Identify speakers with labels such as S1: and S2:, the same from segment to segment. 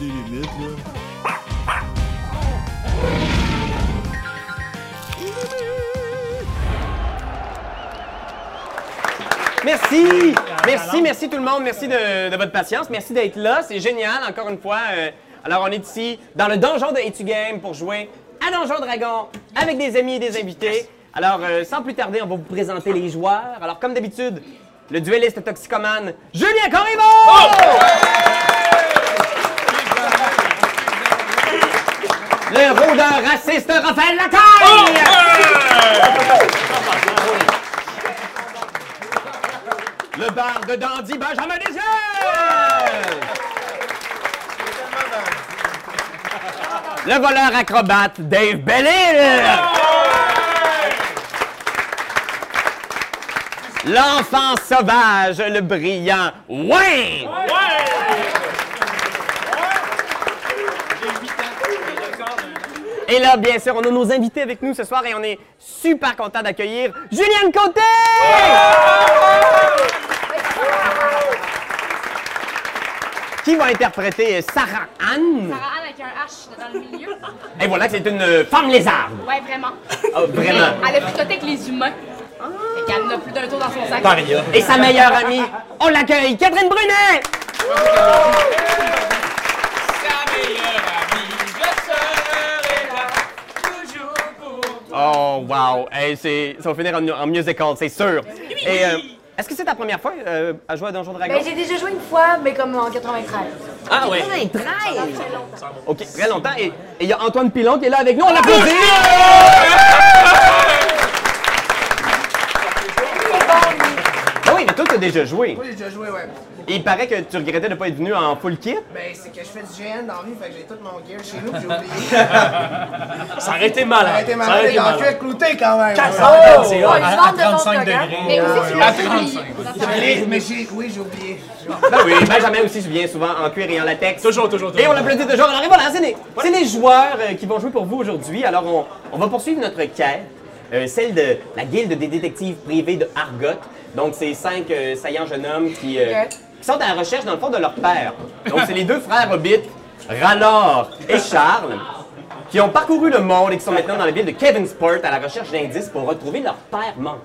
S1: Dieu.
S2: Merci! Merci, merci tout le monde. Merci de, de votre patience. Merci d'être là. C'est génial, encore une fois. Euh, alors, on est ici dans le donjon de Etu Game pour jouer à Donjon Dragon avec des amis et des invités. Alors, euh, sans plus tarder, on va vous présenter les joueurs. Alors, comme d'habitude, le duelliste toxicomane Julien Corriveau! Le rôdeur raciste Raphaël Lacaille! Le bar de dandy Benjamin Desieux! Le voleur acrobate Dave Bellil! L'enfant sauvage, le brillant Wayne! Et là, bien sûr, on a nos invités avec nous ce soir et on est super content d'accueillir Juliane Côté! Qui va interpréter Sarah Anne?
S3: Sarah Anne avec un H dans le milieu.
S2: Et voilà que c'est une euh, femme lézarde.
S3: Ouais, vraiment.
S2: Ah, vraiment.
S3: Elle a plutôt avec les humains. Fait qu'elle en a plus d'un tour dans son sac.
S2: Et sa meilleure amie, on l'accueille, Catherine Brunet!
S4: Ta meilleure amie, la sœur est là, toujours pour toi.
S2: Oh, wow! Hey, c'est- ça va finir en, en musical, c'est sûr. Et, euh, est-ce que c'est ta première fois euh, à jouer à Donjon Dragon?
S5: Ben, j'ai déjà joué une fois, mais comme en 93.
S2: ah ouais! Ok, très longtemps. Et et il y a Antoine Pilon qui est là avec nous, on l'applaudit! Ah oui, mais toi, t'as déjà joué.
S6: Moi, j'ai déjà joué, ouais.
S2: Et il paraît que tu regrettais de ne pas être venu en full kit.
S6: Ben, c'est que je fais du GN dans la vie, fait que j'ai tout mon gear chez nous, puis j'ai oublié. Ça
S7: aurait été malade.
S6: a été malade, il en fait clouté quand même.
S2: Ah
S5: Oh,
S7: à-
S5: ils se
S7: à
S5: vendent de
S7: 35
S5: ton slogan.
S7: degrés.
S3: Mais aussi, tu l'as oublié.
S6: Je l'ai- Mais j'ai, oui, j'ai oublié.
S2: Ben oui, Benjamin aussi se vient souvent en cuir et en latex.
S7: Toujours, toujours, toujours.
S2: Et on l'applaudit toujours. Alors et voilà, c'est les, c'est les joueurs euh, qui vont jouer pour vous aujourd'hui. Alors on, on va poursuivre notre quête, euh, celle de la guilde des détectives privés de Argot. Donc c'est cinq euh, saillants jeunes hommes qui, euh,
S5: Yeah.
S2: qui sont à la recherche dans le fond de leur père. Donc c'est les deux frères Hobbit, Rallor et Charles, qui ont parcouru le monde et qui sont maintenant dans la ville de Kevinsport à la recherche d'indices pour retrouver leur père manquant.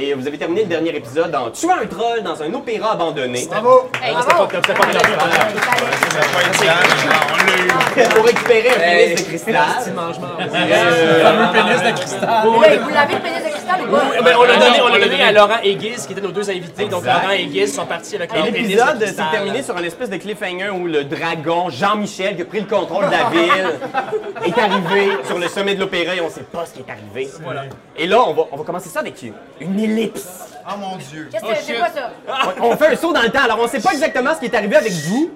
S2: Et vous avez terminé le dernier épisode en tuant un troll dans un opéra abandonné.
S6: Bravo!
S5: Bravo!
S7: Comme ça, pas de la-
S2: pour récupérer un pénis de cristal.
S7: Le pénis de cristal.
S5: Ouais, Vous l'avez le pénis de cristal ou pas?
S7: Ben, on l'a donné, on l'a donné à Laurent et Guiz, qui étaient nos deux invités. Donc, Laurent et Guiz sont partis avec
S2: Et
S7: leur pénis de
S2: l'épisode s'est
S7: cristal.
S2: terminé sur un espèce de cliffhanger où le dragon Jean-Michel, qui a pris le contrôle de la ville, est arrivé sur le sommet de l'opéra et on sait pas ce qui est arrivé. Et là, on va, on va commencer ça avec une- une ellipse.
S8: Ah,
S6: Oh mon dieu!
S5: Qu'est-ce que c'est quoi ça?
S2: On, on fait un saut dans le temps, alors on sait pas exactement ce qui est arrivé avec vous,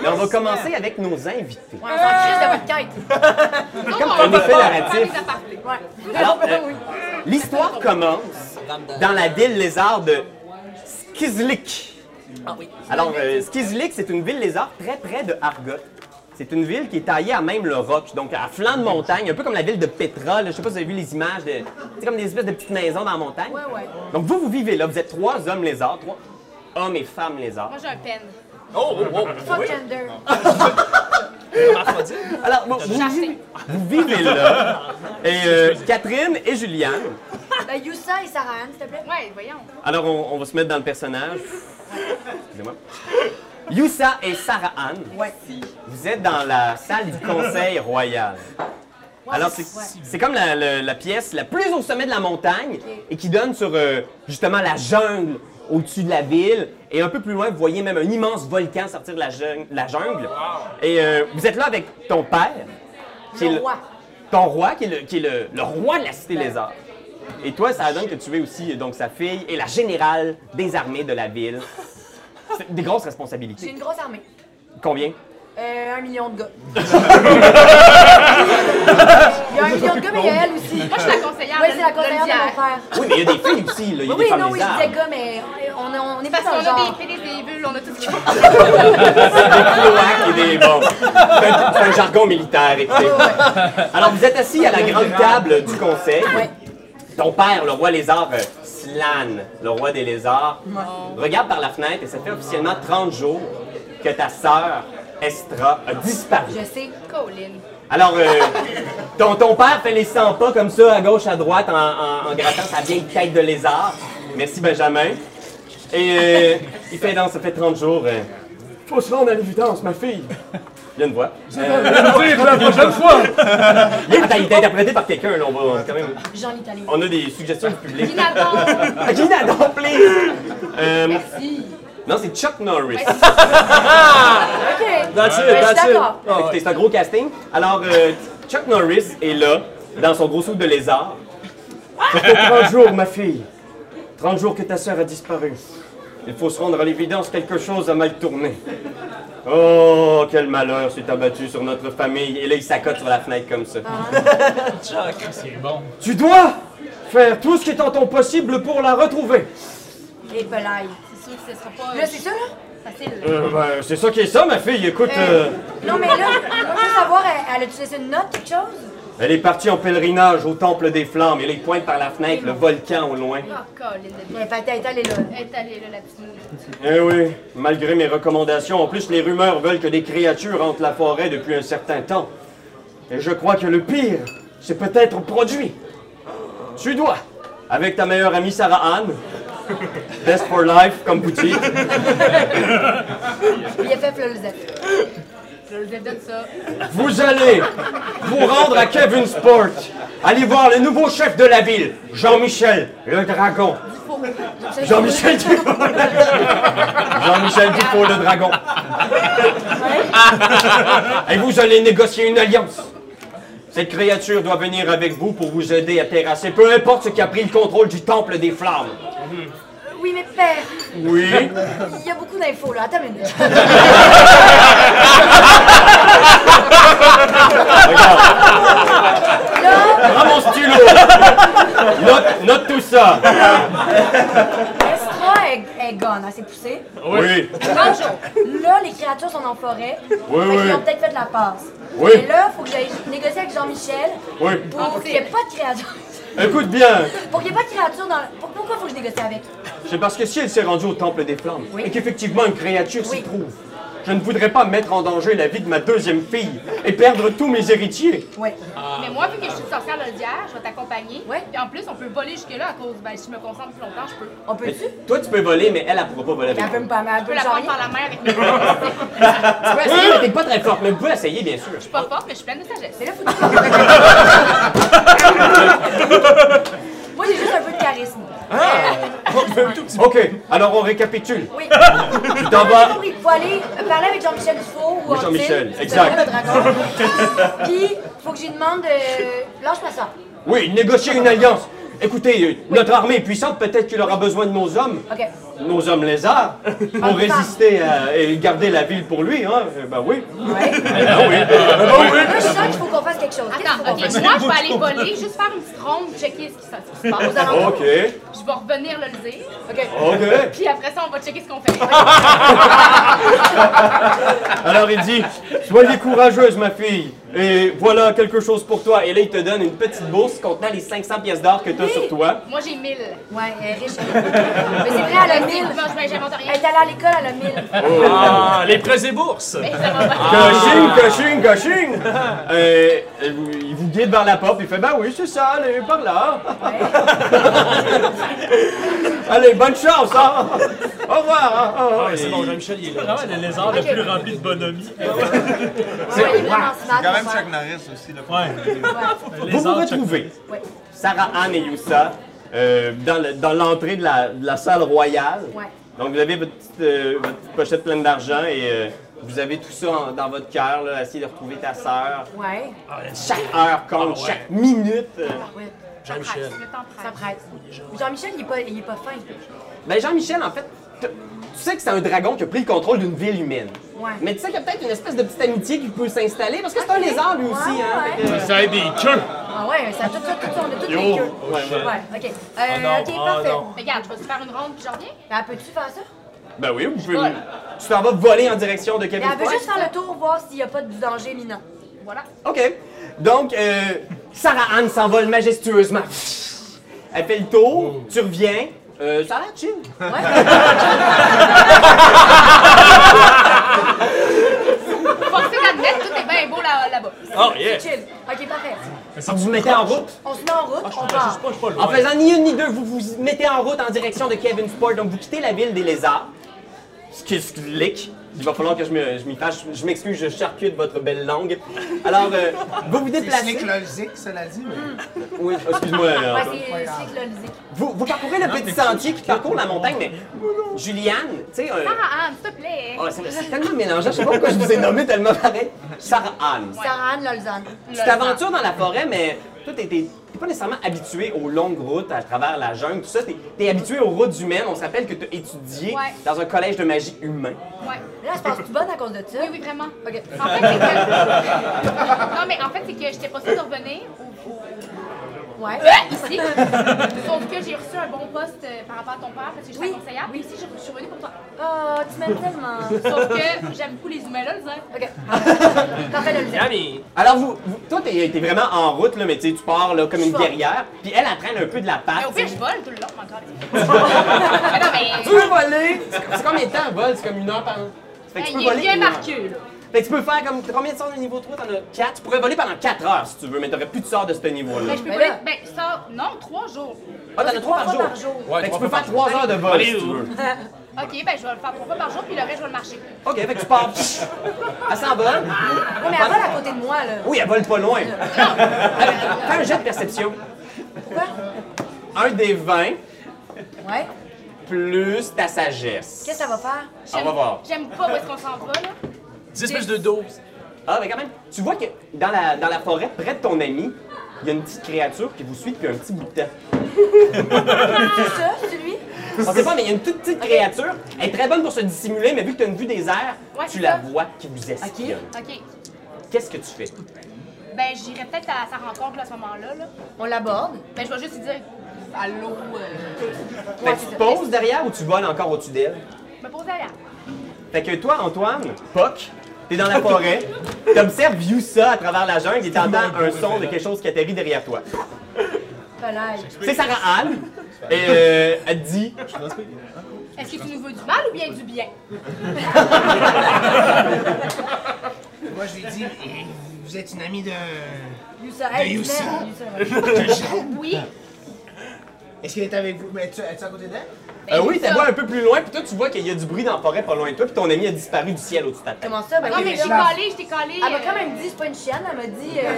S2: mais on va commencer avec nos invités.
S5: On s'en fiche de votre quête.
S2: Comme un effet narratif.
S5: Ouais.
S2: Alors, euh, l'histoire commence dans la ville lézard de Skizlik. Alors, euh, Skizlik, c'est une ville lézard très près de Argot. C'est une ville qui est taillée à même le roc, donc à flanc de montagne, un peu comme la ville de Petra. là. Je sais pas si vous avez vu les images, de, c'est comme des espèces de petites maisons dans la montagne.
S5: Ouais, ouais.
S2: Donc vous, vous vivez là, vous êtes trois hommes lézards, trois hommes et femmes lézards.
S3: Moi, j'ai un pen.
S7: Oh, oh, oh.
S5: Fuck gender.
S2: Alors, bon, vous, vous vivez là, et euh, Catherine et Juliane,
S5: Ben, Youssa et Sarah Anne, s'il te plaît.
S3: Ouais, voyons.
S2: Alors, on, on va se mettre dans le personnage. Excusez-moi. Youssa et Sarah Anne,
S5: Ouais.
S2: vous êtes dans la salle du conseil royal. Alors, c'est c'est comme la, la- la pièce la plus au sommet de la montagne et qui donne sur euh, justement la jungle au-dessus de la ville. Et un peu plus loin, vous voyez même un immense volcan sortir de la jungle. la jungle. Et euh, vous êtes là avec ton père, qui est
S5: Le
S2: le-
S5: roi.
S2: ton roi, qui est le, qui est le- le roi de la cité
S5: Ben.
S2: lézard. Et toi, ça donne que tu es aussi donc sa fille et la générale des armées de la ville. C'est des grosses
S5: J'ai
S2: responsabilités.
S5: une grosse armée.
S2: Combien?
S5: Euh, un million de gars. Il y a un million de gars, mais il y a elle aussi.
S3: Moi, je suis la conseillère.
S5: Ouais, c'est la conseillère de mon
S3: mon
S5: frère.
S2: Oui, mais il y a des filles aussi, là. Il y a
S5: Oui,
S2: des femmes
S5: non, oui, je
S2: lézards.
S5: disais gars, mais on, on, on est pas
S3: Parce
S5: dans le
S3: qu'on a
S5: genre.
S3: des pénis, des bulles, on a tout ce qu'il faut.
S2: Cloaque et des bombes. C'est un- c'est un jargon militaire, écoutez. Alors, vous êtes assis à la grande table du conseil.
S5: Ouais.
S2: Ton père, le roi lézard, euh, Slan, le roi des lézards, regarde par la fenêtre et ça fait officiellement 30 jours que ta sœur Estra a disparu.
S5: Je sais.
S3: Colin.
S2: Alors, euh, ton, ton père fait les 100 pas comme ça, à gauche, à droite, en, en- en grattant sa vieille tête de lézard. Merci, Benjamin. Et euh, il fait dans, ça fait 30 jours. euh, Faut se rendre à l'évidence, ma fille. Il y a une voix.
S1: la prochaine fois!
S2: Attends, il est interprété par quelqu'un, là, on va on va quand même.
S5: Jean l'Italien.
S2: On a des suggestions du public.
S3: Jonathan!
S2: Ah, Gina, non, please! Euh,
S3: Si.
S2: non, c'est Chuck Norris.
S5: OK.
S7: That's it,
S5: Ben, je suis
S7: that's it.
S5: d'accord.
S7: Ah, ouais.
S2: Écoutez, c'est un gros casting. Alors, euh, Chuck Norris est là, dans son gros soupe de lézard. Ça fait 30 jours, ma fille. 30 jours que ta sœur a disparu. Il faut se rendre à l'évidence, quelque chose a mal tourné. Oh, quel malheur s'est abattu sur notre famille. Et là, il s'accote sur la fenêtre comme ça.
S4: Ah, C'est bon.
S2: Tu dois faire tout ce qui est en ton possible pour la retrouver.
S5: Et pelaille.
S3: C'est sûr que ce sera pas
S5: Là, c'est ça, là?
S3: facile.
S2: Euh, ben, c'est ça qui est ça, ma fille. Écoute, euh,
S5: Euh, Non, mais là, je veux savoir, elle, elle a-tu laissé une note, quelque chose?
S2: elle est partie en pèlerinage au temple des flammes. Et là, il pointe par la fenêtre, le volcan au loin.
S3: Ah, Colin de
S5: Elle est elle est là.
S3: Elle est allée là, la petite moulette.
S2: Eh oui, malgré mes recommandations, en plus les rumeurs veulent que des créatures entrent la forêt depuis un certain temps. Et je crois que le pire c'est peut-être produit. Tu dois, avec ta meilleure amie Sarah Anne, Best for Life comme boutique,
S5: Il a fait le Zep.
S3: Je vous ai donné ça.
S2: vous allez vous rendre à Kevin Sport. Allez voir le nouveau chef de la ville, Jean-Michel le dragon. Jean-Michel Dufault. Jean-Michel Dufault, le dragon. Et vous allez négocier une alliance. Cette créature doit venir avec vous pour vous aider à terrasser, peu importe ce qui a pris le contrôle du temple des flammes.
S5: Oui, mais père,
S2: Oui.
S5: il y a beaucoup d'infos, là. Attends une minute.
S2: Prends mon stylo. Note, note tout ça.
S5: Estra est, est gone, elle s'est poussée.
S2: Oui.
S5: Là, les créatures sont en forêt.
S2: Oui,
S5: Fait qu'ils
S2: oui.
S5: ont peut-être fait la passe.
S2: Oui.
S5: Et là, faut que j'aille négocier avec Jean-Michel
S2: Oui.
S5: pour qu'il n'y ait pas de créatures.
S2: Écoute bien.
S5: Pour qu'il n'y ait pas de créatures dans. le- pour- Pourquoi faut que je négocie avec?
S2: C'est parce que si elle s'est rendue au temple des flammes
S5: Oui.
S2: et qu'effectivement une créature s'y
S5: Oui.
S2: trouve, je ne voudrais pas mettre en danger la vie de ma deuxième fille et perdre tous mes héritiers.
S5: Oui.
S3: Mais moi, vu que je suis une sorcière lollière, je vais t'accompagner.
S5: Ouais.
S3: Puis en plus, on peut voler jusque-là à cause. Ben, si je me concentre plus longtemps, je peux.
S5: On peut-tu?
S2: Toi, tu peux voler, mais elle, elle ne pourra pas voler avec
S5: Elle peut
S2: toi.
S5: me pas mal.
S3: Je peux la prendre par la main avec mes mains.
S2: Tu peux essayer, mais t'es pas très forte, mais vous pouvez essayer, bien sûr.
S3: Je suis pas forte, mais je suis pleine de sagesse.
S5: Mais là, faut que- Moi, j'ai juste un peu de charisme.
S2: Ah!
S5: Euh,
S2: Ok, alors on récapitule.
S5: Oui.
S2: Tu t'en
S5: J'ai
S2: vas.
S5: compris. Faut aller parler avec Jean-Michel Dufault ou
S2: Oui, Jean-Michel,
S5: Antille,
S2: exact.
S5: c'est vraiment le dragon. Puis, faut que je lui demande. euh, Lâche pas ça.
S2: Oui, négocier une alliance. Écoutez, euh, notre armée est puissante, peut-être qu'il aura besoin de nos hommes,
S5: OK.
S2: nos hommes lézards, pour résister à- et garder la ville pour lui, hein. Eh Ben oui.
S5: Ouais.
S2: Eh ben oui.
S5: Là, Euh, je sens qu'il faut qu'on fasse quelque chose. Qu'est-ce qu'il
S3: Attends,
S5: faut
S3: ok,
S5: qu'on fasse?
S3: moi je vais aller voler, juste faire une petite ronde, checker ce qui se ce qui se passe.
S2: Ok,
S3: Je vais revenir le dire,
S2: Oh.
S5: OK.
S2: ok.
S3: puis après ça on va checker ce qu'on fait.
S2: Alors il dit Soyez courageuse, ma fille, et voilà quelque chose pour toi. Et là, il te donne une petite bourse contenant les 500 pièces d'or que tu as sur toi.
S3: Moi j'ai 1000. Moi
S5: Ouais, elle est riche. Mais c'est vrai, elle a 1000.
S3: je j'invente rien.
S5: Elle est allée à l'école, elle a 1000.
S7: Ah, les prêts et bourses!
S3: Mais ça va pas.
S2: Coching, coching, coching Euh, et vous- Il vous guide vers la porte, il fait Ben oui, c'est ça, allez, par là. allez, bonne chance, hein. Au revoir. hein. Oh,
S7: Ouais, c'est
S2: et-
S7: bon, Jean-Michel, il est là.
S1: Vraiment, le lézard le plus rempli de bonhomie.
S5: Ouais, elle est vraiment smart.
S6: Quand même,
S5: mon frère.
S6: Chuck Norris aussi, là.
S2: Vous vous retrouvez,
S5: Ouais.
S2: Sarah Anne et Youssa, euh, dans le- dans l'entrée de la, de la salle royale.
S5: Ouais.
S2: Donc, vous avez votre petite, euh, votre petite pochette pleine d'argent et euh, vous avez tout ça en- dans votre cœur, là, essayer de retrouver ta sœur.
S5: Ouais.
S2: Chaque heure compte, chaque minute. euh.
S5: Ouais.
S7: Jean-Michel.
S3: Je t'en prête.
S5: Ça presse. Jean-Michel, il est pas, il est pas fin.
S2: Ben, Jean-Michel, en fait, t- tu sais que c'est un dragon qui a pris le contrôle d'une ville humaine.
S5: Ouais.
S2: Mais tu sais qu'il y a peut-être une espèce de petite amitié qui peut s'installer parce que c'est un lézard lui aussi.
S5: Ouais,
S2: hein,
S5: Ah ouais.
S2: fait que-
S1: Ça aide des queues.
S5: Ah ouais, ça a tout ça, tout ça, on a tout
S2: Yo.
S5: les queues.
S2: Ouais, ouais. Ah
S5: OK. Euh,
S7: non,
S5: OK,
S7: oh
S5: parfait.
S7: non.
S3: Regarde, je vais te faire une ronde puis je reviens.
S5: Mais elle peut-tu faire ça?
S2: Ben oui, vous pouvez.
S3: Voilà.
S2: Tu t'en vas voler en direction de Kevin
S5: Mais elle veut
S2: Ford.
S5: juste faire le tour, voir s'il n'y a pas de danger imminent.
S3: Voilà.
S2: OK. Donc, euh, Sarah Anne s'envole majestueusement. Elle fait le tour, tu reviens. Euh, ça a l'air chill.
S5: Ouais.
S7: Oh, yeah.
S5: Chill. Ok, parfait.
S2: Vous vous mettez en route.
S5: On se met en route, on part.
S7: Ah, Je suis pas loin.
S2: En faisant ni une ni deux, vous vous mettez en route en direction de Kevin Sport. Donc, vous quittez la ville des lézards. Excuse, clic. Il va falloir que je me- je m'y fasse. Je m'excuse, je charcute votre belle langue. Alors, euh, vous vous
S6: C'est
S2: déplacez.
S6: cyclologique, cela dit, mais
S2: Oui, excuse-moi. euh,
S5: Ouais,
S2: Antoine.
S5: c'est cyclonique.
S2: Vous, vous parcourez le petit sentier qui parcourt la montagne, mais Juliane, tu sais, euh,
S5: Ah, ah, s'il te plaît.
S2: oh, c'est c'est tellement mélangeant, je sais pas pourquoi je vous ai nommé tellement pareil. Sarah Anne.
S5: Sarah Anne Lolzane.
S2: Tu t'aventures dans la forêt, mais toi, t'es t'es- t'es pas nécessairement habitué aux longues routes à travers la jungle, tout ça. T'es es habitué aux routes humaines. On se rappelle que t'as étudié
S9: Ouais.
S2: dans un collège de magie humain.
S9: Ouais.
S5: Là, je pense-tu bonne à cause de ça?
S9: Oui, oui, vraiment.
S5: Ok.
S9: En fait, c'est que... Non, mais en fait, c'est que j'étais pas sûre de revenir au- au-
S5: Ouais.
S9: ici. Sauf que j'ai reçu un bon poste euh, par rapport à ton père parce que je suis
S5: Oui.
S9: la conseillère. Oui, ici, je je suis revenue pour toi.
S5: Oh, tu m'aimes tellement.
S9: Sauf que j'aime beaucoup les humains là, le zin.
S5: Ok. Parfait, Lolzane.
S7: Ah, mais
S2: Alors, vous, vous- toi, t'es t'es vraiment en route, là, mais tu sais, tu pars là, comme une
S5: Je pars.
S2: guerrière. Puis elle, elle traîne un peu de la patte.
S9: Mais au
S2: tu sais.
S9: pire, je vole tout le long, mais encore. Mais non, mais. euh,
S2: Tu peux voler? C'est comme- C'est combien de temps un vol? C'est comme une heure par an. Fait que tu peux
S9: Hey, Ben, il est
S2: voler
S9: bien
S2: une heure.
S9: marqué, là.
S2: Fait que tu peux faire comme combien de sorts de niveau 3? T'en as 4. Tu pourrais voler pendant 4 heures si tu veux, mais t'aurais plus de sorts de ce niveau-là.
S9: Ben, je peux
S5: Ben
S9: voler.
S5: là.
S9: Ben, ça, non, trois jours.
S2: Ah, t'en as 3 par
S5: Trois
S2: jour.
S5: par jour.
S2: fait
S7: Ouais,
S2: que tu
S7: trois
S2: peux
S7: fois
S2: faire 3 heures de vol si tu veux.
S9: Ok, ben, je vais le faire trois fois par jour, puis le reste, je vais le marcher.
S2: Ok, fait que tu pars. Pfff. Elle s'en va.
S5: Ouais, mais elle vole à côté de moi, là.
S2: Oui, elle vole pas loin. Allez, Fais un jet de perception.
S5: Pourquoi?
S2: Un des 20
S5: Ouais.
S2: plus ta sagesse.
S5: Qu'est-ce que ça va faire?
S9: J'aime-
S2: va voir.
S9: J'aime pas où est-ce qu'on s'en va, là.
S7: 10 plus de 12.
S2: Ah, mais quand même, tu vois que dans la, dans la forêt, près de ton ami, il y a une petite créature qui vous suit depuis un petit bout de temps.
S9: Ah,
S5: C'est ça, c'est lui?
S2: On sait pas, mais il y a une toute petite créature. Elle est très bonne pour se dissimuler, mais vu que tu as une vue des airs,
S9: Ouais,
S2: tu
S9: c'est
S2: la
S9: ça.
S2: vois qui vous espionne.
S9: Ok.
S2: Qu'est-ce que tu fais?
S9: Ben, j'irai peut-être à sa rencontre, là, à ce moment-là, là.
S5: On l'aborde.
S9: Ben, je vais juste lui dire allô. euh,
S2: Fait que tu te poses derrière ou tu voles encore au-dessus d'elle?
S9: me poser à la.
S2: Fait que toi, Antoine, Poc, t'es dans la forêt, t'observes Youssa à travers la jungle et t'entends un son de quelque chose qui atterrit derrière toi.
S5: Pelage.
S2: C'est Sarah Anne, et euh, elle te dit...
S9: Est-ce que tu nous veux du mal ou bien du bien?
S6: moi je lui dis, Eh, vous êtes une amie de.
S5: Youssa. Hey,
S6: Ben,
S5: tu m'aimes, Youssa.
S9: Oui.
S6: Est-ce qu'elle est avec vous? Mais tu es à côté d'elle?
S2: Euh, oui, t'as
S9: Ben, ça.
S2: vois un peu plus loin, puis toi, tu vois qu'il y a du bruit dans la forêt pas loin de toi, puis ton ami a disparu du ciel au-dessus de ta tête.
S5: Comment ça? Ben,
S9: Non, mais je t'ai
S5: là.
S9: calé, je t'ai calé.
S5: Elle m'a
S9: euh,
S5: Ah, bah, quand même dit, c'est pas une chienne, elle m'a dit, euh,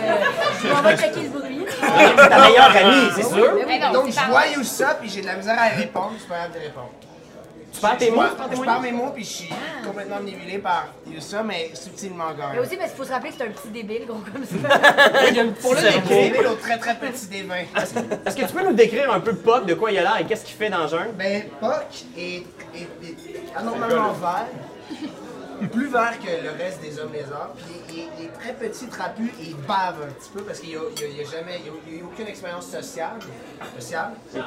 S5: je m'en vais checker le bruit.
S2: C'est ta meilleure amie, c'est sûr?
S9: Mais ben non,
S6: Donc
S9: c'est
S6: je
S9: pas-
S6: vois Youssa, puis j'ai de la misère à répondre, c'est pas grave de répondre.
S2: Tu perds tes mots?
S6: Moi,
S2: tu perds tes
S6: je
S2: mots?
S6: parle mes mots, puis je suis complètement omnibulé par Youssa, mais subtilement
S5: Mais
S6: gars.
S5: aussi, parce qu'il faut se rappeler que c'est un petit débile, gros, comme ça.
S2: Pour le
S6: J'ai
S2: décrire,
S6: aimé l'autre très très petit des vins.
S2: est-ce que tu peux nous décrire un peu Puck, de quoi il a l'air et qu'est-ce qu'il fait dans le jungle?
S6: Ben, Puck est, est, est anormalement vert, plus vert que le reste des hommes lézards, puis il est, il est très petit, trapu, et il bave un petit peu parce qu'il n'a jamais, il a, il a eu aucune expérience sociale, sociale.
S2: Ok.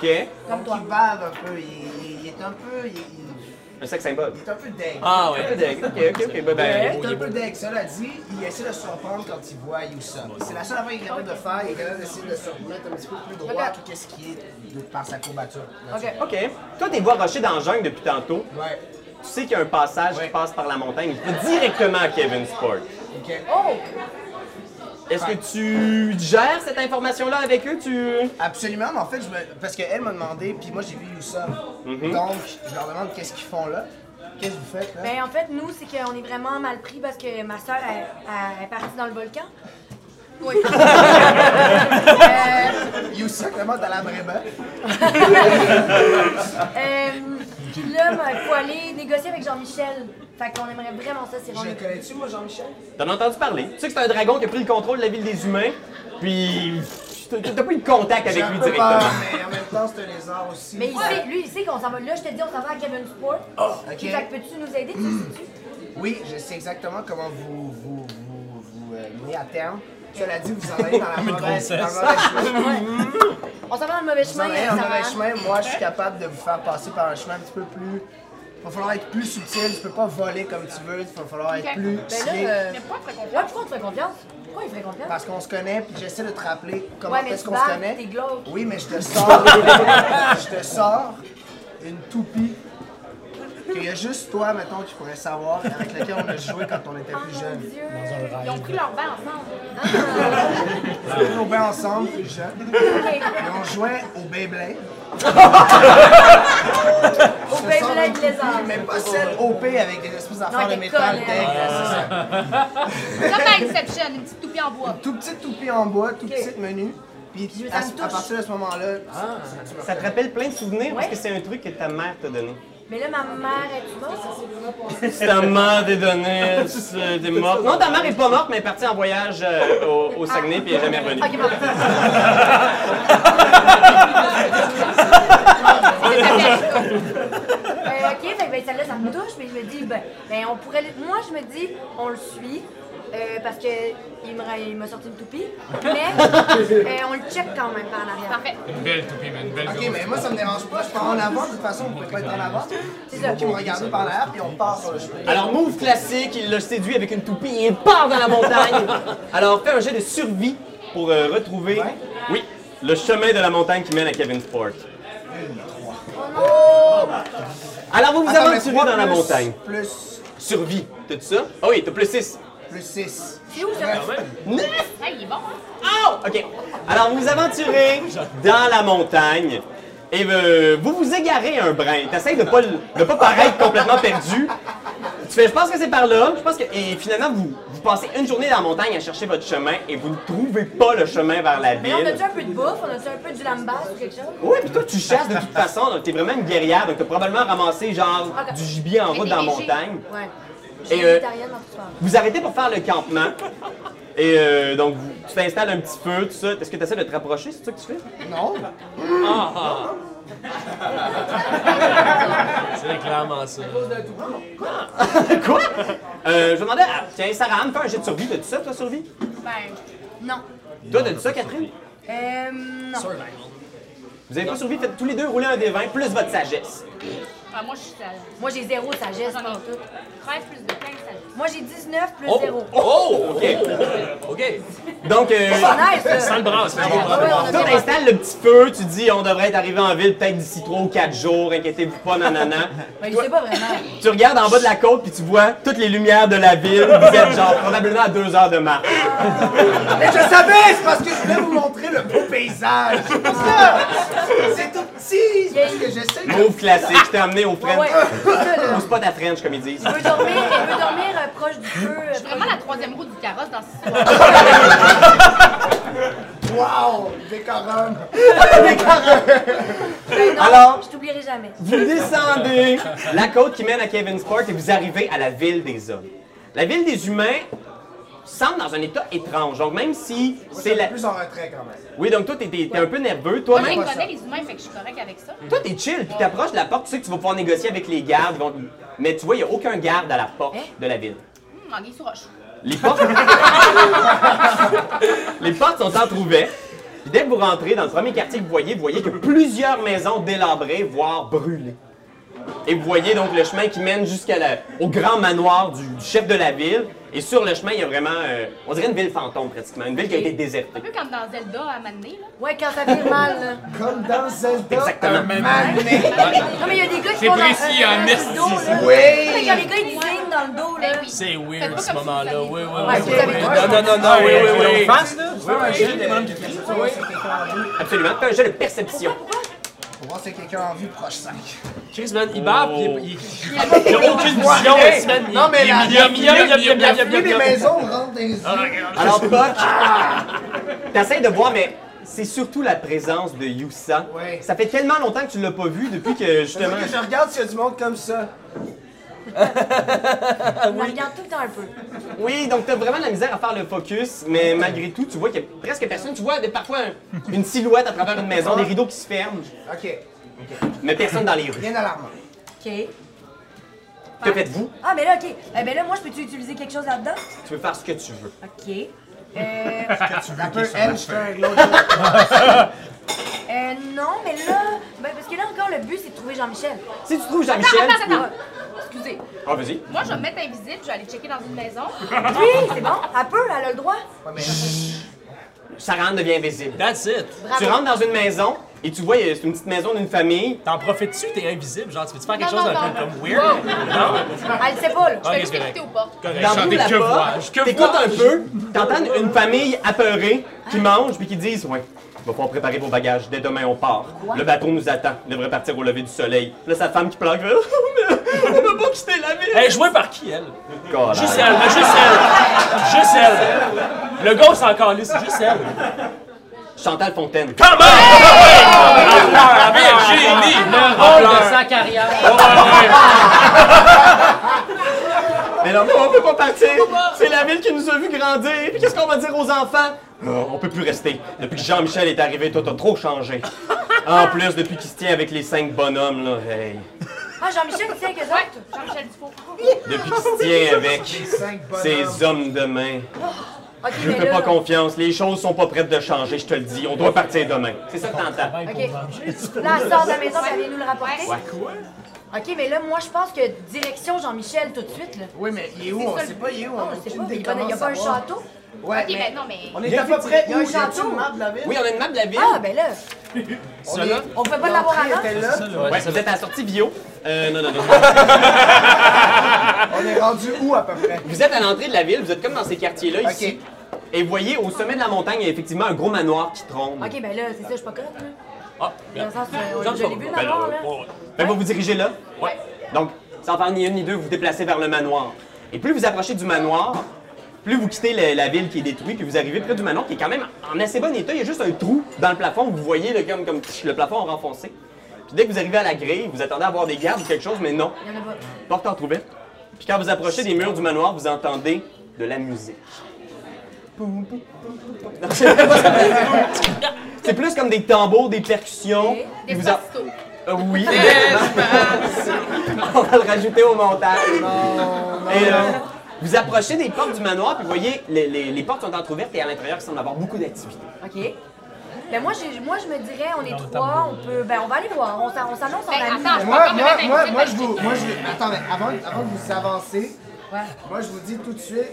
S6: Donc il bave un peu, il, il- il est un peu, il, il-
S2: Un sexe symbole.
S6: il est un peu deg.
S7: Ah,
S2: Ok,
S7: ouais.
S2: ok, ok, ben, ben,
S6: Il est un peu deg, cela dit, il essaie de se surprendre quand il voit Youssef. C'est la seule affaire qu'il est capable de faire, il est capable d'essayer de se remettre un petit peu plus droit à tout ce qui est de par sa courbature.
S5: Ok.
S2: Ok. Toi, t'es vois rocher dans le jungle depuis tantôt.
S6: Ouais,
S2: Tu sais qu'il y a un passage qui
S6: Ouais.
S2: passe par la montagne. Il va directement à Kevin Sport.
S6: ok.
S5: Oh!
S2: Est-ce que tu gères cette information-là avec eux? Tu...
S6: Absolument, mais en fait, je me... parce qu'elle m'a demandé, puis moi j'ai vu Youssef. Donc, je leur demande qu'est-ce qu'ils font là. Qu'est-ce que vous faites là?
S5: Ben, en fait, nous, c'est qu'on est vraiment mal pris parce que ma soeur est partie dans le volcan.
S9: Oui.
S5: Ben,
S6: Youssef, comment dans la bréba?
S5: Euh, puis là, il faut aller négocier avec Jean-Michel. Fait qu'on aimerait vraiment ça, c'est
S6: Je le
S5: vraiment.
S6: connais-tu, moi, Jean-Michel?
S2: T'en as entendu parler. Tu sais que c'est un dragon qui a pris le contrôle de la ville des humains. Puis. t'as- T'as pas eu de contact
S6: J'ai
S2: avec
S6: un
S2: lui
S6: peu peur,
S2: directement.
S6: Ah, mais en même temps, c'est un lézard aussi.
S5: Mais il sait, lui, il sait qu'on s'en va. Là, je te dis, on s'en va à Kevin Sport.
S6: Oh, ok.
S5: Fait que peux-tu nous aider, tu le sais-tu?
S6: Oui, je sais exactement comment vous vous, vous, vous euh, menez à terme. Cela dit, vous en allez dans la mauvaise, dans le mauvais chemin.
S5: On s'en va dans le mauvais
S6: Vous en
S5: chemin,
S6: allez
S5: euh,
S6: dans le
S5: Sarah.
S6: mauvais chemin. Moi, je suis capable de vous faire passer par un chemin un petit peu plus... Il va falloir être plus subtil, tu peux pas voler comme tu veux, il va falloir être
S9: Ok.
S6: plus
S5: Ben là,
S6: slick.
S5: euh,
S9: Mais pourquoi on ferait
S5: ouais,
S9: confiance?
S5: pourquoi on te fait confiance? Pourquoi il ferait confiance?
S6: Parce qu'on se connaît, puis j'essaie de te rappeler comment
S5: Ouais, mais
S6: est-ce
S5: tu
S6: qu'on se
S5: barres,
S6: connaît.
S5: t'es glauque.
S6: Oui, mais je te sors. je te sors une toupie qu'il y a juste toi, mettons, qui pourrais savoir, avec lequel on a joué quand on était
S5: Oh
S6: plus
S5: mon
S6: jeune.
S5: dieu!
S9: Ils ont pris leur bain ensemble.
S6: On jouait au bain ensemble, plus jeune,
S5: Ah. Ok.
S6: et on jouait au Beyblade.
S5: Au Beyblade Lézard.
S6: Mais pas celle OP avec des espèces
S5: Non,
S6: d'affaires de
S5: des
S6: métal
S5: connes,
S6: deg, là, c'est ça.
S9: Comme à Inception, une petite toupie en bois.
S6: Tout petit toupie en bois, tout
S5: Ok.
S6: petit menu. Puis
S5: Je veux
S6: à,
S5: ça me
S6: à
S5: touche.
S6: partir de ce moment-là,
S2: Ça te rappelle plein de souvenirs parce
S5: Ouais.
S2: que c'est un truc que ta mère t'a donné.
S5: Mais là, ma mère est morte.
S2: Si ta mère t'est donnée, c'est- euh, t'es morte. Non, ta mère est pas morte, mais elle est partie en voyage euh, au, au Saguenay puis elle est jamais revenue.
S5: Ok, bon. Euh, ok, fait que ben, celle-là, ça me touche, mais je me dis, ben, ben, on pourrait. le- Moi, je me dis, on le suit, euh, parce que il me ra- il m'a sorti une toupie, mais euh, on le check quand même par l'arrière.
S9: Parfait.
S4: Une belle toupie, man. Une belle
S6: ok,
S4: grosse.
S6: mais moi ça me dérange pas, je pars en avant, de toute façon, on pouvait pas être en avant.
S5: C'est
S6: C'est
S5: ça.
S6: ça qui me regardait par l'air, puis on part sur le chemin.
S2: Alors, move classique, il le séduit avec une toupie et il part dans la montagne. Alors, fais un jet de survie pour euh, retrouver oui, le chemin de la montagne qui mène à Kevinsport. Oh! Alors, vous vous
S6: Attends, mais
S2: aventurez
S6: trois
S2: dans la
S6: plus-
S2: montagne.
S6: Plus,
S2: Survie, t'as tout ça? Ah oui, t'as plus 6.
S6: plus 6.
S2: Ah.
S5: C'est où ça?
S2: Neuf!
S9: Hey, il est bon, hein?
S2: Oh! OK. Alors, vous vous aventurez dans la montagne et euh, vous vous égarez un brin. T'essayes de pas, le- de pas paraître complètement perdu. Tu fais, je pense que c'est par là. Je pense que... Et finalement, vous, vous passez une journée dans la montagne à chercher votre chemin et vous ne trouvez pas le chemin vers la
S5: Mais on
S2: ville.
S5: a-tu un peu de bouffe? On a-tu un peu du lambas ou quelque chose?
S2: Oui, puis toi, tu chasses de toute façon. Donc, t'es vraiment une guerrière. Donc, t'as probablement ramassé, genre,
S5: Ah,
S2: du gibier en
S9: Mais
S2: route
S9: t'es
S2: dans la
S9: léger.
S2: montagne.
S5: Ouais. Je
S2: Et,
S5: suis
S2: euh,
S5: végétarienne en tout cas.
S2: Vous arrêtez pour faire le campement. Et euh, donc, vous- tu t'installes un petit peu, tout ça. Est-ce que tu essaies de te rapprocher, c'est ça que tu fais?
S6: Non?
S7: C'est clairement ça.
S2: Quoi? Euh, je me demandais, ah, tiens, Sarah Anne, fais un jet de survie. T'as-tu ça, toi, survie?
S9: Ben,
S5: Non.
S2: Toi, t'as-tu ça, Catherine?
S5: Euh, non.
S2: Vous avez pas survie, faites tous les deux rouler un des 20 plus votre sagesse.
S9: ah, moi, je suis sale.
S5: Moi, j'ai zéro sagesse
S9: J'en ai
S5: en tout.
S9: 13 plus 2, 15 sale.
S5: Moi, j'ai 19 plus
S7: Oh!
S5: 0.
S7: Oh!
S2: OK.
S7: OK.
S2: Donc, euh,
S5: nice, ça.
S7: Sans le bras, c'est
S5: Ouais, ouais, on a
S2: toi,
S5: bien-
S2: t'installes le petit feu, tu dis, on devrait être arrivé en ville peut-être d'ici 3 ou 4 jours, inquiétez-vous pas, nanana.
S5: Ben, je sais pas vraiment.
S2: Tu regardes en bas de la côte, puis tu vois toutes les lumières de la ville. Vous êtes, genre, probablement à 2 heures de marche.
S6: Mais je savais, c'est parce que je voulais vous montrer le beau paysage. C'est pour ça. C'est tout petit, c'est parce que j'essaie de...
S2: Move classique, je t'ai amené au
S5: Ouais,
S2: French.
S5: ouais. C'est ça, là.
S2: Pousse pas ta French, comme ils disent.
S5: On peut dormir, on peut dormir euh, proche du feu. euh,
S9: Je suis vraiment la troisième roue du carrosse dans ce
S6: Wow! Décorum!
S5: Ben non,
S2: Alors-
S5: je t'oublierai jamais.
S2: Vous descendez la côte qui mène à Kevinsport et vous arrivez à la ville des hommes. La ville des humains semble dans un état étrange. Donc même si c'est
S6: C'est
S2: la...
S6: plus en retrait quand même.
S2: Oui, donc toi, t'es t'es- t'es un peu nerveux.
S9: Moi, je les
S2: Toi-même,
S9: connais, les humains, fait que je suis correct avec ça.
S2: toi, t'es chill. Puis t'approches de la porte, tu sais que tu vas pouvoir négocier avec les gardes. ils vont- Mais tu vois, il n'y a aucun garde à la porte de la ville.
S9: Hum, en guise sous roche.
S2: Les portes... les portes sont entrouvertes. Puis dès que vous rentrez dans le premier quartier que vous voyez, vous voyez que plusieurs maisons délabrées, voire brûlées. Et vous voyez donc le chemin qui mène jusqu'à la- au grand manoir du, du chef de la ville. Et sur le chemin, il y a vraiment, euh, on dirait une ville fantôme pratiquement, une ville qui a été
S9: Un
S2: désertée.
S9: peu comme dans Zelda à Mané, là.
S5: Ouais, quand ça vire mal, là.
S6: Comme dans Zelda,
S2: Exactement.
S6: un magnet.
S5: Non, mais il y a des gars qui
S4: C'est
S5: font dans-
S4: précis,
S5: euh,
S4: hein,
S5: dans
S4: merci.
S5: le dos, là.
S6: Oui.
S5: Fait que Quand les gars, ils signent dans le dos, là.
S9: Ben oui.
S7: C'est
S9: Faites
S7: weird
S9: pas
S7: ce
S9: comme si vous
S7: moment-là.
S9: saviez.
S7: Oui, oui,
S5: Ouais,
S7: oui.
S5: vous avez
S7: oui.
S5: pas-
S7: Ah, Non, non, non,
S2: Ah,
S7: non, Eh oui,
S2: euh,
S7: oui, oui.
S6: Faire un jeu de de perception, voir si quelqu'un en vue.
S2: Absolument. Fais un jeu de perception.
S6: Pour voir si quelqu'un en vue proche 5.
S7: Chris, man, il bat, puis il- il-
S6: Il
S7: il a aucune vision, aussi, man.
S6: Non, mais la-
S7: il- il- il- il- il- il- il- il- il-
S6: Plus
S7: il- il-
S6: les maisons rentrent dans les yeux.
S2: Alors, Buck, t'essayes de voir, mais c'est surtout la présence de Yusa.
S6: Ouais.
S2: Ça fait tellement longtemps que tu l'as pas vu depuis que
S6: C'est
S2: justement.
S6: que je regarde s'il y a du monde comme ça.
S5: On la regarde tout le temps un peu.
S2: Oui, donc t'as vraiment de la misère à faire le focus, mais malgré tout, tu vois qu'il y a presque personne. Tu vois des- parfois un- une silhouette à travers une maison, des rideaux qui se ferment,
S6: Ok,
S2: mais personne dans les rues.
S6: rien d'alarmant.
S5: OK.
S2: Que faites-vous?
S5: Ah, mais là, OK. Eh ben là, moi, je peux-tu utiliser quelque chose là-dedans?
S2: Tu peux faire ce que tu veux.
S5: OK. Euh,
S6: Un peu Einstein, l'autre.
S5: euh, non, mais là... Ben, parce que là, encore, le but, c'est de trouver Jean-Michel.
S2: Si tu trouves
S9: Attends,
S2: Jean-Michel,
S9: attends,
S2: tu peux...
S9: attends. Excusez.
S2: Ah, vas-y.
S9: Moi, je vais me mettre invisible, je vais aller checker dans une maison.
S5: Oui, c'est bon. Elle peut, elle a le droit.
S2: Sarah devient invisible.
S7: That's it.
S5: Bravo.
S2: Tu rentres dans une maison Et tu vois, il y a- c'est une petite maison d'une famille.
S7: T'en profites-tu? T'es invisible, genre, tu veux-tu faire quelque
S9: Non,
S7: chose
S9: non,
S7: d'un peu
S9: non.
S7: comme weird?
S5: Elle le sait pas, là.
S9: Je
S7: Ok,
S9: fais juste
S7: c'est
S9: éviter aux portes.
S7: Correct.
S2: Dans le
S4: chanter
S2: bout
S4: Que
S2: là-bas,
S4: vois-je, que
S2: T'écoutes un peu, t'entends une famille apeurée qui mange puis qui disent Ouais, va falloir préparer vos bagages, dès demain on part. Le bateau nous attend, il devrait partir au lever du soleil. Là, sa femme qui pleure, qui fait, on veut pas quitter la ville.
S7: Elle est jouée par qui, elle?
S2: Colère.
S7: Juste elle, mais juste elle! Juste elle! Le gars, c'est encore lui, c'est juste elle!
S2: Chantal Fontaine.
S7: Oh,
S10: rôle de sa carrière.
S2: Mais non, on peut pas partir. C'est la ville qui nous a vu grandir. Puis qu'est-ce qu'on va dire aux enfants? Oh, on peut plus rester. Depuis que Jean-Michel est arrivé, toi, t'as trop changé. En plus, depuis qu'il se tient avec les cinq bonhommes, là, hey.
S5: Ah, Jean-Michel, tu sais que
S9: Ouais,
S5: autres.
S9: Jean-Michel Dufour.
S2: Depuis qu'il se tient avec
S6: Cinq bonhommes.
S2: ces hommes de main.
S5: Ok,
S2: Je
S5: mais
S2: fais
S5: là.
S2: pas confiance. Les choses sont pas prêtes de changer, je te le dis. On doit partir demain. C'est ça que t'entends.
S5: Ok. Là, elle sort de la maison, puis elle vient nous le rapporter. Ok, mais là, moi, je pense que direction Jean-Michel tout de suite, là.
S6: Oui, mais il est où?
S5: C'est
S6: On
S5: ça, le-
S6: sait pas, il est où?
S5: Non,
S6: a
S5: on sait
S6: aucune
S5: pas.
S6: idée
S5: Il y a pas-
S6: comment
S5: il y a pas un
S6: savoir.
S5: château.
S6: Ouais,
S9: Ok, mais non, mais.
S6: On
S5: Il
S6: est
S5: y a
S6: à peu près
S5: il y a
S6: où?
S5: un
S6: Y a-t-il
S5: château.
S6: une map de la ville?
S2: Oui, on a une map de la ville.
S5: Ah, ben là.
S6: on est...
S5: On peut pas l'avoir
S6: on
S5: avant.
S6: était là,
S2: Ouais, vous êtes à la sortie bio. Euh, non, non, non.
S6: on est rendu où à peu près?
S2: Vous êtes à l'entrée de la ville, vous êtes comme dans ces quartiers-là
S6: Ok.
S2: ici. Et vous voyez, au sommet de la montagne, il y a effectivement un gros manoir qui trombe.
S5: Ok, ben là, c'est ça, je suis pas correcte, là.
S7: Ah,
S5: Dans le sens, euh, on-
S7: Jean-Michel,
S5: je l'ai vu, le manoir, là.
S2: Ben, vous vous dirigez là. Donc, sans faire ni une ni deux, vous vous déplacez vers le manoir. Et plus vous approchez du manoir, plus vous quittez le- la ville qui est détruite, puis vous arrivez près du manoir qui est quand même en assez bon état. Il y a juste un trou dans le plafond. Vous voyez le, comme, comme tch, le plafond renfoncé. Puis dès que vous arrivez à la grille, vous attendez à voir des gardes ou quelque chose, mais non.
S5: Il y en a pas.
S2: Porte entrouverte. Puis quand vous approchez des murs du manoir, vous entendez de la musique. Non, c'est pas ça. C'est plus comme des tambours, des percussions.
S9: Des
S2: Puis vous en-
S9: pastos.
S2: euh, oui. On va le rajouter au montage. Et, euh, vous approchez des portes du manoir, puis vous voyez, les, les- les portes sont entrouvertes et à l'intérieur, il semble avoir beaucoup d'activité.
S5: OK. Ben moi, j'ai- moi, je me dirais, on est trois, on peut... Ben, on va aller voir. On s'an- on s'annonce, on
S9: Ben,
S5: a mis...
S9: attends, je
S6: Moi,
S9: Encore le
S6: moi,
S9: même
S6: moi,
S9: invité,
S6: moi,
S9: ben,
S6: je vous. Moi, je vous- Attends, mais avant, avant que vous avancez,
S5: Ouais.
S6: moi, je vous dis tout de suite.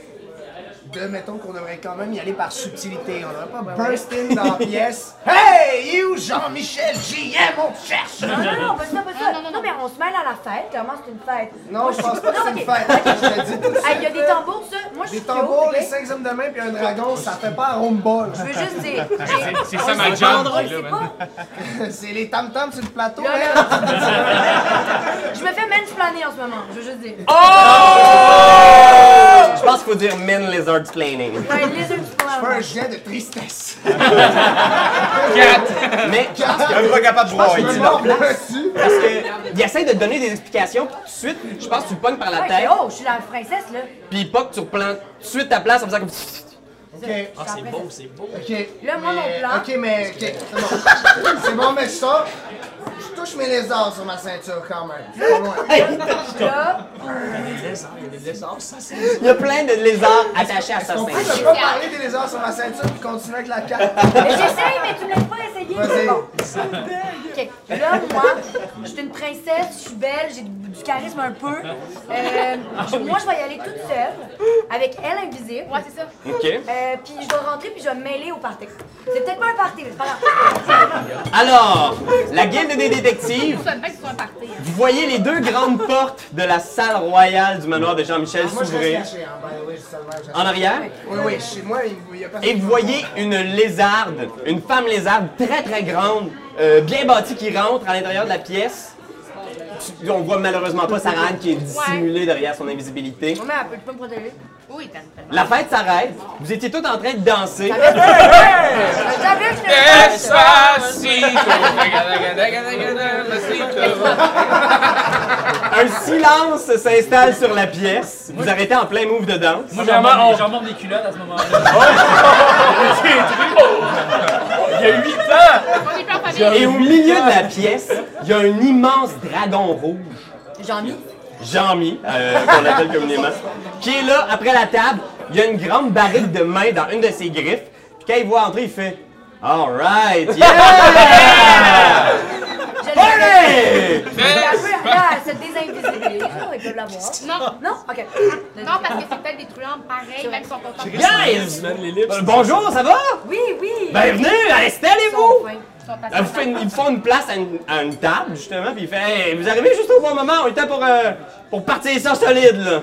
S6: De, mettons qu'on devrait quand même y aller par subtilité. On devrait pas burst in dans la pièce. Hey, you, Jean-Michel JM, on te cherche!
S5: Non, non, non, pas ça, pas ça.
S9: Non, non, non.
S5: mais on se mêle à la fête. Clairement, c'est une fête.
S6: Non, je pense pas que c'est une
S5: ok.
S6: fête. Je te le dis tout de
S5: Hey, Ah, il y a
S6: suite,
S5: des
S6: là.
S5: tambours, ça. Moi, je suis
S6: Des tambours,
S5: Kyo,
S6: les
S5: ok?
S6: cinq hommes de main puis un dragon, ça fait pas un rondeball.
S5: Je veux juste dire... j'ai-
S4: C'est
S5: on
S4: ça, ma
S5: sait
S4: jambe,
S5: pas, on
S4: qui est
S5: sait
S4: là, ben.
S5: pas.
S6: C'est les tam-tams sur le plateau,
S5: Là,
S6: hein.
S5: là, Je me fais mansplainer en ce moment, je veux juste dire. Oh!
S2: Je pense qu'il faut dire Men Lizard Planning.
S5: Ouais, les yeux qui
S6: Fais un jet de tristesse.
S2: Mais je pense que-
S8: Un pas capable de
S6: Je
S8: broyer.
S6: me mords dessus.
S2: parce que il essaie de te donner des explications, puis tout de suite, je pense que tu le pognes par la tête,
S5: Oh, je suis la princesse, là.
S2: puis il poque, tu replantes tout de suite ta place en faisant comme.
S6: Ok.
S7: Ah, c'est beau, c'est beau.
S6: Ok.
S5: Là, moi,
S6: mais-
S5: mon plan-
S6: Ok, mais. ok, c'est bon. c'est bon, mais je sors. Je touche mes lézards sur ma ceinture quand même. C'est pas loin.
S5: Là,
S7: Oh,
S2: Il y a plein de lézards attachés à sa
S6: On peut
S2: ceinture.
S6: ne pas parler des lézards sur ma ceinture puis continuer avec la carte.
S5: mais j'essaye, mais tu me laisses pas essayer.
S6: Vas-y.
S5: Bon. Ok, là, moi, je suis une princesse, je suis belle, j'ai du du charisme un peu. Euh,
S4: Ah
S5: je- moi, je vais y aller toute seule, avec elle invisible.
S9: Ouais, Ah, c'est ça.
S2: Ok.
S5: Euh, puis je vais rentrer, puis je vais me mêler au party. C'est peut-être pas un party, mais c'est pas grave.
S2: Alors, la guilde des détectives
S9: Soit bien que tu sois parti. hein.
S2: Vous voyez les deux grandes portes de la salle royale du manoir de Jean-Michel
S6: Moi, je reste
S2: s'ouvrir
S6: caché, hein, by the way, je suis seulement caché.
S2: en arrière.
S6: Oui, oui, chez moi, il y a personne.
S2: Et vous voyez une lézarde, une femme lézarde très très grande, euh, bien bâtie qui rentre à l'intérieur de la pièce. Tu- On voit malheureusement pas Sarah Anne qui est dissimulée derrière son invisibilité.
S5: Maman, elle peut pas me protéger.
S9: Oui, t'as une
S2: La fête s'arrête. Vous étiez tous en train de danser.
S5: Je savais que je le fasse.
S4: Despacito.
S2: Un silence s'installe sur la pièce. Vous arrêtez en plein move de danse.
S4: Moi, j'en monte- j'en monte des culottes à ce moment-là. Il y a 8 ans!
S9: On est plus en famille.
S2: Et au milieu de la pièce, il y a un immense dragon rouge.
S5: J'en ai.
S2: Jean-Mi, euh, qu'on appelle communément, qui est là après la table. Il y a une grande barrique de main dans une de ses griffes. Puis quand il voit entrer, il fait Alright, yeah!
S5: Je l'ai.
S2: Party!
S5: Elle peut- Là, elle se désinvisibilise. Ils peuvent la voir.
S9: Non.
S5: Non? OK.
S9: Non, parce que c'est peut-être des truands pareils, même si on contents.
S2: Guys! Euh, bonjour, ça va?
S5: Oui, oui.
S2: Ben venez, installez-vous!
S5: Ils sont fins.
S2: Elle vous fait une- ils vous font une place à une, à une table, justement, puis il fait Hey, vous arrivez juste au bon moment, on était pour, euh, pour partir ça solide, là.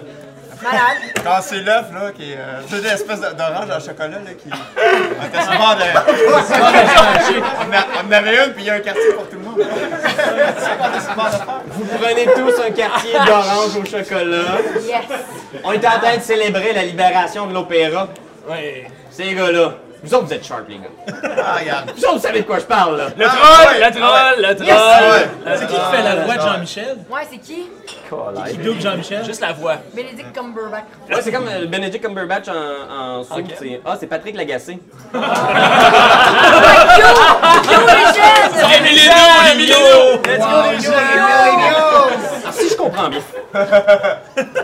S5: Malade.
S8: Quand c'est l'œuf, là, qui est. euh, tu sais, une espèce de- d'orange à chocolat, là, qui. On était souvent de. on, a- on en avait une, puis il y a un quartier pour tout le monde. C'est pas des souvent d'affaires.
S2: Vous prenez tous un quartier d'orange au chocolat.
S5: Yes.
S2: On était en train de célébrer la libération de l'opéra.
S7: Ouais.
S2: Ces gars-là, vous autres, vous êtes sharp, les gars.
S8: Ah, regarde.
S2: Vous autres, vous savez de quoi je parle, là.
S7: Le
S8: Ah,
S7: troll,
S8: ouais,
S7: le troll, le troll.
S8: Ouais.
S7: C'est qui qui fait la voix de Jean-Michel?
S5: Ouais, c'est qui?
S1: Qui double Jean-Michel?
S7: Juste la voix.
S5: Benedict Cumberbatch.
S2: Ouais, c'est comme euh, Benedict Cumberbatch en, en soupe, c'est- Ah, c'est Patrick Lagacé.
S5: Yo, les jeunes!
S7: Hey, Miléno, le Miléno!
S6: ah,
S2: Ah, si je comprends bien.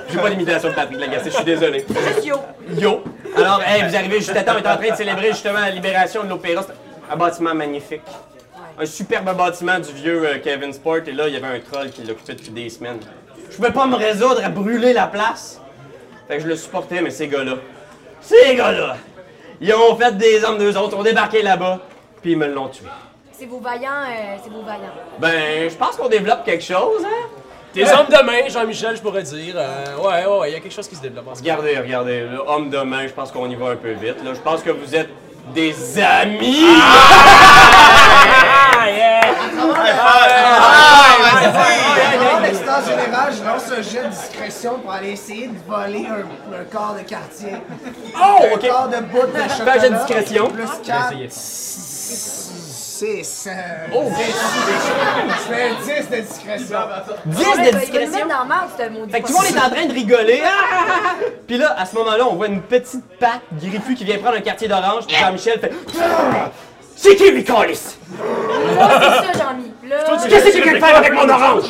S2: J'ai pas l'imitation de Patrick Lagacé, je suis désolé.
S5: Juste yo.
S2: Yo! Alors, hey, vous arrivez juste à temps, on est en train de célébrer justement la libération de l'opéra. C'est Un bâtiment magnifique. Un superbe bâtiment du vieux euh, Kevin Sport, et là, il y avait un troll qui l'occupait depuis des semaines. Je pouvais pas me résoudre à brûler la place. Fait que je le supportais, mais ces gars-là, ces gars-là, ils ont fait des hommes d'eux autres, ont débarqué là-bas, puis ils me l'ont tué.
S5: C'est vos vaillants, euh, c'est vos vaillants.
S2: Ben, je pense qu'on développe quelque chose, hein?
S7: Tes hommes de main, Jean-Michel, je pourrais dire. Euh, ouais, ouais, ouais, il y a quelque chose qui se développe en ce moment.
S2: Regardez, regardez, là, homme de main, je pense qu'on y va un peu vite. Là, je pense que vous êtes des amis.
S7: Ah, yeah!
S6: En l'extase générale, je lance un jet de discrétion pour aller essayer de voler un, un corps de quartier.
S2: Oh,
S6: Un
S2: ok.
S5: Ah,
S6: corps de bout de chocolat.
S2: un jet de discrétion.
S6: Plus 4. 6.
S2: Oh.
S6: Je fais un 10 de
S2: 10
S6: discrétion.
S5: Ouais,
S2: de
S5: ben, Il va
S2: discrétion.
S5: le mettre dans la marde, ce maudit.
S2: Fait que tout le monde est en train de rigoler. Ah, ah, ah, ah. Puis là, à ce moment-là, on voit une petite patte griffue qui vient prendre un quartier d'orange. Puis Jean-Michel fait. C'est qui lui, Callis?
S5: Ah, c'est ça, Jean-Mi. Là,
S2: Qu'est-ce que tu viens de faire avec mon orange?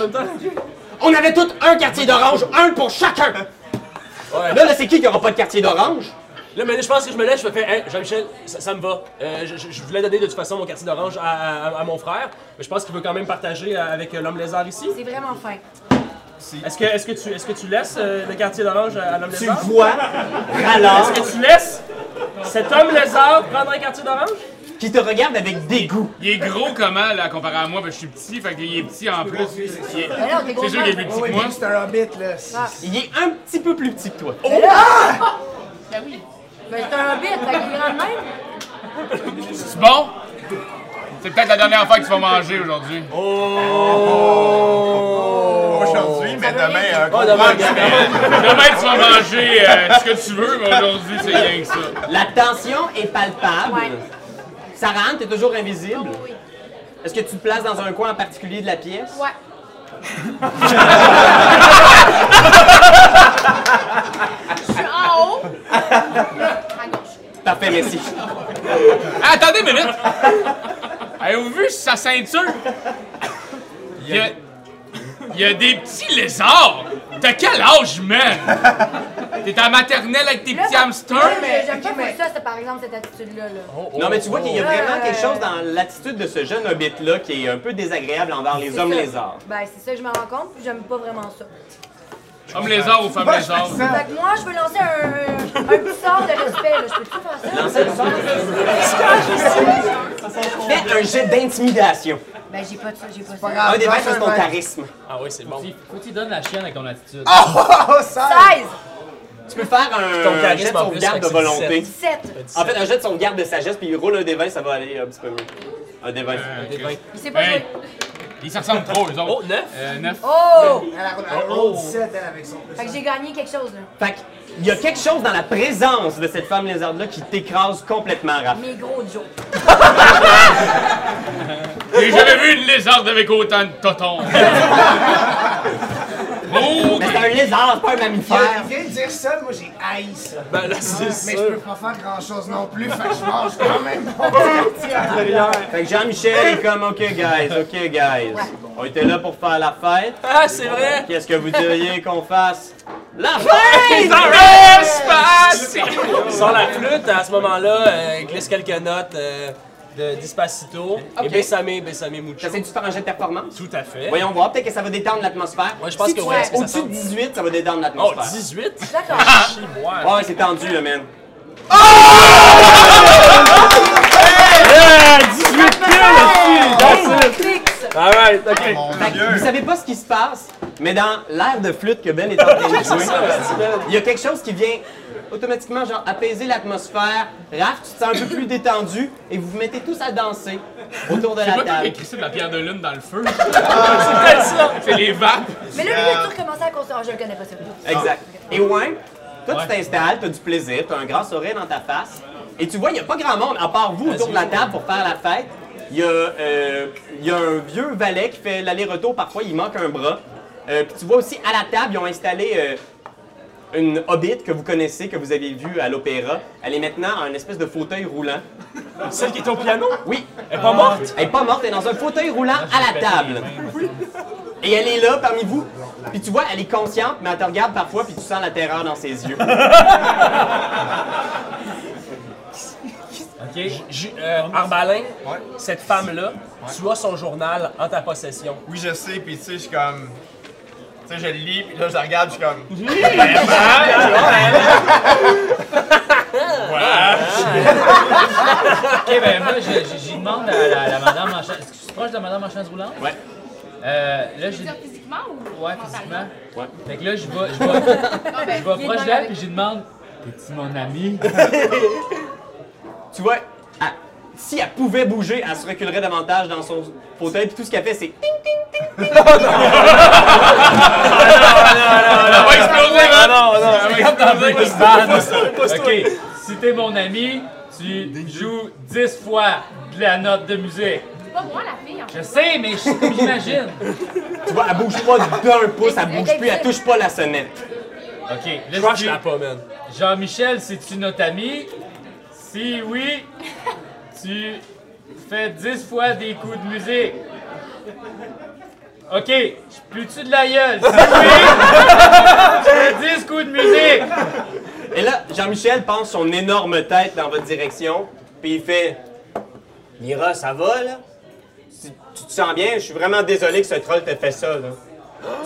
S2: On avait tous un quartier d'orange, un pour chacun.
S7: Ouais.
S2: Là, là c'est qui qui aura pas de quartier d'orange?
S7: Là, maintenant, je pense que je me lève, je me fais, hey, Jean-Michel, ça, ça me va. Euh, je, je- je voulais donner de toute façon mon quartier d'orange à, à- à mon frère, mais je pense qu'il veut quand même partager avec euh, l'homme lézard ici.
S5: c'est vraiment fin.
S7: Est-ce que, est-ce que, tu, est-ce que tu laisses euh, le quartier d'orange à, à l'homme
S2: Tu
S7: lézard?
S2: vois, ralors,
S7: Est-ce que tu laisses cet homme lézard prendre un quartier d'orange?
S2: qui te regarde avec dégoût.
S4: Il est gros comment, là, comparé à moi? Ben, je suis petit, fait qu'il est petit en plus. Il est- C'est
S5: Alors, t'es gros.
S4: sûr qu'il est plus petit
S6: Oui,
S4: que moi.
S6: c'est un hobbit, là.
S5: Ah.
S2: Il est un petit peu plus petit que toi.
S9: Ben oui.
S5: Ben, c'est un bit, fait qu'il est grand de même.
S4: C'est bon? C'est peut-être la dernière fois que tu vas manger aujourd'hui.
S8: Aujourd'hui, mais demain, un
S10: Ah,
S8: gros
S7: Oh, demain,
S8: brunch,
S7: regarde.
S8: mais-
S4: Demain, tu vas manger euh, ce que tu veux, mais aujourd'hui, c'est rien que ça.
S2: La tension est palpable.
S5: Ouais.
S2: Sarah Anne, t'es toujours invisible.
S9: Oui.
S2: Est-ce que tu te places dans un coin en particulier de la pièce?
S9: Ouais. Je suis en haut. À gauche.
S2: Parfait, merci.
S4: Ah, attendez une minute! Avez-vous vu sa ceinture? Il y a, il y a des petits lézards! T'as quel âge, man? T'es en maternelle avec tes
S5: Là,
S4: petits
S5: par-
S4: hamsters?
S5: Là, J'aime pas pour ça, c'est par exemple cette attitude-là. Là.
S2: non, mais tu vois qu'il y a vraiment
S5: Euh,
S2: quelque chose dans l'attitude de ce jeune hobbit-là qui est un peu désagréable envers les hommes
S5: ça.
S2: lézards.
S5: Ben, c'est ça que je me rends compte, puis j'aime pas vraiment ça.
S4: Homme lézard ou femme lézard?
S5: Fait que moi, je veux lancer un, un petit sort de respect. Là. Je peux-tu faire ça?
S2: Lancer le sort. Fais un jet d'intimidation.
S5: Ben, j'ai pas de ça, j'ai pas
S6: Pas
S5: ça.
S6: grave,
S2: Un des
S6: lance
S2: vingt, c'est ton
S6: vingt.
S2: charisme.
S7: Ah oui, c'est bon.
S10: Faut faut que tu donnes la chienne avec ton attitude.
S6: Oh, ça!
S5: 16,
S2: Tu peux faire un,
S7: Ton charisme,
S2: jet de
S7: en plus,
S2: sauvegarde de
S7: fait que c'est
S2: volonté.
S5: 17.
S2: En fait, un jet de sauvegarde de sagesse, puis il roule un des 20, ça va aller un petit peu mieux. Un des 20.
S5: Il sait pas
S4: Hey.
S5: jouer.
S4: Ils se ressemblent trop, eux autres.
S7: Oh, neuf?
S4: Euh, neuf.
S5: Oh!
S6: Elle a elle roule 17, elle, avec son plus
S5: Fait que j'ai gagné quelque chose, là.
S2: Fait qu'il y a quelque chose dans la présence de cette femme lézarde-là qui t'écrase complètement, Raph.
S5: Mes gros Joe.
S4: J'ai jamais vu une lézarde avec autant de totons. oh,
S2: Mais c'est un lézard, c'est pas un
S6: Il
S2: mammifère.
S6: vient de dire ça, moi j'ai haï ça.
S7: Ben là, c'est
S6: Mais je peux
S7: sûr.
S6: pas faire grand chose non plus, fait que je mange quand même mon petit arrière.
S2: Fait que Jean-Michel est comme, OK, guys, OK, guys. On était là pour faire la fête.
S7: Ah, c'est vrai!
S2: Qu'est-ce que vous diriez qu'on fasse? La fête!
S4: Despacito!
S7: Sans la flûte, à ce moment-là, euh, glisse quelques notes euh, de Dispacito et
S2: Ok.
S7: Besame, Besame Mucho.
S2: T'essayes-tu de faire un jet de performance?
S7: Tout à fait.
S2: Voyons voir, peut-être que ça va détendre l'atmosphère.
S7: Ouais, je pense
S2: Si
S7: que
S2: tu
S7: ouais,
S2: es
S7: est-ce que ça
S2: Au-dessus de
S7: tente?
S2: 18, ça va détendre
S7: Oh,
S2: l'atmosphère.
S7: 18?
S5: D'accord.
S7: Ouais.
S2: Ouais, c'est tendu, là, man.
S8: Hey!
S2: Yeah, 18!
S7: Alright, ok.
S2: Fait que Vous savez pas ce qui se passe, mais dans l'air de flûte que Ben est en train de jouer, il y a quelque chose qui vient automatiquement genre apaiser l'atmosphère. Raph, tu te sens un peu plus détendu et vous vous mettez tous à danser autour de
S4: C'est
S2: la
S4: pas toi qui as
S2: table.
S4: crissé de la pierre de lune dans le feu? C'est peut-être ça! C'est les vapes!
S5: Mais là, lui, il a tout recommencé à construire. Ah, je le connais pas, ça.
S2: Exact. Et Wayne, toi tu t'installes, t'as du plaisir, t'as un grand sourire dans ta face. Et tu vois, il y a pas grand monde à part vous autour de la table pour faire la fête. Il y, a, euh, il y a un vieux valet qui fait l'aller-retour, parfois il manque un bras. Euh, Puis tu vois aussi à la table, ils ont installé euh, une hobbit que vous connaissez, que vous avez vue à l'opéra. Elle est maintenant en espèce de fauteuil roulant.
S7: Celle qui est au piano?
S2: Oui,
S7: Elle est pas morte?
S2: elle est pas morte, elle est dans un fauteuil roulant à la table. Et elle est là parmi vous. Puis tu vois, elle est consciente, mais elle te regarde parfois, puis tu sens la terreur dans ses yeux.
S7: Ok. Ju- euh, Arbalin, cette femme-là, tu as son journal en ta possession.
S8: Oui, je sais, puis tu sais, je suis comme. Tu sais, je le lis, puis là, je la regarde, je suis comme.
S10: Ok, ben moi, je- je- j'y demande à la, la madame en chaise. Est-ce que je suis proche de la madame en chaise roulante?
S2: Ouais.
S10: Euh, là,
S9: Tu
S10: j'ai.
S9: veux dire physiquement ou
S10: Ouais,
S9: mentalement?
S10: physiquement.
S2: Ouais.
S10: Fait que là, je vais, je vais,
S9: Ah,
S10: je
S9: ben,
S10: vais
S9: viens
S10: proche
S9: de
S10: d'elle
S9: parler.
S10: puis je lui demande T'es-tu mon ami?
S2: Tu vois, elle- si elle pouvait bouger, elle se reculerait davantage dans son fauteuil, puis tout ce qu'elle fait, c'est ting, ting, ting, ting.
S4: Elle va exploser, hein?
S7: Ah
S4: man!
S7: non, non,
S4: Elle va exploser!
S10: ok, si t'es mon ami, tu joues 10 fois de la note de musique.
S9: C'est pas moi la fille, en fait.
S10: Je sais, mais je sais comme j'imagine.
S2: Tu vois, elle bouge pas d'un pouce, elle bouge plus, elle touche pas la sonnette.
S10: Ok, là, je
S7: Crush
S10: dis,
S7: la pas, man.
S10: Jean-Michel, c'est-tu notre ami? Si oui, tu fais 10 fois des coups de musique. Ok, je plus-tu de la gueule? Si oui, tu fais 10 coups de musique.
S2: Et là, Jean-Michel pense son énorme tête dans votre direction, puis il fait Mira, ça va, là? Tu, tu te sens bien? Je suis vraiment désolé que ce troll t'ait fait ça, là.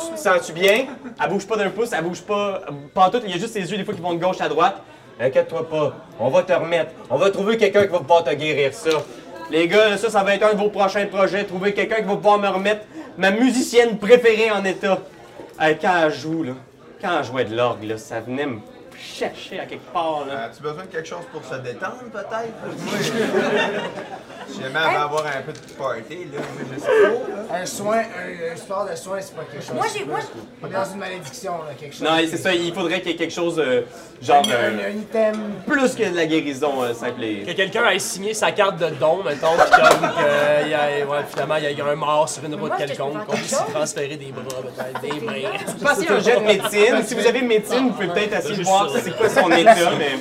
S2: Tu te sens-tu bien? Elle bouge pas d'un pouce, elle bouge pas. Pas tout, il y a juste ses yeux des fois qui vont de gauche à droite. Inquiète-toi pas, on va te remettre. On va trouver quelqu'un qui va pouvoir te guérir ça. Les gars, ça, ça va être un de vos prochains projets. Trouver quelqu'un qui va pouvoir me remettre ma musicienne préférée en état. Hey, quand elle joue, là, quand elle jouait de l'orgue, là, ça venait me chercher à quelque part, là.
S8: As-tu besoin de quelque chose pour se détendre, peut-être? Moi, si jamais elle va avoir un peu de party, là, moi, je sais pas. là.
S6: Un soin, un, un sport de soin, c'est pas quelque chose.
S5: Moi, j'ai- moi, j'ai-
S6: On est dans une malédiction, là, quelque chose.
S2: Non, c'est ça, il faudrait qu'il y ait quelque chose, euh, genre,
S6: Un, un-
S2: euh,
S6: un item.
S2: plus que de la guérison euh, simple et...
S7: Que quelqu'un ait signé sa carte de don, mettons, pis comme que, il y a, ouais, finalement, il y a un mort sur une route
S5: moi, est-ce que je peux
S7: quelconque,
S5: faire
S7: qu'on
S5: quelque
S7: puisse
S5: chose?
S7: transférer des bras, peut-être, des mains.
S2: Passez un jet de médecine. Si vous avez médecine, vous pouvez peut-être essayer de
S7: Juste
S2: voir
S7: ça.
S2: c'est quoi son état, mais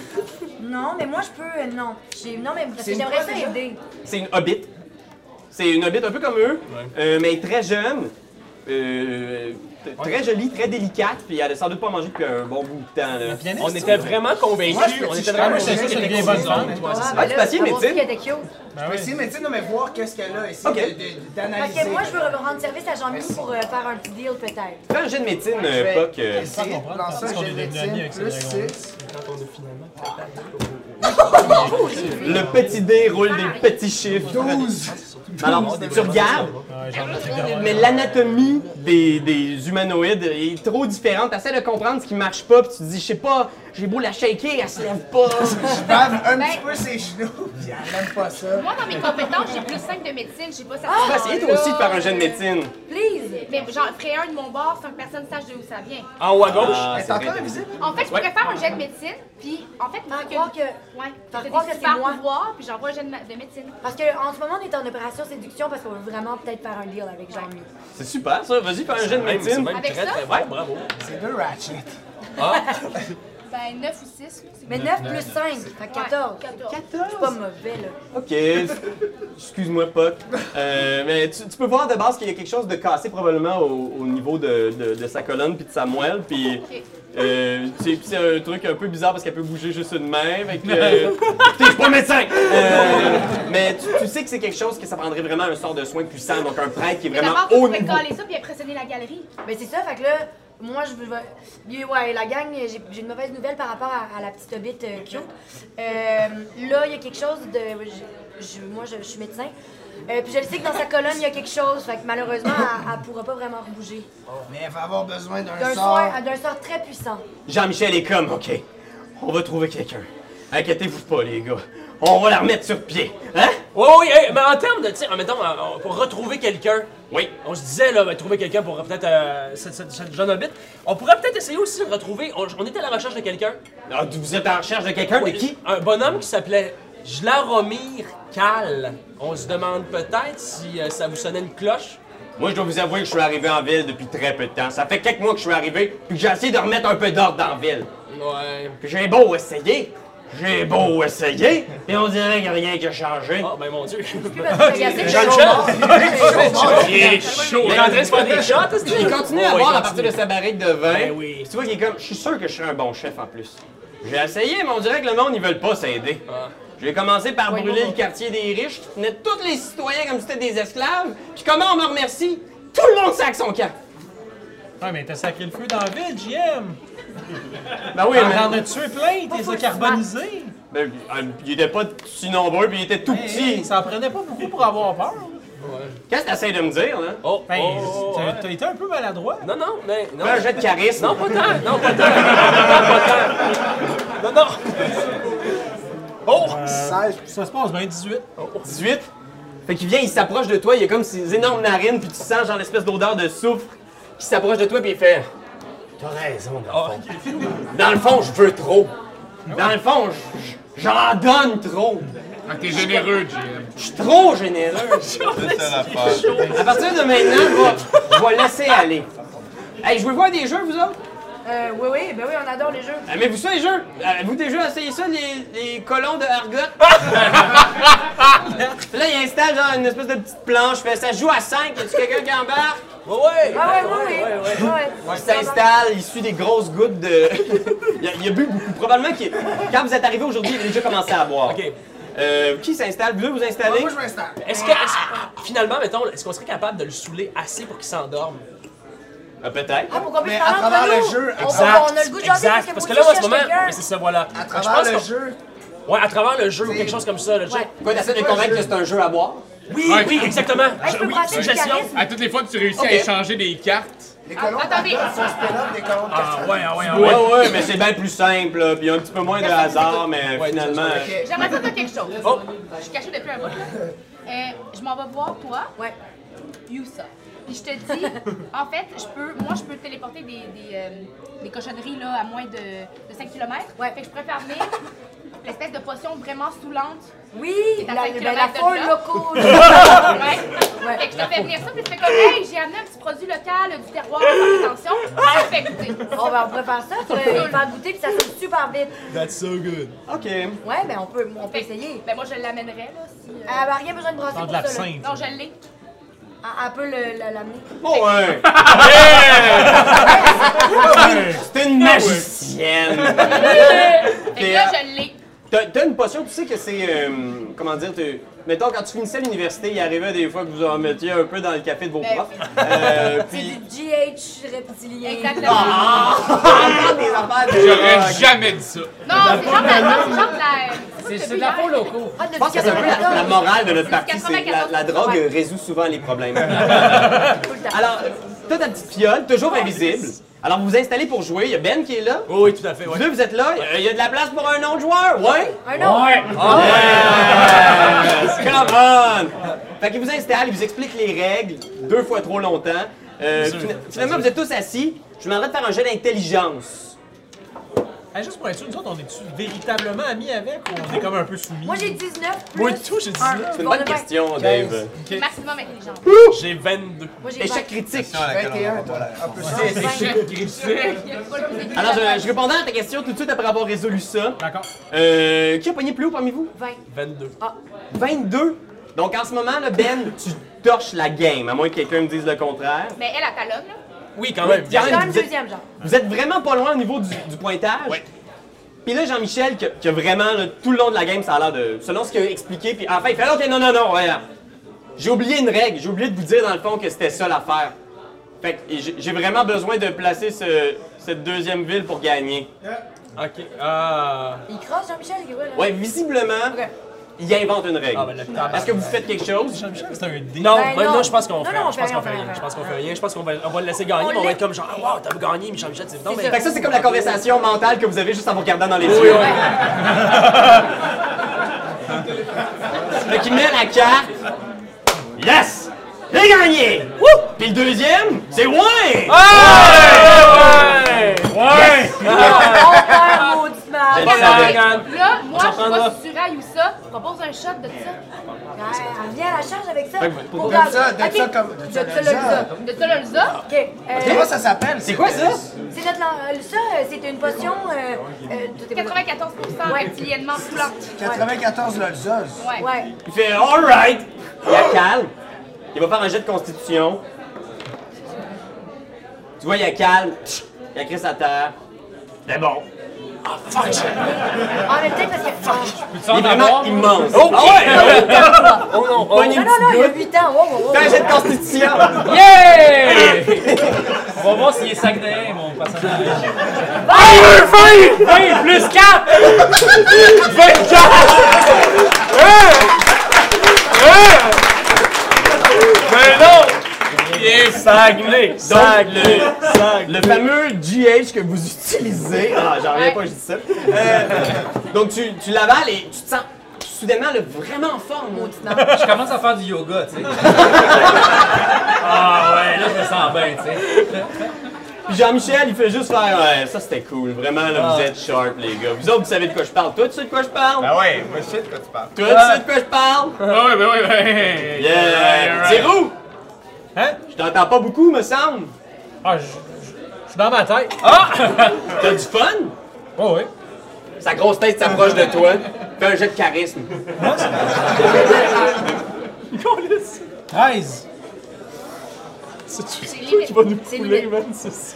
S5: Non, mais moi, je peux. euh, Non. J'ai- Non, mais parce que
S6: une
S5: j'aimerais
S6: quoi,
S5: ça
S6: déjà?
S5: aider.
S2: c'est une hobbit. C'est une hobbit un peu comme eux, euh, mais très jeune, euh, t- très jolie, très délicate, puis elle a sans doute pas mangé depuis un bon bout de temps, là.
S7: On était vraiment convaincus, on était vraiment
S6: c'est
S7: convaincus
S6: ça,
S7: qu'elle
S6: c'est
S7: était
S6: bien bonne
S7: convaincante,
S6: zone.
S7: ouais, c'est ça.
S5: ben
S2: Ah, tu passes une
S5: savoir
S2: médecine?
S5: s'il y a des cute.
S6: Je vais essayer, mais tu sais, non, mais voir qu'est-ce qu'elle a, essayer
S2: Ok.
S6: de- de- d'analyser.
S5: Ok, moi, je veux me rendre service à Jean-Mi pour euh, faire un petit deal, peut-être.
S2: Fais un jet de médecine,
S6: Ben, Je
S2: euh,
S6: vais
S2: Puck. euh,
S6: essayer de lancer un jet de médecine plus 6.
S2: Le petit dé roule des petits chiffres. 12! Alors, tu regardes, mais l'anatomie des, des humanoïdes est trop différente. T'essaies de comprendre ce qui marche pas, puis tu te dis, je sais pas, j'ai beau la shaker, elle se lève pas.
S6: Je bave un
S9: Ben-
S6: petit peu ses genoux, puis elle aime pas
S5: Ah,
S6: ça.
S9: Moi, dans mes compétences, j'ai plus 5 de médecine. Je sais pas ça.
S2: Tu vas essayer Ah! toi aussi de faire un jeu de médecine.
S5: Please!
S9: Mais j'en ferai un de mon bord sans que personne sache d'où ça vient.
S7: En haut à gauche,
S2: Ah,
S6: Elle est
S2: c'est vrai.
S6: encore invisible?
S9: En fait, je pourrais faire un jet de médecine, puis en fait,
S5: Faire
S9: que-
S5: croire que.
S9: Ouais,
S5: Faire
S9: t'as des
S5: croire que c'est
S9: super
S5: moi.
S9: pouvoirs, puis j'envoie un jet de, ma- de médecine.
S5: Parce qu'en ce moment, on est en opération séduction parce qu'on veut vraiment peut-être faire un deal avec Jean-Mi.
S2: C'est super ça, vas-y, fais un jeu de
S7: Même, c'est
S2: médecine.
S7: même
S9: Avec
S7: très
S9: ça?
S7: très bon, bravo.
S6: C'est deux ratchets.
S9: Ben, 9 ou 6.
S5: Mais 9 plus 5, fait 14.
S9: 14.
S5: Je suis pas mauvais, là.
S2: Ok, excuse-moi Puck. Euh, mais tu, tu peux voir de base qu'il y a quelque chose de cassé probablement au, au niveau de, de- de sa colonne puis de sa moelle, puis... euh, c'est puis c'est un truc un peu bizarre parce qu'elle peut bouger juste une main. Fait que, euh, Écoutez, je suis pas médecin! Euh, mais tu, tu sais que c'est quelque chose que ça prendrait vraiment un sort de soin puissant, donc un prêtre qui est
S9: Mais
S2: vraiment
S9: d'abord,
S2: haut
S9: faut que je
S2: niveau.
S9: caler ça, puis impressionner la galerie.
S5: Mais c'est ça, fait que là, moi, je veux. Bien, Ouais, la gang, j'ai j'ai une mauvaise nouvelle par rapport à, à la petite hobbit euh, cute. Euh, là, il y a quelque chose de. je- je- moi, je, je suis médecin. Euh, puis je le sais que dans sa colonne, il y a quelque chose. Fait que malheureusement, elle, elle pourra pas vraiment bouger.
S6: Mais elle va avoir besoin d'un
S5: D'un
S6: sort.
S5: soin- d'un sort très puissant.
S2: Jean-Michel est comme, OK, on va trouver quelqu'un. Inquiétez-vous pas, les gars. On va la remettre sur pied. Hein?
S7: Oui, oui, hey, mais en termes de, tu sais, mettons, en- en- pour retrouver quelqu'un.
S2: Oui.
S7: On se disait, là, ben, trouver quelqu'un pour peut-être euh, cette, cette- cette jeune hobbit. On pourrait peut-être essayer aussi de retrouver. On, on était à la recherche de quelqu'un.
S2: Ah, vous êtes en recherche de quelqu'un, de qui
S7: Un bonhomme qui s'appelait Jlaromir Cal. On se demande peut-être si euh, ça vous sonnait une cloche.
S2: Moi, je dois vous avouer que je suis arrivé en ville depuis très peu de temps. Ça fait quelques mois que je suis arrivé, puis que j'ai essayé de remettre un peu d'ordre dans la ville.
S7: Ouais.
S2: Puis j'ai beau essayer, j'ai beau essayer, et on dirait qu'il n'y a rien qui a changé.
S7: Oh, ben mon Dieu.
S4: chaud.
S7: Il est en train de se faire des shots, est-ce que-
S2: Il continue à
S7: Oh, ouais,
S2: boire à
S7: continue.
S2: partir de sa barrique de vin.
S7: Ben oui.
S2: Puis Tu vois qu'il est comme, je suis sûr que je serais un bon chef en plus. J'ai essayé, mais on dirait que le monde, ils veulent pas s'aider.
S1: Ah.
S2: J'ai commencé par brûler le quartier des riches, qui tenait tous les citoyens comme si c'était des esclaves. Puis comment on me remercie? Tout le monde sac son camp.
S1: Ouais, mais t'as sacré le feu dans la ville, JM!
S2: Ben oui,
S1: T'en
S2: mais-
S1: t'en as tué plein, t'es carbonisé!
S2: Ben, euh, il était pas si nombreux, puis il était tout petit.
S1: Ben, Ça en prenait pas beaucoup pour avoir peur.
S2: Qu'est-ce que t'essayes de me dire, là?
S7: Oh,
S1: Ben,
S7: oh, oh,
S1: t'as-
S7: ouais.
S1: t'as été un peu maladroit.
S7: Non, non, mais. Non.
S2: Fais un jet de charisme.
S7: Non, pas tant, non, pas tant. pas tant. Non, non. Oh!
S1: Euh, Ça se passe bien 18.
S2: 18. Oh. Fait qu'il vient, il s'approche de toi, il a comme ses énormes narines, puis tu sens genre l'espèce d'odeur de soufre qui s'approche de toi, puis il fait T'as raison, dans
S1: Ah,
S2: le fond. Dans le fond, je veux trop. Dans le fond, je- je- j'en donne trop.
S4: Ah, t'es généreux, JM.
S2: Je suis trop généreux.
S8: C'est ça l'affaire.
S2: À partir de maintenant, je vais- je vais laisser aller. Hey, je veux voir des jeux, vous autres?
S5: Euh, oui, oui, ben oui, on adore les jeux.
S2: Aimez-vous ça, les jeux? Avez-vous déjà essayé ça, les, les colons de Argot? là, il installe genre une espèce de petite planche, fait ça joue à 5, y a-tu quelqu'un qui embarque?
S7: Ouais, ouais!
S5: Ah ouais, oui, oui. Ouais. Ah,
S2: Il s'installe, il suit des grosses gouttes de. il, a, il a bu beaucoup. Probablement que quand vous êtes arrivé aujourd'hui, il a déjà commencé à boire.
S7: Ok.
S2: Euh, qui s'installe? Vous deux, vous installez?
S6: Moi, je m'installe.
S7: Est-ce que, est-ce- finalement, mettons, est-ce qu'on serait capable de le saouler assez pour qu'il s'endorme?
S2: Ah, Peut-être.
S5: Ah, pour qu'on puisse
S6: Mais à
S5: parler
S6: travers
S5: entre
S6: le
S5: nous.
S6: jeu,
S5: on, on a le goût de jaser parce
S7: exact. Parce
S5: que
S7: que là, en ce
S5: vous
S7: moment,
S5: cherchez quelqu'un.
S7: mais c'est ça, voilà.
S6: À
S7: Je pense
S6: travers le
S7: qu'on-
S6: jeu,
S7: Ouais, à travers le jeu ou quelque chose comme ça. le jeu.
S5: Ouais.
S2: Quoi, t'essaies de convaincre que c'est un jeu à boire?
S7: Oui,
S4: Ouais.
S7: oui, exactement.
S5: Hey, je peux
S7: oui,
S5: brasser du
S7: suggestion.
S5: charisme.
S4: À toutes les fois que tu réussis
S2: Ok.
S4: à échanger des cartes,
S6: les colons
S9: attendez.
S6: d'argot sont spin-off des colons de
S7: Ah, ouais, ah, ouais, ah,
S2: Ouais,
S7: ouais.
S2: ouais, mais c'est bien plus simple, là, puis un petit peu moins de hasard, mais finalement. euh,
S9: J'aimerais ça dire quelque chose.
S7: Oh.
S9: Je suis cachée depuis un bout, là. Euh, je m'en vais voir toi,
S5: Ouais.
S9: Youssa. Puis je te dis, en fait, je peux, moi, je peux téléporter des, des, euh, des cochonneries là, à moins de, de 5 km.
S5: Ouais.
S9: Fait que je préfère venir l'espèce de potion vraiment saoulante.
S5: Oui,
S9: à
S5: la,
S9: cinq
S5: ben, la
S9: kilomètres de
S5: foule
S9: là.
S5: locaux.
S9: Ouais. Fait que je te fais venir ça, puis tu fais comme, hey, j'ai amené un petit produit local du terroir, fais attention. Ça fait goûter.
S5: on, va, on pourrait faire ça, tu vas le faire goûter, puis ça sonne super vite.
S2: Ok.
S5: Ouais, ben on peut, on peut
S9: Fait que-
S5: essayer.
S9: Ben, moi, je l'amènerais, là, si. euh,
S5: Elle n'a rien besoin de brasser
S1: Dans de
S5: pour ça. Là.
S1: l'absinthe.
S9: Non, je l'ai.
S5: Elle elle peut le- le- l'amener.
S2: Bon, euh, oh, ouais. C'était une magicienne.
S9: Fait que là, je l'ai.
S2: T'as t'as une potion, tu sais que c'est. euh, comment dire, t'es- mettons, quand tu finissais l'université, il arrivait des fois que vous en mettiez un peu dans le café de vos
S9: Ben,
S2: profs. Euh,
S5: C'est
S2: puis.
S5: du GH reptilien.
S9: Exactement.
S2: Ah, des affaires de-
S4: j'aurais jamais dit ça.
S9: Non, c'est genre de la. non, C'est genre de la.
S10: C'est c'est de la peau locaux.
S5: Ah, de
S2: Je pense que c'est un peu la, la morale de notre
S9: C'est
S2: partie, c'est que la, la
S9: 94%.
S2: drogue
S5: Ouais.
S2: résout souvent les problèmes.
S5: tout le temps.
S2: Alors, t'as ta petite fiole, toujours invisible. Alors, vous vous installez pour jouer, il y a Ben qui est là.
S7: Oui, oui, tout à fait, ouais.
S2: Vous deux, vous êtes là, il y a de la place pour un autre joueur, ouais? Euh,
S5: Un autre.
S2: Come on! Fait qu'il vous installe, il vous explique les règles deux fois trop longtemps. Euh, fina- finalement, vous êtes tous assis. Je vous demanderais de faire un jeu d'intelligence.
S1: Ah, juste pour être sûr, nous autres, on est-tu véritablement amis avec ou on est comme un peu soumis?
S5: Moi j'ai 19. Plus
S1: Moi, tout, j'ai 19.
S5: un.
S2: C'est une
S5: On a
S2: bonne
S5: vingt.
S2: question, Dave.
S9: Maximum intelligent.
S7: J'ai 22.
S5: Moi j'ai
S2: Échec
S5: 20.
S2: critique.
S8: Question à laquelle on va pas la réponse.
S2: Alors, je, je répondais à ta question tout de suite après avoir résolu ça.
S1: D'accord.
S2: Euh, qui a pogné plus haut parmi vous?
S5: 20.
S7: 22.
S2: 22. Donc, en ce moment, là, Ben, tu torches la game, à moins que quelqu'un me dise le contraire.
S9: Mais elle, elle talonne, là.
S7: Oui, quand même.
S2: Quand même,
S5: Quand même
S2: vous êtes-
S5: deuxième, genre.
S2: Vous êtes vraiment pas loin au niveau du, du pointage. Puis là, Jean-Michel, qui, a- qui a vraiment, là, tout le long de la game, ça a l'air de. Selon ce qu'il a expliqué, puis enfin, il fait OK, non, non, non, regarde. J'ai oublié une règle. J'ai oublié de vous dire, dans le fond, que c'était ça l'affaire. Fait que j'ai j'ai vraiment besoin de placer ce- cette deuxième ville pour gagner.
S7: Ok. Ah.
S5: Il crosse Jean-Michel, il est là.
S2: Ouais, visiblement,
S5: Ok.
S2: il invente une règle.
S7: Ah, ben, le tabarnak.
S2: Est-ce que vous faites quelque chose?
S1: Jean-Michel, c'est un dé.
S7: Non,
S5: Ben
S7: maintenant
S5: non.
S7: je pense qu'on
S5: Non,
S7: fait,
S5: non, on
S7: rien. je pense
S5: fait
S7: qu'on
S5: rien,
S7: fait rien, je pense qu'on fait rien, je pense qu'on va, on va le laisser
S5: On
S7: gagner, mais on
S5: l'a-
S7: va être comme genre, Ah, wow, t'as gagné, mais Jean-Michel, c'est non, mais.
S5: ça.
S2: Fait que ça, c'est comme la conversation mentale que vous avez juste en vous regardant dans les
S7: Oui,
S2: yeux.
S7: oui.
S2: Fait qu'il Euh, met la carte. Yes! J'ai gagné! Wouh! Puis le deuxième, c'est ouais!
S7: Ah! Ouais!
S10: Ouais!
S5: On perd maudit match.
S2: Je le savais.
S9: Là, moi,
S7: s'en
S9: je suis
S7: prendra.
S9: pas si tu railles ou ça. Propose un shot de ça.
S5: Ouais, Elle vient à la charge avec ça.
S6: Pour
S5: Pour
S6: de ça, de
S5: Ok.
S6: ça comme. De
S9: De ça, le ça. De ça, le ça.
S5: Ok, euh,
S6: Comment ça s'appelle?
S2: C'est quoi ça?
S5: c'est notre lan- ça, euh, c'est une potion. euh, euh, tout est-
S9: 94 reptiliennement blanc.
S6: 94 Lolzos.
S9: Ouais.
S5: Ouais.
S2: Il fait alright! Il a calme. Il va faire un jet de constitution. Tu vois, il a calme. Tch! Il a Chris à terre. C'est bon.
S5: En même temps, parce que.
S10: Peux-tu
S2: Il est
S10: en
S2: vraiment
S10: avoir?
S2: immense.
S7: Oh, ouais!
S10: Ah
S2: Oh non,
S5: Non, non, non, il y a 8 ans. Oh, Wow, wow, wow.
S2: Fais un jet de constitution!
S10: Yeah! On va voir s'il est sacréen, mon personnage.
S2: Hey,
S10: 20 plus 4!
S7: Mais non!
S4: Yes!
S7: Saguenay! Saguenay!
S2: Le fameux GH que vous utilisez. Ah, j'en reviens pas, je dis ça. Euh, donc, tu, tu l'avales et tu te sens soudainement le vraiment en forme. maudit.
S10: Je commence à faire du yoga, tu sais. Ah ouais, là, je me sens bien, tu sais.
S2: Puis Jean-Michel, il fait juste faire ouais, ça c'était cool. Vraiment, là, vous êtes sharp, les gars. Vous autres, vous savez de quoi je parle. Toi, tu sais de quoi je parle?
S8: Ah ouais, moi je sais de quoi tu parles.
S2: Toi, tu sais de quoi je parle?
S4: Ah ouais, ben ouais, ben.
S2: Yeah! C'est roux!
S1: Hein?
S2: Je t'entends pas beaucoup, me semble.
S1: Ah, je je- je suis dans ma tête.
S2: T'as du fun?
S1: Oh oui.
S2: Sa grosse tête s'approche de toi. Fais un jet de charisme.
S1: 13.
S9: C'est limite.
S5: C'est limite.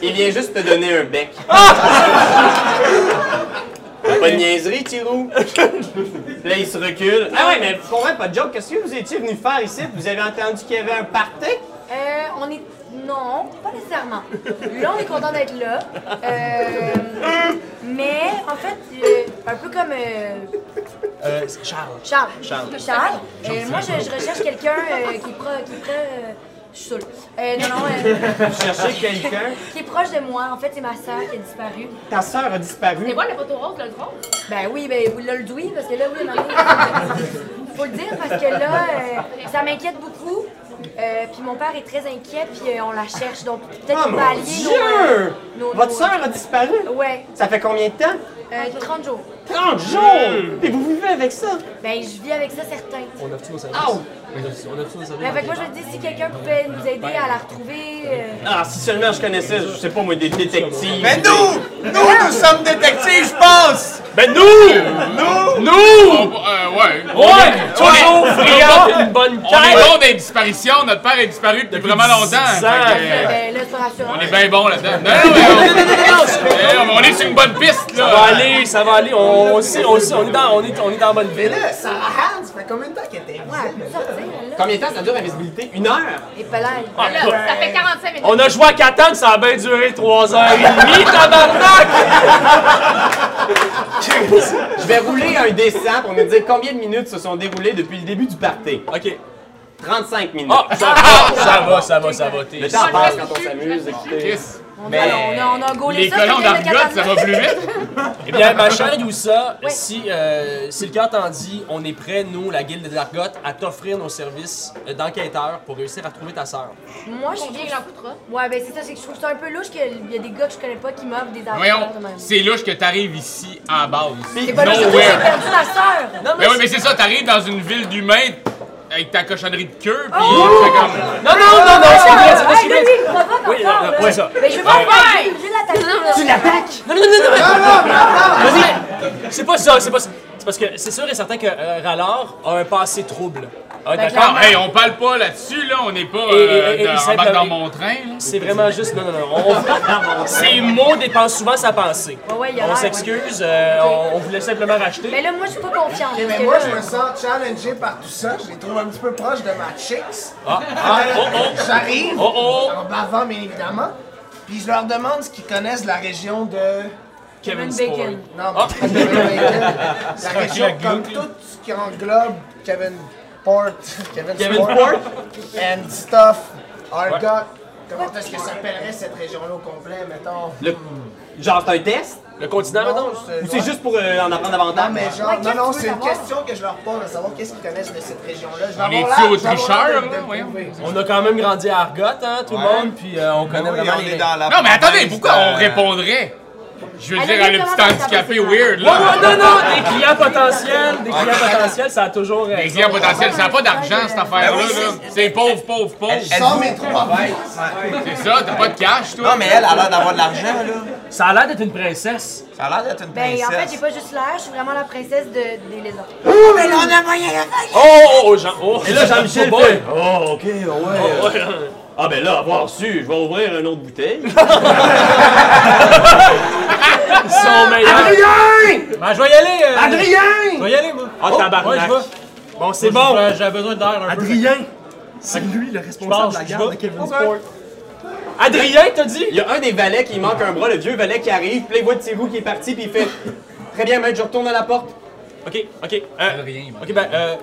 S2: Il vient juste te donner un bec.
S5: Ah!
S2: Pas de niaiserie, Tirou. Là, il se recule. Ah ouais, mais pour vrai, pas de joke. Qu'est-ce que vous étiez venu faire ici? Vous avez entendu qu'il y avait un party?
S5: Euh, on est. Non, pas nécessairement. Là, on est content d'être là. Euh, mais, en fait, euh, un peu comme. euh,
S7: Euh, c'est Charles.
S5: Charles. Charles. Euh, moi, je, je recherche quelqu'un euh, qui est pro- qui est prêt. euh, je suis saoule. Euh, non, non. euh,
S2: Vous cherchez quelqu'un?
S5: qui est proche de moi. En fait, c'est ma sœur qui a disparu.
S2: Ta sœur a disparu.
S9: C'est quoi le poteau rose, le drone?
S5: Ben oui, ben vous le douille, parce que là, oui, maman. Faut le dire, parce que là, euh, ça m'inquiète beaucoup. Euh, puis mon père est très inquiet, puis euh, on la cherche. Donc, peut-être
S2: Oh
S5: qu'on va
S2: mon
S5: allier
S2: Dieu!
S5: nos. nos-
S2: Votre
S5: nos-
S2: sœur a disparu?
S5: Ouais,
S2: Ça fait combien de temps?
S5: euh, 30 jours.
S2: 30 jours!
S5: Hmm.
S2: Et vous vivez avec ça?
S5: Ben, je vis avec ça, certain.
S7: On offre tous nos services.
S2: Ah!
S7: On offre- On offre tous nos services.
S5: Mais fait que moi, je me dis, si quelqu'un pouvait nous aider à la retrouver. euh,
S2: Ah, si seulement je connaissais, je sais pas moi, des détectives.
S8: Mais nous! Nous, nous sommes détectives, je pense!
S7: Mais Ben, nous!
S8: Nous!
S7: Nous!
S4: Euh, ouais.
S7: Ouais! Toujours friand une bonne
S4: On est
S7: quête!
S4: bon des disparitions, notre père est disparu depuis vraiment longtemps.
S7: dix ans.
S4: Fait que, euh,
S5: Ben là, c'est pas rassurant.
S4: on est bien bon là-dedans. Non, mais on- Eh, on, on est sur une bonne piste
S7: Ça va
S4: là.
S7: aller, ça va aller, on on sait, on sait, on est dans, on est, on est dans la bonne
S6: Mais
S7: ville.
S6: là, Sarah Hans, ça fait combien de temps qu'elle était
S5: Ouais, elle peut sortir, elle, là.
S2: Combien de temps ça dure l'invisibilité? Une heure?
S5: Et pas là.
S7: Ah,
S9: Là, ça fait 45 minutes.
S7: On a joué à Catan, ça a bien duré 3h30, tabarnak!
S2: Je vais rouler un dessin pour me dire combien de minutes se sont déroulées depuis le début du party.
S7: Ok.
S2: 35 minutes.
S7: Ah, ça va, ça va, ça va, ça va, t'es.
S2: le temps passe quand on s'amuse, écoutez.
S4: Yes.
S5: On a, on a, on a gaulé
S4: Les
S5: ça.
S4: colons
S5: c'est le
S4: d'argote, ça va plus vite.
S7: Eh bien, ma chère Youssa, si, euh, si le cœur t'en dit, on est prêt, nous, la Guilde des Argotes, à t'offrir nos services d'enquêteurs pour réussir à retrouver ta sœur.
S5: Moi, je
S9: Combien
S5: trouve
S9: il en coûtera?
S5: Ouais, ben c'est ça, c'est que je trouve ça un peu louche qu'il y a des gars que je connais pas qui m'offrent des
S4: Voyons,
S5: affaires de même.
S4: c'est louche que t'arrives ici à la base.
S5: C'est pas louche, surtout que j'ai
S4: Nowhere.
S5: perdu ma sœur.
S7: Non,
S4: Mais oui, mais c'est ça, t'arrives dans une ville d'humains avec ta cochonnerie de queue, puis
S5: Oh!
S4: t'es comme.
S7: Non, non, non, non, c'est vrai, c'est vrai,
S5: Hey,
S7: c'est vrai.
S5: lui, il va pas
S7: Oui,
S5: t'en
S7: euh,
S5: faire,
S7: ouais,
S5: là.
S7: ça.
S5: Ben, je vais pas le faire, je vais l'attaquer, là.
S2: Tu l'attaques!
S7: Non, non, non, non, non,
S6: Non, non, mais attends!
S7: mais- c'est pas ça, c'est pas ça. C'est parce que c'est sûr et certain que euh, Rallard a un passé trouble. Ah, d'accord?
S4: D'accord, hey, on parle pas là-dessus, là, on n'est pas
S7: Et- et-
S4: euh,
S7: et- et-
S4: dans-
S7: il
S4: embarque
S7: s'appelle-
S4: dans mon train. là.
S7: C'est vraiment juste. Non, non, non. on- Ces mots dépensent souvent sa pensée.
S5: Ouais, ouais, il a
S7: on
S5: l'air,
S7: s'excuse, euh, on, on voulait simplement racheter.
S5: Mais Ben, là, moi, je suis pas confiante.
S6: Ok,
S5: parce que
S6: mais moi,
S5: là,
S6: je me sens challengé par tout ça. Je les trouve un petit peu proches de ma chicks.
S7: Ah, ah, oh, oh.
S6: J'arrive
S7: Oh, oh.
S6: en bavant, bien évidemment. Puis je leur demande ce qu'ils connaissent de la région de
S4: Kevin
S5: Kevin
S4: Spacey.
S5: Bacon.
S6: Non, mais Kevin Bacon, la région, comme tout ce qui englobe Kevin Port, Kevin,
S7: Kevin
S6: Sport,
S7: Port.
S6: and stuff, Argot. Comment est-ce que s'appellerait cette région-là au complet, mettons?
S2: Le- Genre, c'est un test?
S7: Le continent, mettons?
S6: Non,
S2: Ou c'est juste pour euh, en apprendre davantage?
S6: Non, mais genre, non,
S5: qu'est-ce
S6: non,
S5: que tu veux
S6: c'est une
S5: savoir?
S6: question que je leur pose, à savoir qu'est-ce qu'ils connaissent de cette région-là. Je vais
S4: On
S6: avoir
S4: est-tu
S6: l'air-
S4: au
S6: je vais avoir l'air
S4: tricheur,
S6: de-
S4: là?
S6: de
S4: Voyons.
S6: prouver.
S7: On a quand même grandi à Argot, hein, tout le
S8: Ouais.
S7: monde, puis euh, on
S2: Ben
S7: connaît
S8: Ben Oui,
S7: vraiment
S8: on
S7: les
S8: est dans la
S4: Non, mais attendez,
S8: province,
S4: pourquoi
S8: euh,
S4: on répondrait? Je veux
S5: Allez,
S4: dire, à le
S5: comment ça
S4: petit
S5: s'appelle,
S4: handicapé
S5: c'est ça?
S4: weird,
S7: Ouais, ouais,
S4: là.
S7: non, non, des clients potentiels, des clients potentiels, ça a toujours euh, raison.
S4: Les clients potentiels, Ben, ça n'a pas d'argent, cette affaire-là,
S8: Ben oui,
S4: là. C'est pauvre, pauvre, pauvre.
S8: Elle
S6: Sans
S8: vaut-
S6: mes trois vices.
S4: C'est ça, t'as pas de cash, toi.
S8: Non, mais elle a l'air d'avoir de l'argent, là.
S7: Ça a l'air d'être une princesse.
S8: Ça a l'air d'être une
S5: Ben,
S8: princesse.
S5: en fait, j'ai pas juste l'air, je suis vraiment la princesse de, des lézards.
S7: Oh, oh, oh, Jean, oh.
S2: Et là, Jean-Michel
S7: Oh,
S2: fait Oh, ok, ouais. Ah, ben là, avoir su, je vais ouvrir une autre bouteille.
S7: Ils sont meilleurs.
S1: Ben, je vais y aller. euh,
S2: Adrien!
S1: Je vais y aller, moi. Oh,
S2: Oh,
S7: Ah,
S1: Ouais,
S7: tabarnak.
S1: je vais.
S7: Bon, c'est
S1: Moi,
S7: bon.
S1: j'ai- J'avais besoin d'air un
S8: Adrien, c'est lui le responsable de la garde de Kevin Sport.
S7: Adrien, t'as dit?
S2: Il y a un des valets qui manque un bras, le vieux valet qui arrive, puis là, il voit Tirou qui est parti, puis il fait Très bien, maître, je retourne à la porte.
S7: Ok, ok. euh,
S4: Adrien, il m'a
S7: Ok, ben, euh,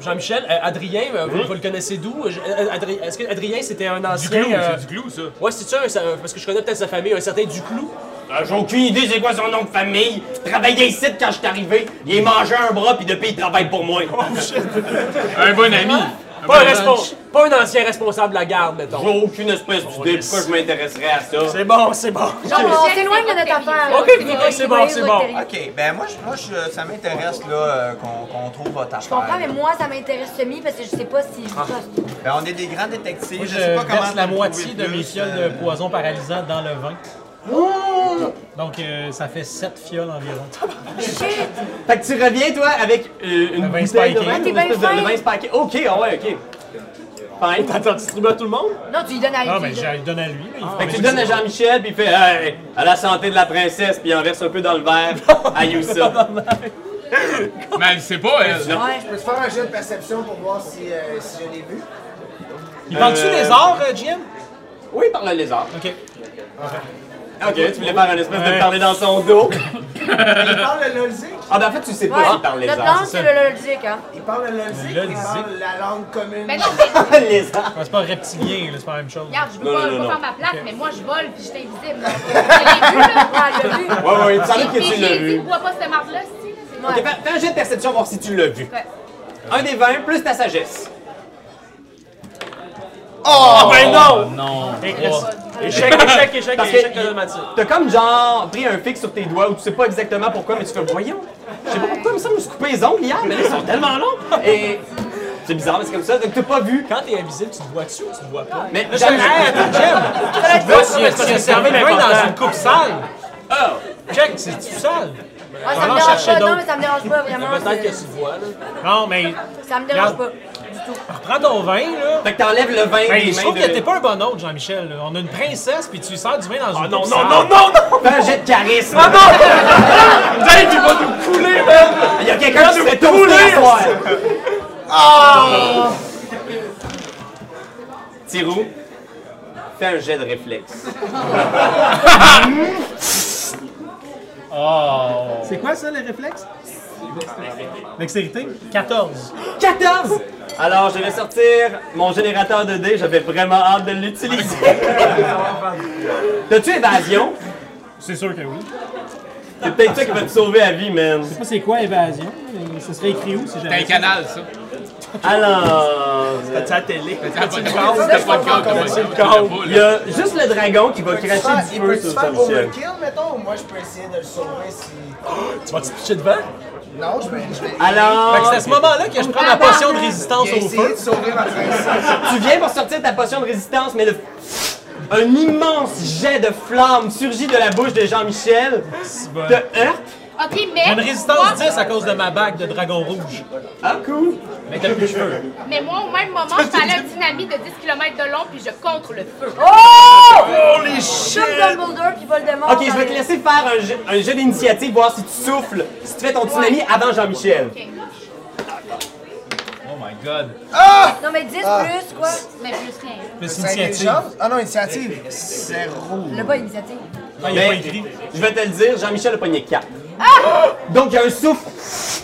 S7: Jean-Michel, euh, Adrien, euh, vous, vous le connaissez d'où? Euh, je- euh, Adri- Est-ce que Adrien, c'était un
S4: Du
S7: ancien.
S4: clou,
S7: euh,
S4: c'est du clou, ça.
S7: Ouais, c'est ça, ça, euh, parce que je connais peut-être sa famille, un certain Duclos.
S2: Ah, J'ai aucune idée c'est quoi son nom de famille. Je travaillais ici quand je suis arrivé. Il est mangé un bras, puis depuis, il travaille pour moi.
S7: Oh,
S4: Un bon ami.
S7: Pas un, respon- pas un ancien responsable de la garde, mettons.
S2: J'ai aucune espèce d'idée pourquoi je m'intéresserais à ça.
S7: C'est bon, c'est bon.
S5: Genre, on s'éloigne de notre affaire.
S7: Ok, ok, c'est bon, c'est bon.
S8: Ok, ben moi, je- moi je- ça m'intéresse là euh, qu'on qu'on trouve votre affaire.
S5: Je comprends, mais moi, ça m'intéresse semi parce que je sais pas si je poste.
S8: Ben, on est des grands détectives.
S1: Moi,
S8: je,
S1: je
S8: sais pas comment.
S1: verse la
S8: trouver
S1: moitié de
S8: plus,
S1: mes fioles
S8: euh,
S1: de poison paralysant dans le vin. Donc, euh, ça fait 7 fioles environ.
S5: Shit!
S2: Fait que tu reviens, toi, avec euh, une
S1: Le vin
S2: bouteille de
S1: spiké.
S2: vin,
S5: T'es
S2: une
S5: bien
S2: espèce de- de
S5: fin.
S2: vin spiké. OK, ah ouais, OK. Fine.
S7: T'as distribué à tout le monde?
S5: Non, tu lui donnes à lui.
S1: Non,
S5: tu
S1: mais
S5: lui
S1: je
S5: donnes.
S1: le donne à lui. là, il fait-
S2: Fait que tu donnes à Jean-Michel, puis il fait hey, à la santé de la princesse, puis il en verse un peu dans le verre à Youssa.
S4: Mais elle sait Ben, pas, euh, elle.
S5: Ouais.
S6: Je peux te faire un jeu de perception pour voir si, euh, si je l'ai vu.
S1: Il vend-tu
S2: Euh,
S1: les arts, euh, Jim?
S2: Oui, par le lézard.
S1: Ok.
S2: OK, tu voulais faire un espèce de
S1: Ouais.
S2: parler dans son dos.
S6: Il parle le lolzik,
S2: Ah, ben en fait, tu sais pas s'il parle
S5: Ouais, notre
S2: lézard.
S5: langue, c'est le lolzik, hein.
S6: il parle le lolzik, il
S1: Lolzik.
S6: parle la langue commune.
S9: Mais non, mais
S2: C'est lézard.
S1: Ouais, C'est pas reptilien, là, c'est pas la même chose.
S9: regarde, je veux
S2: Non,
S9: pas,
S2: non,
S9: je veux
S2: non,
S9: pas
S2: non.
S9: faire ma plaque, mais moi je vole puis j'étais invisible. là. Je l'ai vu, là.
S5: Ah, il l'a vu.
S2: Ouais, ouais, il semble
S9: Puis
S2: que tu l'as
S9: j'ai dit,
S2: vu.
S9: bois pas cette marde-là, si, là, c'est-
S5: Ouais.
S2: OK, fais- fais un jet de perception, voir si tu l'as vu.
S9: Ouais.
S2: Un des 20 plus ta sagesse.
S7: Ah ben non!
S10: Non.
S7: Échec, échec, échec,
S2: Parce
S7: échec
S2: que-
S7: de Dalmatine.
S2: T'as comme genre pris un fixe sur tes doigts où tu sais pas exactement pourquoi, mais tu fais voyons. Je sais pas pourquoi, il me semble que je me suis coupé les ongles hier, mais là ils sont tellement longs. Et c'est bizarre, mais c'est comme ça. Donc t'as pas vu.
S7: Quand t'es invisible, tu te vois-tu ou tu te vois pas?
S2: Mais jamais.
S7: Tu te vois si
S1: Parce que c'est arrivé dans une coupe sale.
S2: Ah!
S1: Check, c'est tout sale.
S5: Ah, ça
S1: va
S5: me
S1: en
S5: dérange
S1: chercher
S5: pas, non,
S1: d'autres.
S5: mais ça me dérange pas vraiment.
S7: Peut-être que
S5: c'est-
S7: tu vois, là.
S1: Non, mais
S5: Ça me dérange
S1: Regarde.
S5: pas du tout.
S1: prends ton vin, là.
S2: Fait que t'enlèves le vin
S1: Ben,
S2: des
S1: je
S2: mains
S1: trouve
S2: de...
S1: que t'es pas un bon hôte, Jean-Michel. là. On a une princesse, puis tu lui sers du vin dans une coupe
S7: non, non,
S1: sale.
S7: non, non, non!
S2: Fais un jet de charisme. Ah non!
S7: Dave, il va nous couler, man!
S2: Il y a quelqu'un qui se fait tourner
S7: Couler!
S2: ce soir. Ah! Tirou, fais un jet de réflexe.
S1: C'est quoi ça, les réflexes? Dextérité? 14.
S2: 14! Alors, je vais sortir mon générateur de dés, j'avais vraiment hâte de l'utiliser. T'as-tu évasion?
S1: C'est sûr que oui.
S2: C'est peut-être ça qui va te sauver la vie, man.
S1: Ça, c'est quoi évasion? Ce serait écrit où si
S4: T'as un canal, ça.
S2: Alors. euh,
S7: T'as-tu la télé?
S4: T'as pas de cadre, t'as pas de cadre, t'as pas de cadre.
S2: Il y a juste le dragon qui va
S6: Il peut se faire-
S2: cracher du
S6: il
S2: feu
S6: peut se
S2: sur
S6: faire
S2: Saint-Michel.
S6: overkill, mettons, ou moi je peux essayer de le sauver si.
S7: Tu vas-tu pitcher devant?
S6: Non, je peux. ben, Je vais...
S1: Fait que c'est à
S2: Alors,
S1: ce moment-là que je prends ma potion de résistance
S6: Il a
S1: au
S6: essayé
S1: feu.
S6: de sauver ma princesse.
S2: tu viens pour sortir ta potion de résistance, mais le... un immense jet de flamme surgit de la bouche de Jean-Michel, te heurte.
S9: Ok,
S1: J'ai une
S9: mais.
S1: résistance 10 à cause de ma bague de dragon rouge.
S2: Ah, cool!
S1: Mais t'as plus de cheveux.
S9: Mais moi, au même moment, je parlais un dynamite de 10 km de long puis je contre le feu.
S5: Comme Dumbledore puis Voldemort. euh,
S2: Ok, je vais te laisser faire un jeu, un jeu d'initiative, voir si tu souffles, si tu fais ton tsunami avant Jean-Michel.
S9: Ok.
S10: Oh my god.
S5: Non, mais 10
S7: Ah.
S5: plus, quoi.
S9: Mais euh, plus rien.
S1: Plus
S6: C'est
S1: initiative.
S6: intelligence? Ah non, initiative. Zéro.
S5: Le bas initiative.
S1: Non, Ah, il a
S2: Ben,
S1: pas écrit.
S2: Je vais te le dire, Jean-Michel a pogné 4. Donc il y a un souffle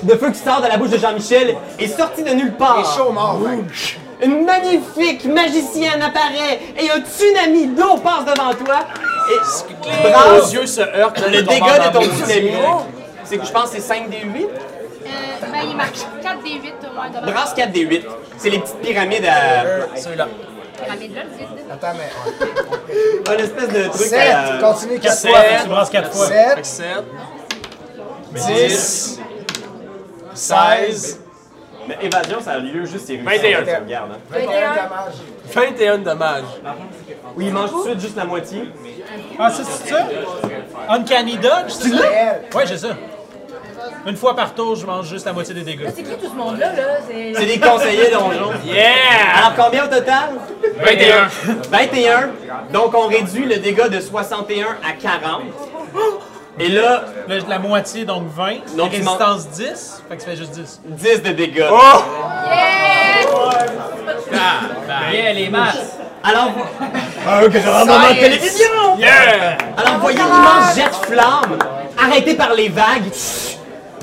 S2: de feu qui sort de la bouche de Jean-Michel et sorti de nulle part.
S6: Il est chaud mort, ben, mec.
S2: Une magnifique magicienne apparaît et un tsunami d'eau passe devant toi. Et
S7: Nos
S2: brave,
S7: yeux se heurtent.
S2: le dégât de ton tsunami, c'est que je pense que c'est 5 des 8.
S9: Euh, ben, il marque 4 des 8 au moins. dans
S2: Brasse 4 des 8. C'est les petites pyramides à.
S7: Ceux-là.
S9: la pyramide, là, le vide.
S6: Attends, mais.
S2: Un espèce de truc.
S6: 7,
S2: à- euh,
S6: continue 4
S7: Sept.
S6: fois.
S7: Fait que
S1: Tu brasses quatre fois.
S6: 7,
S7: 7,
S6: 10,
S7: 16,
S2: Mais évasion, ça a lieu juste ces rues.
S10: 21.
S2: ça regarde, hein.
S6: 21 dommages.
S7: 21 dommages.
S2: Oui, il mange tout de suite juste la moitié.
S1: Ah, ça, c'est ça? Uncanny Dodge, c'est ça? Ouais, j'ai ça. Une fois par tour, je mange juste la moitié des dégâts.
S5: C'est qui tout ce monde-là, là? C'est.
S2: C'est des conseillers donjons.
S10: Yeah!
S2: Alors combien au total?
S4: 21.
S2: 21. Donc on réduit le dégât de 61 à 40. Et là,
S1: Là, j'ai la moitié, donc 20.
S2: Donc, tu
S1: Résistance 10. Fait que ça fait juste 10.
S2: 10 de dégâts.
S10: Yeah, les maths!
S2: Alors, dans notre télévision! Alors, voyez l'immense jet de flamme, arrêté par les vagues.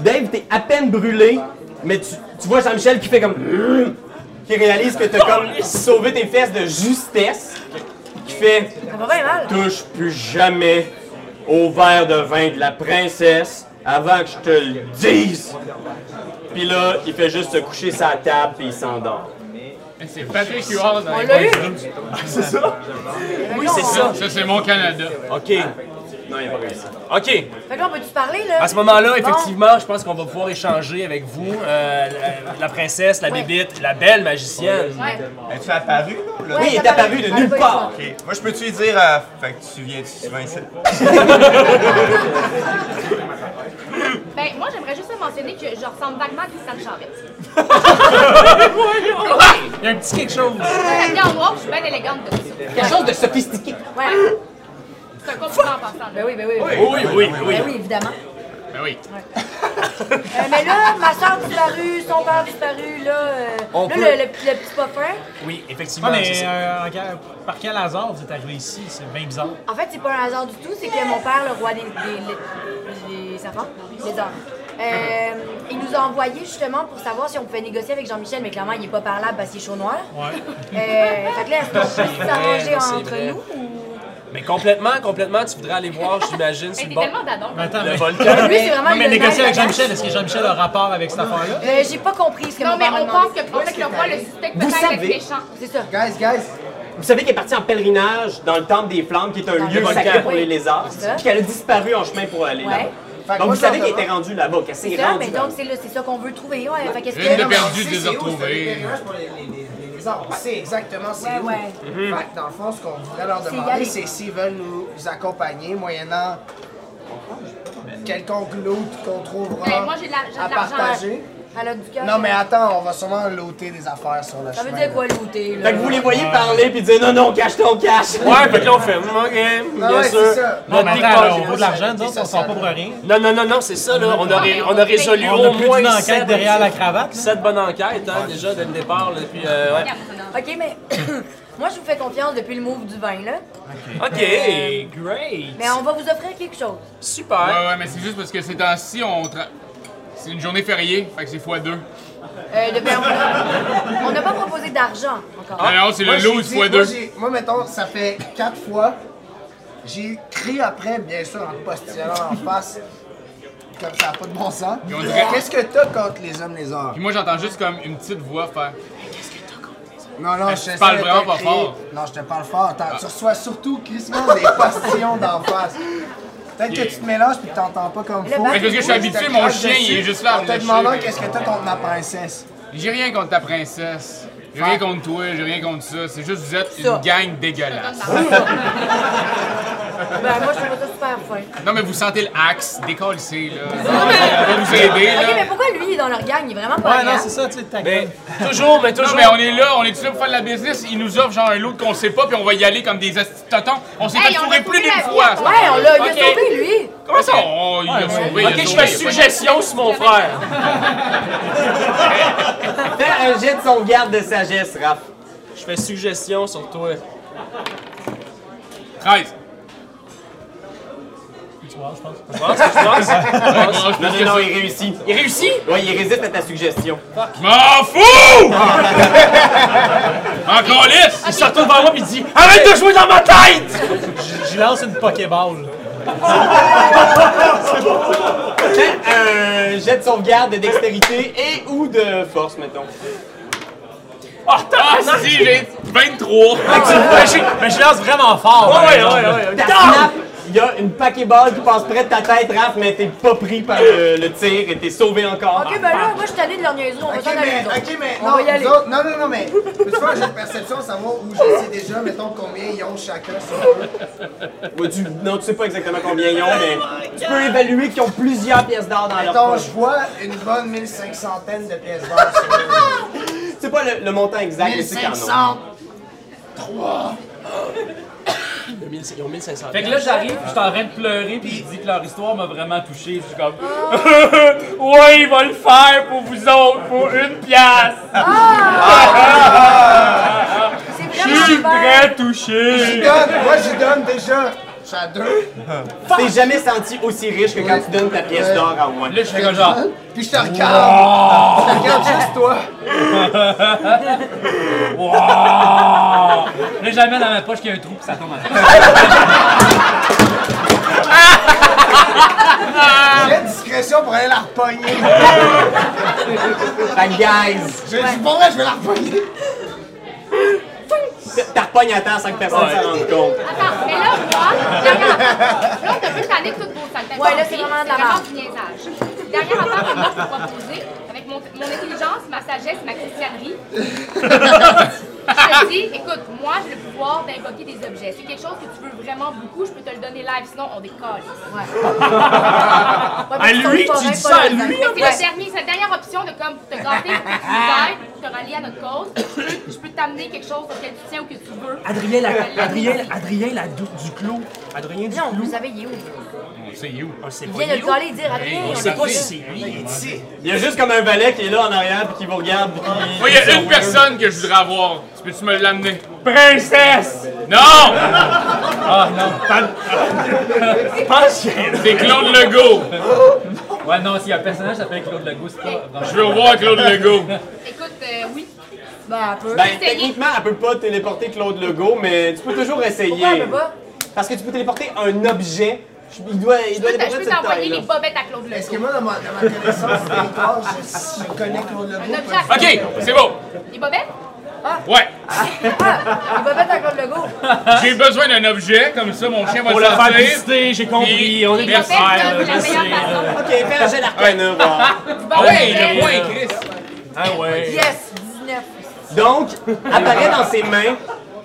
S2: Dave, t'es à peine brûlé, mais tu, tu vois Jean-Michel qui fait comme. qui réalise que t'as comme sauvé tes fesses de justesse. Qui fait.
S5: Ça va bien mal.
S2: Touche plus jamais au verre de vin de la princesse avant que je te le dise! Puis là, il fait juste se coucher sa table puis il s'endort.
S4: Eh, C'est Patrick Huard dans
S5: On
S4: les
S5: l'a eu.
S7: Oui, c'est ça.
S4: Ça, c'est mon Canada.
S7: OK.
S2: Non, il a pas réussi.
S7: OK.
S5: Fait que là, on peut-tu parler, là?
S7: À ce moment-là,
S5: Bon.
S7: effectivement, je pense qu'on va pouvoir échanger avec vous euh, la, la princesse, la bébite, la belle magicienne.
S5: Ouais.
S8: Es-tu Ben, apparu, là? ou là?
S2: Oui, il est apparu de nulle part.
S8: Ok. Moi, je peux-tu lui dire. euh, Fait que tu viens-tu souvent ici?
S9: Ben, moi, j'aimerais juste mentionner que je ressemble vaguement à Christiane Charette.
S1: Il y a un petit quelque chose.
S9: Je suis en noir, je suis bien élégante de tout ça.
S2: Quelque chose de sophistiqué.
S5: Ouais.
S9: C'est un compliment en passant.
S5: Ben
S9: là.
S5: oui, ben oui. Oui,
S7: Oui, oui, oui.
S5: Ben oui, évidemment.
S4: Ben oui.
S5: Euh, mais là, ma soeur disparue, son père disparu, là. euh,
S7: On
S5: là,
S7: peut-
S5: le, le, le petit parfum.
S7: Oui, effectivement.
S1: Ah,
S7: c'est
S1: mais
S7: ça.
S1: euh, en quel- par quel hasard vous êtes arrivé ici? C'est bien bizarre.
S5: En fait, c'est pas un hasard du tout, c'est que mon père, le roi des, des, des- des serpents, des hommes, euh, il nous a envoyé justement pour savoir si on pouvait négocier avec Jean-Michel, mais clairement, il est pas parlable parce qu'il est chaud noir.
S1: Ouais.
S5: Euh, fait que là, est-ce qu'on peut
S7: vrai,
S5: s'arranger
S7: c'est
S5: entre
S7: vrai.
S5: nous ou.
S1: euh,
S7: Mais complètement, complètement, tu voudrais aller voir, j'imagine,
S9: Hey,
S7: sur
S9: t'es
S7: le bord.
S9: tellement dadon.
S1: Mais attends, mais,
S7: volcan.
S5: Lui, c'est vraiment
S1: Non, mais
S5: le
S1: négocier
S5: mal
S1: avec
S5: de la
S1: Jean-Michel, est-ce que Jean-Michel a rapport avec cette affaire-là?
S5: Euh, J'ai pas compris ce que
S9: Non,
S5: mon
S9: mais
S5: père m'a
S9: on
S5: demandé.
S9: pense que avec le roi, le suspect peut-être
S2: savez.
S9: être méchant.
S5: C'est ça.
S6: Guys, guys,
S2: Vous savez qu'elle est partie en pèlerinage dans le temple des flammes, qui est un
S5: Dans
S2: lieu
S5: le
S2: sacré
S5: volcan.
S2: pour les lézards,
S5: C'est ça.
S2: puis qu'elle a disparu en chemin pour aller
S5: Ouais.
S2: là-bas.
S6: Fait
S2: Donc
S6: que moi,
S2: vous savez
S6: je
S2: qu'elle
S6: leur
S2: était rendue là-bas, qu'elle
S5: C'est
S2: s'est
S5: ça,
S2: rendue
S5: mais
S2: là.
S5: donc c'est là, c'est ça qu'on veut trouver. Ouais, fait qu'est-ce
S4: Une
S5: que.
S4: de perdu,
S6: Ben, on sait
S4: des
S6: c'est où,
S4: retrouvés.
S6: c'est le périllage pour les- les- les- les lézards. On sait exactement c'est
S5: Ouais,
S6: où.
S5: ouais.
S6: Fait que dans le fond, ce qu'on voudrait leur
S5: C'est y aller.
S6: demander, c'est s'ils veulent nous accompagner moyennant quelconque loot qu'on trouvera
S9: Ben, moi, j'ai de la- j'ai de
S6: à
S9: l'argent.
S6: partager.
S5: Elle a du cœur.
S6: Non, mais attends, on va sûrement looter des affaires sur le
S5: Ça
S6: chemin.
S5: veut dire quoi, looter, là?
S2: Fait que vous les voyez parler puis dire non, non, cache ton cash.
S7: Ouais, fait que là, on fait. mm, OK,
S6: Ah
S7: bien
S6: ouais,
S7: sûr.
S6: c'est ça.
S1: Non, mais
S7: Notre
S1: attends,
S7: décor-
S1: alors, on vaut de l'argent, nous autres, on sort pas pour rien.
S7: Non, non, non, non, c'est ça, là. On a, ré- on a résolu
S1: On
S7: au
S1: a plus
S7: moins
S1: d'une enquête
S7: sept-
S1: derrière la cravate. là.
S7: sept bonnes enquêtes, hein, déjà, dès le départ, là. Puis, euh, ouais.
S5: Ok, mais moi je vous fais confiance depuis le move du vin là.
S7: OK, great.
S5: Mais on va vous offrir quelque chose.
S4: Ouais,
S7: Super.
S4: ouais, mais c'est juste parce que ces temps-ci, on. tra- C'est une journée fériée, fait que c'est x2.
S5: Euh, de bien- on n'a pas proposé d'argent encore.
S4: Ah, non, c'est
S6: Moi,
S4: le
S6: j'ai
S4: lot
S6: dit-
S4: x
S6: moi,
S4: 2.
S6: j'ai- Moi, mettons, ça fait quatre fois. J'ai crié après, bien sûr, en postillant en face. Comme ça n'a pas de bon sens.
S4: on dirait-
S6: Qu'est-ce que t'as contre les hommes lézards?
S4: Puis moi, j'entends juste comme une petite voix faire.
S6: Non, non, je
S4: tu
S6: te
S4: parles
S6: sais,
S4: vraiment
S6: t'as
S4: pas
S6: crié.
S4: fort. Ah.
S6: Non, je te parle fort. Attends, Tu reçois surtout crissement des postillons d'en face. Peut-être que tu te mélanges puis que t'entends pas comme
S5: Le
S6: faut.
S5: bar- Mais parce
S4: que je suis habitué, mon chien, il est juste là à
S6: On
S4: me
S6: te
S4: lécher,
S6: demandant
S4: mais-
S6: qu'est-ce que t'as contre la princesse.
S4: J'ai rien contre ta princesse. J'ai rien contre toi, j'ai rien contre ça. C'est juste que vous êtes
S5: Ça.
S4: une gang dégueulasse.
S5: Ben moi je trouve ça super fin.
S4: Non, mais vous sentez l'axe, décollissez, là. On va vous aider,
S5: Ok, mais
S4: là.
S5: pourquoi lui il est dans leur gang? Il est vraiment pas
S1: Ouais, non,
S5: agréable.
S1: c'est ça, tu sais, ta
S7: Mais
S1: gueule.
S7: toujours, mais toujours.
S4: Non, mais on est là, on est là pour faire de la business. Ils nous offrent genre un lot qu'on sait pas, puis on va y aller comme des astis totons. On s'est
S9: Hey,
S4: fait
S9: on
S4: fourrer
S9: a
S4: plus
S9: fourré
S4: d'une
S9: la
S4: fois.
S9: vie.
S5: Ouais, on l'a il a
S7: Ok.
S5: sauvé lui!
S7: Comment ça? on-
S4: Oh, il a sauvé,
S7: Ok,
S4: il a
S7: je
S4: sauvé.
S7: fais suggestion sur mon frère.
S2: Fais un jet de son garde Euh, de sagesse, Raph.
S7: Je fais suggestion sur toi.
S4: 13.
S1: soir, je pense.
S2: Non, non, non, il réussit.
S7: Il réussit?
S2: Ouais, il résiste à ta suggestion.
S4: M'en fous! Encore lisse!
S1: Il se retourne vers moi et il dit
S4: Arrête de jouer dans ma tête!
S1: J'y lance une Pokéball.
S2: Fais un jet de Euh, sauvegarde de dextérité et ou de force, mettons.
S4: Ah, si, j'ai 23.
S1: mais, je, mais je lance vraiment fort. par exemple.
S2: Ta snap, il y a une pokéball qui passe près de ta tête, Raph, mais t'es pas pris par le, le tir et t'es sauvé encore.
S5: Ok, ben là, moi, je suis allée de leur niaiserie, on va
S6: Ok,
S5: s'en aller.
S6: mais,
S5: nous autres.
S6: ok, mais,
S5: On
S6: non,
S5: va y
S6: nous
S5: aller.
S6: autres- non, non, non, mais, peux-tu faire un jeu de perception, savoir où je sais déjà, mettons, combien ils ont chacun sur eux?
S2: Ouais, tu- non, tu sais pas exactement combien ils ont, mais tu peux évaluer qu'ils ont plusieurs pièces d'or dans leur
S6: Mettons,
S2: poche.
S6: je vois une bonne 1500 de pièces d'or sur eux.
S2: C'est pas le, le montant exact, mais c'est quand même.
S6: 1500!
S7: Le mille- Ils ont 1500.
S10: Fait que là, j'arrive, puis je suis en train de pleurer, puis je dis que leur histoire m'a vraiment touché. Je suis comme. ouais, il va le faire pour vous autres, pour une pièce.
S4: Ah,
S5: C'est
S10: Je
S5: vraiment
S10: suis
S5: super.
S10: très touché.
S6: Donne, moi, j'y donne déjà. Je suis à deux.
S2: T'es jamais senti aussi riche que quand tu donnes ta pièce d'or à moi.
S10: Là, je fais comme genre.
S6: Puis je te regarde. Je te regarde juste toi.
S10: Wow! Là, jamais dans ma poche qu'il y a un trou, puis ça tombe à la
S6: J'ai une discrétion pour aller la repogner.
S2: Fait que, guys,
S6: J'ai dit, bon, là, je vais la repogner.
S2: t'as repogné à temps sans que personne s'en rende compte.
S9: Attends, mais là, moi, derrière la Là, on a plus tanné de toute vos sales têtes.
S5: Ouais, là, c'est vraiment de la merde.
S9: du niaisage. Derrière la part que moi, je peux proposer, avec mon, mon intelligence, ma sagesse, ma christianerie, je te dis, écoute, moi, j'ai le pouvoir d'invoquer des objets. C'est quelque chose que tu veux vraiment beaucoup, je peux te le donner live, sinon on décolle.
S5: Ouais, mais
S4: lui,
S5: sont pas
S4: tu dis
S5: vrais,
S4: ça
S5: pas
S4: à
S5: vrais.
S4: lui,
S9: C'est
S5: Ouais.
S9: le dernier, c'est la dernière option de comme pour te gâter, pour que tu nous aides, pour te rallier à notre cause. Je peux, je peux t'amener quelque chose auquel tu tiens ou que tu veux.
S7: Adrien, la,
S9: la-
S7: Adrien, Adrien, la dou- du clos. Adrien du
S5: Non,
S7: clos.
S5: vous savez, il est où?
S4: C'est où?
S7: On sait
S5: Il
S7: pas.
S5: vient de
S7: il
S5: le
S7: est
S5: caler et dire Adrien,
S7: où. On
S5: on
S7: sait
S5: a
S7: pas
S5: vu.
S7: si c'est lui. il est ici.
S2: Il y a juste comme un valet qui est là en arrière puis qui vous regarde. puis qui-
S4: Moi, il y a une personne que je voudrais avoir. Tu peux-tu me l'amener? Princesse! Non! Ah non, C'est Claude Legault.
S10: Ouais, non, s'il y a un personnage qui s'appelle Claude Legault, c'est pas vraiment.
S4: Je veux voir Claude Legault.
S9: Écoute, euh, oui.
S5: Ben, un peu.
S2: Ben, techniquement, elle peut pas téléporter Claude Legault, mais tu peux toujours essayer.
S5: Pourquoi elle peut pas?
S2: Parce que tu peux téléporter un objet. Je- Il doit, il
S9: Je
S2: doit
S9: peux,
S2: déporter
S9: je
S2: de
S9: peux
S2: cette
S9: t'envoyer
S2: taille-là.
S9: les bobettes à Claude
S6: Est-ce que
S9: Legault.
S6: moi, dans ma, dans ma connaissance des corps, je, je connais Claude
S9: Un
S6: Legault?
S9: objet à
S4: OK, c'est bon.
S9: Les bobettes?
S4: Ouais.
S5: Ah, il va mettre à Claude Legault.
S4: J'ai besoin d'un objet, comme ça, mon chien va
S1: Pour
S4: le
S1: le faire
S4: sortir.
S1: visiter, j'ai compris.
S4: Puis-
S1: On
S9: Les
S1: est
S9: bobettes,
S1: bien
S9: c'est
S1: frères.
S9: la
S1: là, je
S9: meilleure
S1: sais.
S9: façon.
S2: Ok, fais un jet d'arcana, voir.
S9: Du
S4: Ah
S9: bon ben,
S4: ouais,
S9: objet.
S4: le point, Chris.
S1: Ah ouais.
S5: Yes, 19.
S2: Donc, apparaît dans ses mains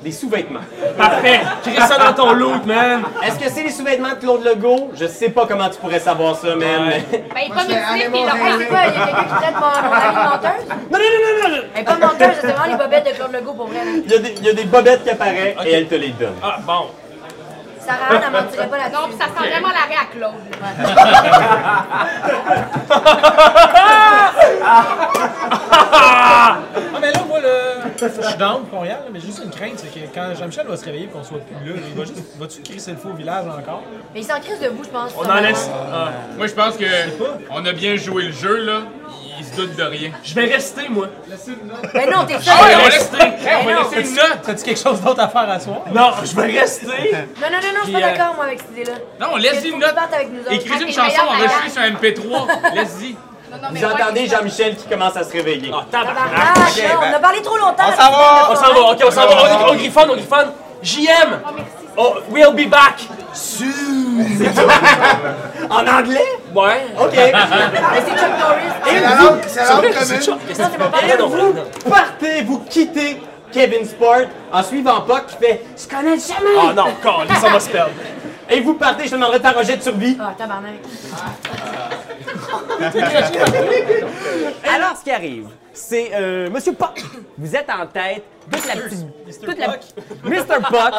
S2: des sous-vêtements.
S1: Parfait. Crée ça dans ton loot, man.
S2: Est-ce que c'est les sous-vêtements de Claude Legault? Je sais pas comment tu pourrais savoir ça, man.
S9: Ben, il est pas
S6: je vais aller
S9: multiple, puis il
S6: mourir.
S9: leur
S5: Hey, c'est quoi, il y a quelqu'un qui traite mon, mon amie menteuse?
S2: Non, non, non, non, non, non!
S5: Elle est pas menteuse, c'est vraiment les bobettes de Claude Legault pour vrai.
S2: Il y, a des, il y a des bobettes qui apparaissent et elle te les donne.
S1: Ah bon.
S5: Sarah Anne, elle mentirait pas
S9: Non,
S5: là-dessus.
S9: puis ça sent vraiment l'arrêt à Claude. là.
S1: Ah, mais là, moi, le... je suis down pour rien, là, mais j'ai juste une crainte, c'est que quand Jean-Michel va se réveiller et qu'on soit plus là, il va juste. Vas-tu crisser le faux village encore?
S5: Mais il s'en crise de vous, je pense.
S1: On en laisse. Ah.
S4: Moi, je pense que on a bien joué le jeu, là. Il se doute de rien.
S1: Je vais rester, moi.
S5: Mais Ben non, t'es
S4: Ah ouais,
S5: seul.
S4: on laisse Hey, on
S5: Mais
S4: va
S5: non.
S4: laisser une note.
S1: T'as-tu quelque chose d'autre à faire à soir?
S7: Non, je vais rester.
S5: Non, non, non, non, je suis pas d'accord, moi, avec cette idée-là.
S4: Non, on laisse
S5: Faut
S4: une
S5: qu'ils
S4: note.
S5: partent avec nous autres.
S4: Écris une
S9: Ah,
S4: chanson
S9: meilleur,
S4: enregistrée sur MP3. Laisse-y.
S9: Non, non, mais
S2: Vous
S9: ouais,
S2: entendez
S9: c'est ça.
S2: Jean-Michel qui commence à se réveiller.
S8: Ok,
S5: Tabarnak, non,
S8: ben-
S5: Ah, on a parlé trop longtemps.
S8: On
S5: là,
S8: s'en va,
S5: c'est
S7: Ah, On
S5: pas
S7: s'en va,
S5: normal.
S7: ok, on s'en
S2: Ah.
S7: va. On, on griffonne, on griffonne. JM!
S9: Oh, merci.
S7: Oh, we'll be back!
S2: En anglais?
S7: Ouais.
S2: Ok. Ah.
S5: Mais c'est Chuck Norris.
S6: C'est la langue, c'est la langue commune.
S5: Non, c'est pas pareil.
S2: Et vous partez, vous quittez Kevin Sport en suivant Puck qui fait Je connais jamais.
S7: Oh non, con, ça va se perdre.
S2: Et vous partez, je te demanderai de faire un jet de survie.
S5: Ah, tabarnak.
S2: Alors, ce qui arrive, c'est euh, Monsieur Puck. Vous êtes en tête de la petite. toute la- Mr. Puck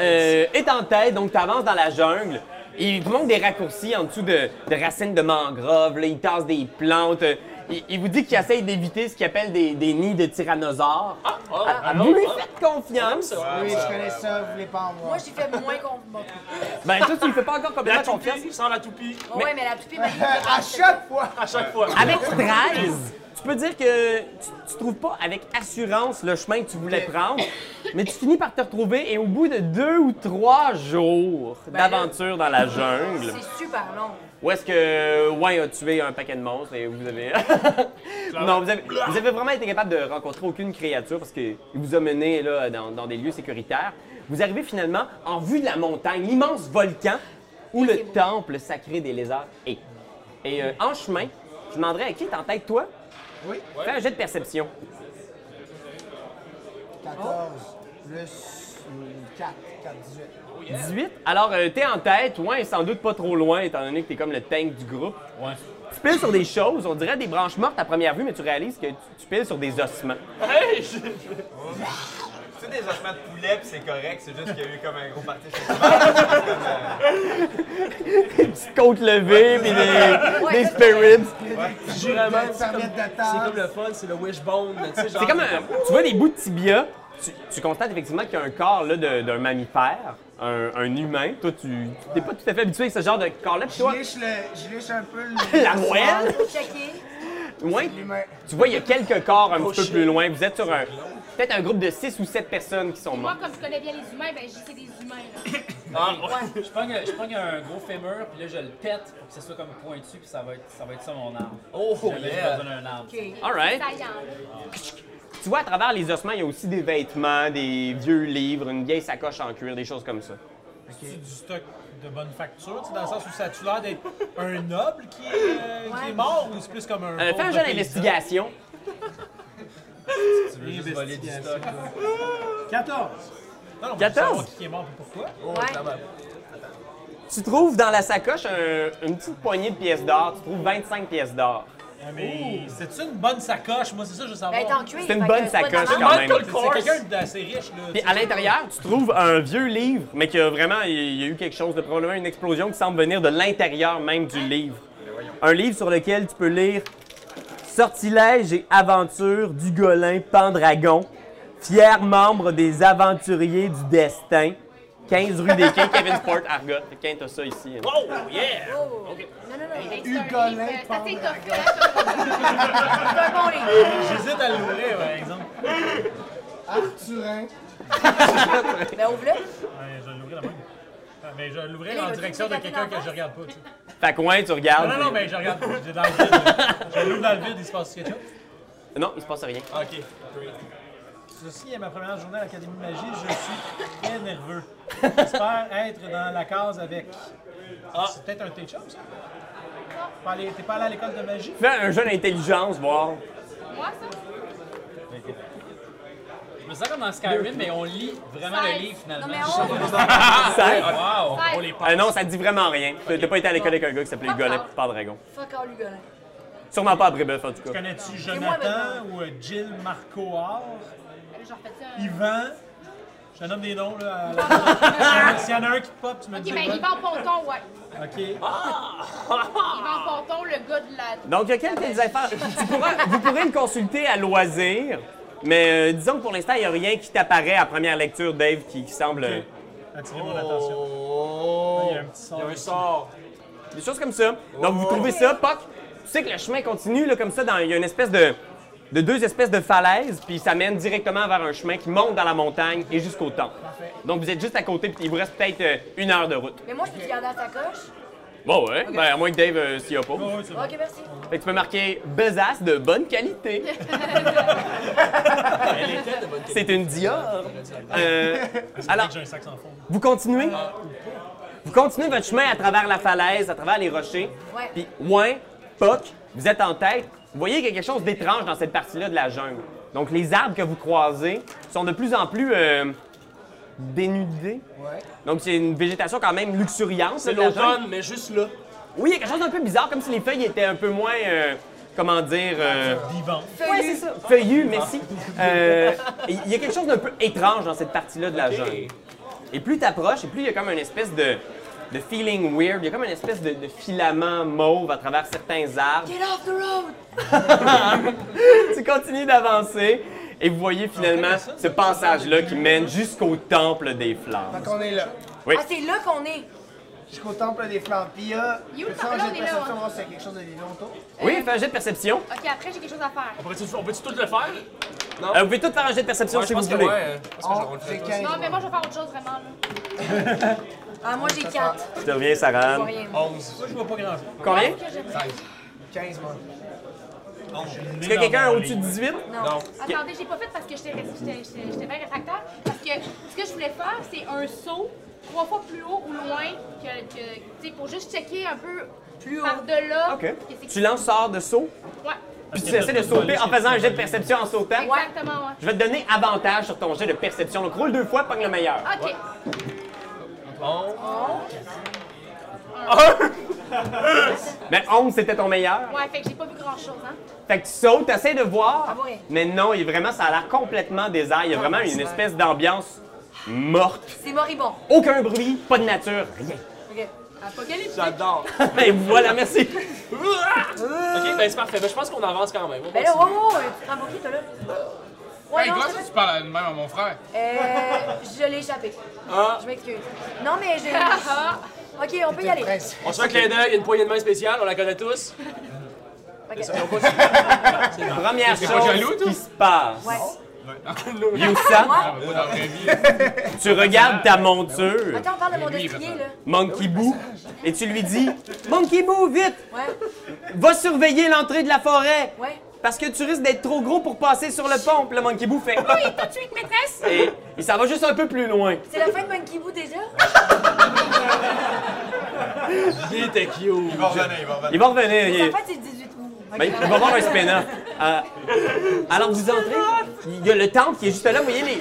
S2: euh, est en tête, donc tu avances dans la jungle. Il vous montre des raccourcis en dessous de, de racines de mangrove, là, il tasse des plantes. euh, Il, il vous dit qu'il essaye d'éviter ce qu'il appelle des, des nids de tyrannosaures.
S6: oh,
S2: Ah,
S6: ah,
S2: vous lui
S6: ah.
S2: faites confiance.
S6: Oui, je connais ça, vous voulez pas en voir.
S5: Moi, j'y fais moins qu'on bon.
S2: Ben toi, tu le fais pas encore complètement confiance.
S7: Sans la toupie.
S5: Oh, ouais, mais la toupie, ben,
S6: À chaque fois!
S7: À chaque fois.
S2: Avec 13, tu peux dire que tu, tu trouves pas avec assurance le chemin que tu voulais prendre, mais tu finis par te retrouver et au bout de deux ou trois jours
S5: Ben là-
S2: d'aventure dans la jungle,
S5: c'est super long.
S2: où est-ce que Wayne a tué un paquet de monstres et vous avez... non, vous avez, vous avez vraiment été capable de rencontrer aucune créature parce qu'il vous a mené là, dans, dans des lieux sécuritaires. Vous arrivez finalement en vue de la montagne, l'immense volcan où le temple sacré des lézards est. Et euh, en chemin, je demanderais à qui est en tête, toi?
S6: Oui.
S2: Fais un jet de perception.
S6: 14 plus euh, 4, 4, 18.
S2: 18. Alors, euh, t'es en tête, ouais, sans doute pas trop loin, étant donné que t'es comme le tank du groupe.
S10: Ouais.
S2: Tu piles sur des choses, on dirait des branches mortes à première vue, mais tu réalises que tu, tu piles sur des ossements.
S8: C'est des ossements de poulet, pis c'est correct, c'est juste qu'il y a eu comme un gros parti.
S2: Des petites côtes levées, puis des, des spirits.
S7: J'irais même.
S6: Une serviette de
S7: C'est comme
S6: table.
S7: le fun, c'est le wishbone. tu sais, genre-
S2: C'est comme un- Tu vois des bouts de tibia, tu, tu constates effectivement qu'il y a un corps là, de- d'un mammifère, un, un humain. Toi, tu t'es pas tout à fait habitué avec ce genre de corps-là, puis
S6: Je
S2: toi,
S6: liche, le, je liche un peu le.
S2: la moelle,
S5: Checker.
S2: ouais,
S6: L'humain.
S2: tu vois, il y a quelques corps
S5: Oh,
S2: un petit peu plus loin. Vous êtes sur un. Peut-être un groupe de 6 ou 7 personnes qui sont
S9: Moi,
S2: mortes.
S9: comme je connais bien les humains, ben je dis c'est des humains. Là.
S10: Je prends, que- je prends un gros fémur, puis là, je le pète pour que ce soit comme pointu, puis ça va être ça, va être ça mon arme.
S7: Oh,
S10: J'avais juste
S7: yeah.
S10: besoin d'un arbre.
S5: OK.
S2: All right.
S9: Ça y en a.
S2: Tu vois, à travers les ossements, il y a aussi des vêtements, des vieux livres, une vieille sacoche en cuir, des choses comme ça. Euh,
S1: C'est du stock de bonne facture, tu sais, dans le sens où ça a l'air d'être un noble qui est, euh, qui est mort ou c'est plus comme un.
S2: Euh,
S5: Oh,
S2: fais un jeu d'investigation.
S10: Tu veux juste voler du stock.
S1: 14. Non, non,
S2: 14?
S1: 14? Qui est mort et pourquoi?
S5: Ouais.
S2: Tu trouves dans la sacoche un- une petite poignée de pièces d'or. Tu trouves 25 pièces d'or.
S1: Ah, Mais c'est une bonne sacoche, moi c'est ça je veux
S5: Ben,
S1: savoir.
S5: t'es en cuir.
S2: C'est une
S5: fait
S2: bonne
S5: que sois dans
S2: sacoche,
S5: la-
S2: quand même.
S1: C'est- c'est quelqu'un d'assez riche là.
S2: Puis à l'intérieur, tu trouves un vieux livre, mais qui a vraiment, il y a eu quelque chose de probablement une explosion qui semble venir de l'intérieur même du livre. Un livre sur lequel tu peux lire Sortilège et aventures du Golin Pendragon, fier membre des aventuriers du destin, 15 rue des Quais, Kevin Sport, Argot. Quelqu'un t'as ça ici. hein.
S1: Oh yeah!
S5: Non, non, non.
S6: Hugolin
S9: Ça
S6: Pendragon.
S5: C'est un bon livre.
S1: J'hésite à l'ouvrir par exemple.
S6: Arturin.
S5: Ben, ouvre-le. Ben,
S1: Ouais, je vais l'ouvrir la même. Ah, Mais je vais l'ouvrir
S5: Mais
S1: en
S5: vas-tu
S1: direction de
S5: regarder
S1: quelqu'un
S5: dans
S1: que
S5: la
S1: je regarde pas. tu sais.
S2: Fait que ouais, tu regardes.
S1: Non, non, non, mais je regarde. J'ai dans le vide. là. Je l'ouvre dans le vide, il se passe quelque chose.
S2: Non, il se passe rien.
S7: Ok.
S1: Ceci est ma première journée à l'Académie de magie. Je suis très nerveux. J'espère être dans la case avec. C'est peut-être un t ça? T'es pas allé- T'es pas allé à l'école de magie?
S2: Fais un jeu d'intelligence, voir.
S9: Moi, ça?
S10: Je me sens comme dans Skyrim, mais on lit vraiment le
S9: Seize.
S10: livre finalement.
S9: Non, mais on.
S1: Ah,
S2: Ça-
S10: Wow!
S9: Seize.
S2: Euh, non, ça te dit vraiment rien. T'as t'as pas été à l'école avec un gars qui
S1: Ah,
S2: s'appelait Golin Pendragon.
S5: Fuck all, Hugolin.
S2: Sûrement pas à Brébeuf, en tout cas.
S1: Connais-tu
S5: moi,
S1: Jonathan
S5: maintenant.
S1: ou euh, Jill Marco Or,
S9: J'en refais ça.
S1: Yvan? Je te nomme des noms, là. à la- S'il y en a un qui te pop, tu me dis.
S9: Ok, ben il va en ponton, ouais.
S1: OK.
S9: Il va en ponton, le gars de la.
S2: Donc, il y a quelques affaires. Tu pourras- vous pourrez le consulter à loisir, mais euh, disons que pour l'instant, il n'y a rien qui t'apparaît à première lecture, Dave, qui, qui semble. euh,
S1: Attirez mon attention.
S2: Oh.
S1: Il
S10: Oh.
S1: y a un petit sort.
S7: Un sort.
S2: Des choses comme ça. Donc, vous trouvez ça, poc. Tu sais que le chemin continue, là, comme ça, dans, il y a une espèce de, de deux espèces de falaises, puis ça mène directement vers un chemin qui monte dans la montagne et jusqu'au temple. Donc, vous êtes juste à côté, puis il vous reste peut-être euh, une heure de route.
S5: Mais moi, je peux te garder la sacoche.
S2: Bon, ouais. Ben, à moins que Dave euh, s'y oppose.
S5: Ok, merci.
S2: Fait que tu peux marquer besace de bonne qualité. C'est une Dior. Euh, alors,
S1: J'ai un sac sans fond.
S2: vous continuez. Vous continuez votre chemin à travers la falaise, à travers les rochers.
S5: Ouais.
S2: Puis, ouin, poc, vous êtes en tête. Vous voyez qu'il y a quelque chose d'étrange dans cette partie-là de la jungle. Donc, les arbres que vous croisez sont de plus en plus euh, dénudés.
S6: Ouais.
S2: Donc, c'est une végétation quand même luxuriante.
S7: C'est
S2: là, de la jungle.
S7: l'automne, mais juste là.
S2: Oui, il y a quelque chose d'un peu bizarre, comme si les feuilles étaient un peu moins. euh, comment dire. euh,
S1: Vivant.
S2: Ouais, c'est ça. Feuillu, merci. Euh, Il y a quelque chose d'un peu étrange dans cette partie-là de la jungle. Et plus tu approches, et plus il y a comme une espèce de, de feeling weird. Il y a comme une espèce de, de filament mauve à travers certains arbres.
S5: Get off the road!
S2: tu continues d'avancer et vous voyez finalement ce passage-là qui mène jusqu'au temple des flammes.
S6: Donc on est là.
S2: Oui.
S5: Ah, c'est là qu'on est!
S6: Jusqu'au temple des flammes. Puis euh, là,
S9: You,
S6: peux
S9: le temple,
S6: changer
S9: on
S6: de
S9: est là,
S5: hein.
S6: perception,
S9: on-
S6: voir s'il y a quelque chose de vivant autour.
S2: Oui, fais un jet de perception.
S9: Ok, après, j'ai quelque chose à faire.
S10: On peut-tu on peut-tu tout le faire?
S2: Euh, vous pouvez tous faire un jet de perception
S10: Ouais,
S2: si
S10: je
S2: vous
S10: pense que
S2: voulez.
S10: ouais. euh, je pense que j'aurais
S6: Oh,
S10: le
S6: j'ai
S10: fait.
S6: 15.
S9: Non, mais moi, je vais faire autre chose vraiment. là.
S5: Ah, moi, j'ai 4.
S2: Je te reviens, Sarah.
S5: Rien.
S1: Moi, je vois pas grand-chose.
S2: Combien?
S9: Que j'aimerais-
S6: 15, moi.
S2: Est-ce que quelqu'un a au-dessus de 18?
S5: Non.
S9: Attendez, j'ai pas fait parce que j'étais rest- j'étais- j'étais- j'étais bien réfractaire. Parce que ce que je voulais faire, c'est un saut trois fois plus haut ou loin que. que- tu sais, pour juste checker un peu plus par-delà.
S2: OK.
S9: que c'est-
S2: Tu lances sort de saut,
S9: Ouais.
S2: puis tu essaies de sauter en faisant un jet de perception en sautant.
S9: Exactement, ouais.
S2: Je vais te donner avantage sur ton jet de perception. Donc roule deux fois, pogne le meilleur.
S9: Ok.
S2: Mais 11, c'était ton meilleur.
S9: Ouais, fait que j'ai pas vu grand-chose, hein.
S2: Fait que tu sautes, t'essaies de voir.
S5: Ah ouais.
S2: Mais non, il est vraiment, ça a l'air complètement désert. Il y a vraiment une espèce d'ambiance morte.
S5: C'est moribond.
S2: Aucun bruit, pas de nature, rien.
S5: OK.
S9: Apocalypse.
S7: J'adore.
S2: Et voilà, merci.
S7: ok, ben c'est parfait. Ben, je pense qu'on avance quand même. On
S5: Ben là,
S7: continue.
S5: wow, wow, tu te rends pour qui, toi, là? Ouais,
S4: Hey,
S5: non,
S4: comment
S5: je
S4: ça,
S5: sais
S4: tu parles de même à mon frère?
S5: pas. Euh, je l'ai échappé.
S7: Ah.
S5: Je m'excuse. Non, mais j'ai... OK, on peut y aller.
S6: Prince.
S7: On se fait un clin d'œil, il y a une poignée de main spéciale, on la connaît tous.
S5: OK.
S2: Première
S4: pas jaloux,
S2: chose
S4: toi?
S2: qui se passe.
S5: Ouais.
S2: Youssa,
S4: Ah, ben, pas dans la vraie vie.
S2: tu regardes ta monture,
S5: Attends, on parle de mon
S4: Lui, il
S5: destrier,
S4: va
S5: là.
S2: Monkey Boo, et tu lui dis Monkey Boo, vite,
S5: Ouais,
S2: va surveiller l'entrée de la forêt.
S5: ouais.
S2: Parce que tu risques d'être trop gros pour passer sur le pont. Puis le Monkey Boo fait Oui,
S9: Tout de suite, maîtresse.
S2: et il s'en va juste un peu plus loin.
S5: C'est la fin de Monkey Boo, déjà?
S7: Il était cute.
S8: Il va revenir, il va revenir.
S2: Il va revenir. il
S5: En
S2: est-
S5: fait, c'est le 18 août. OK.
S2: Ben, il va avoir un spin alors, vous entrez, il y a le temple qui est juste là. Vous voyez les,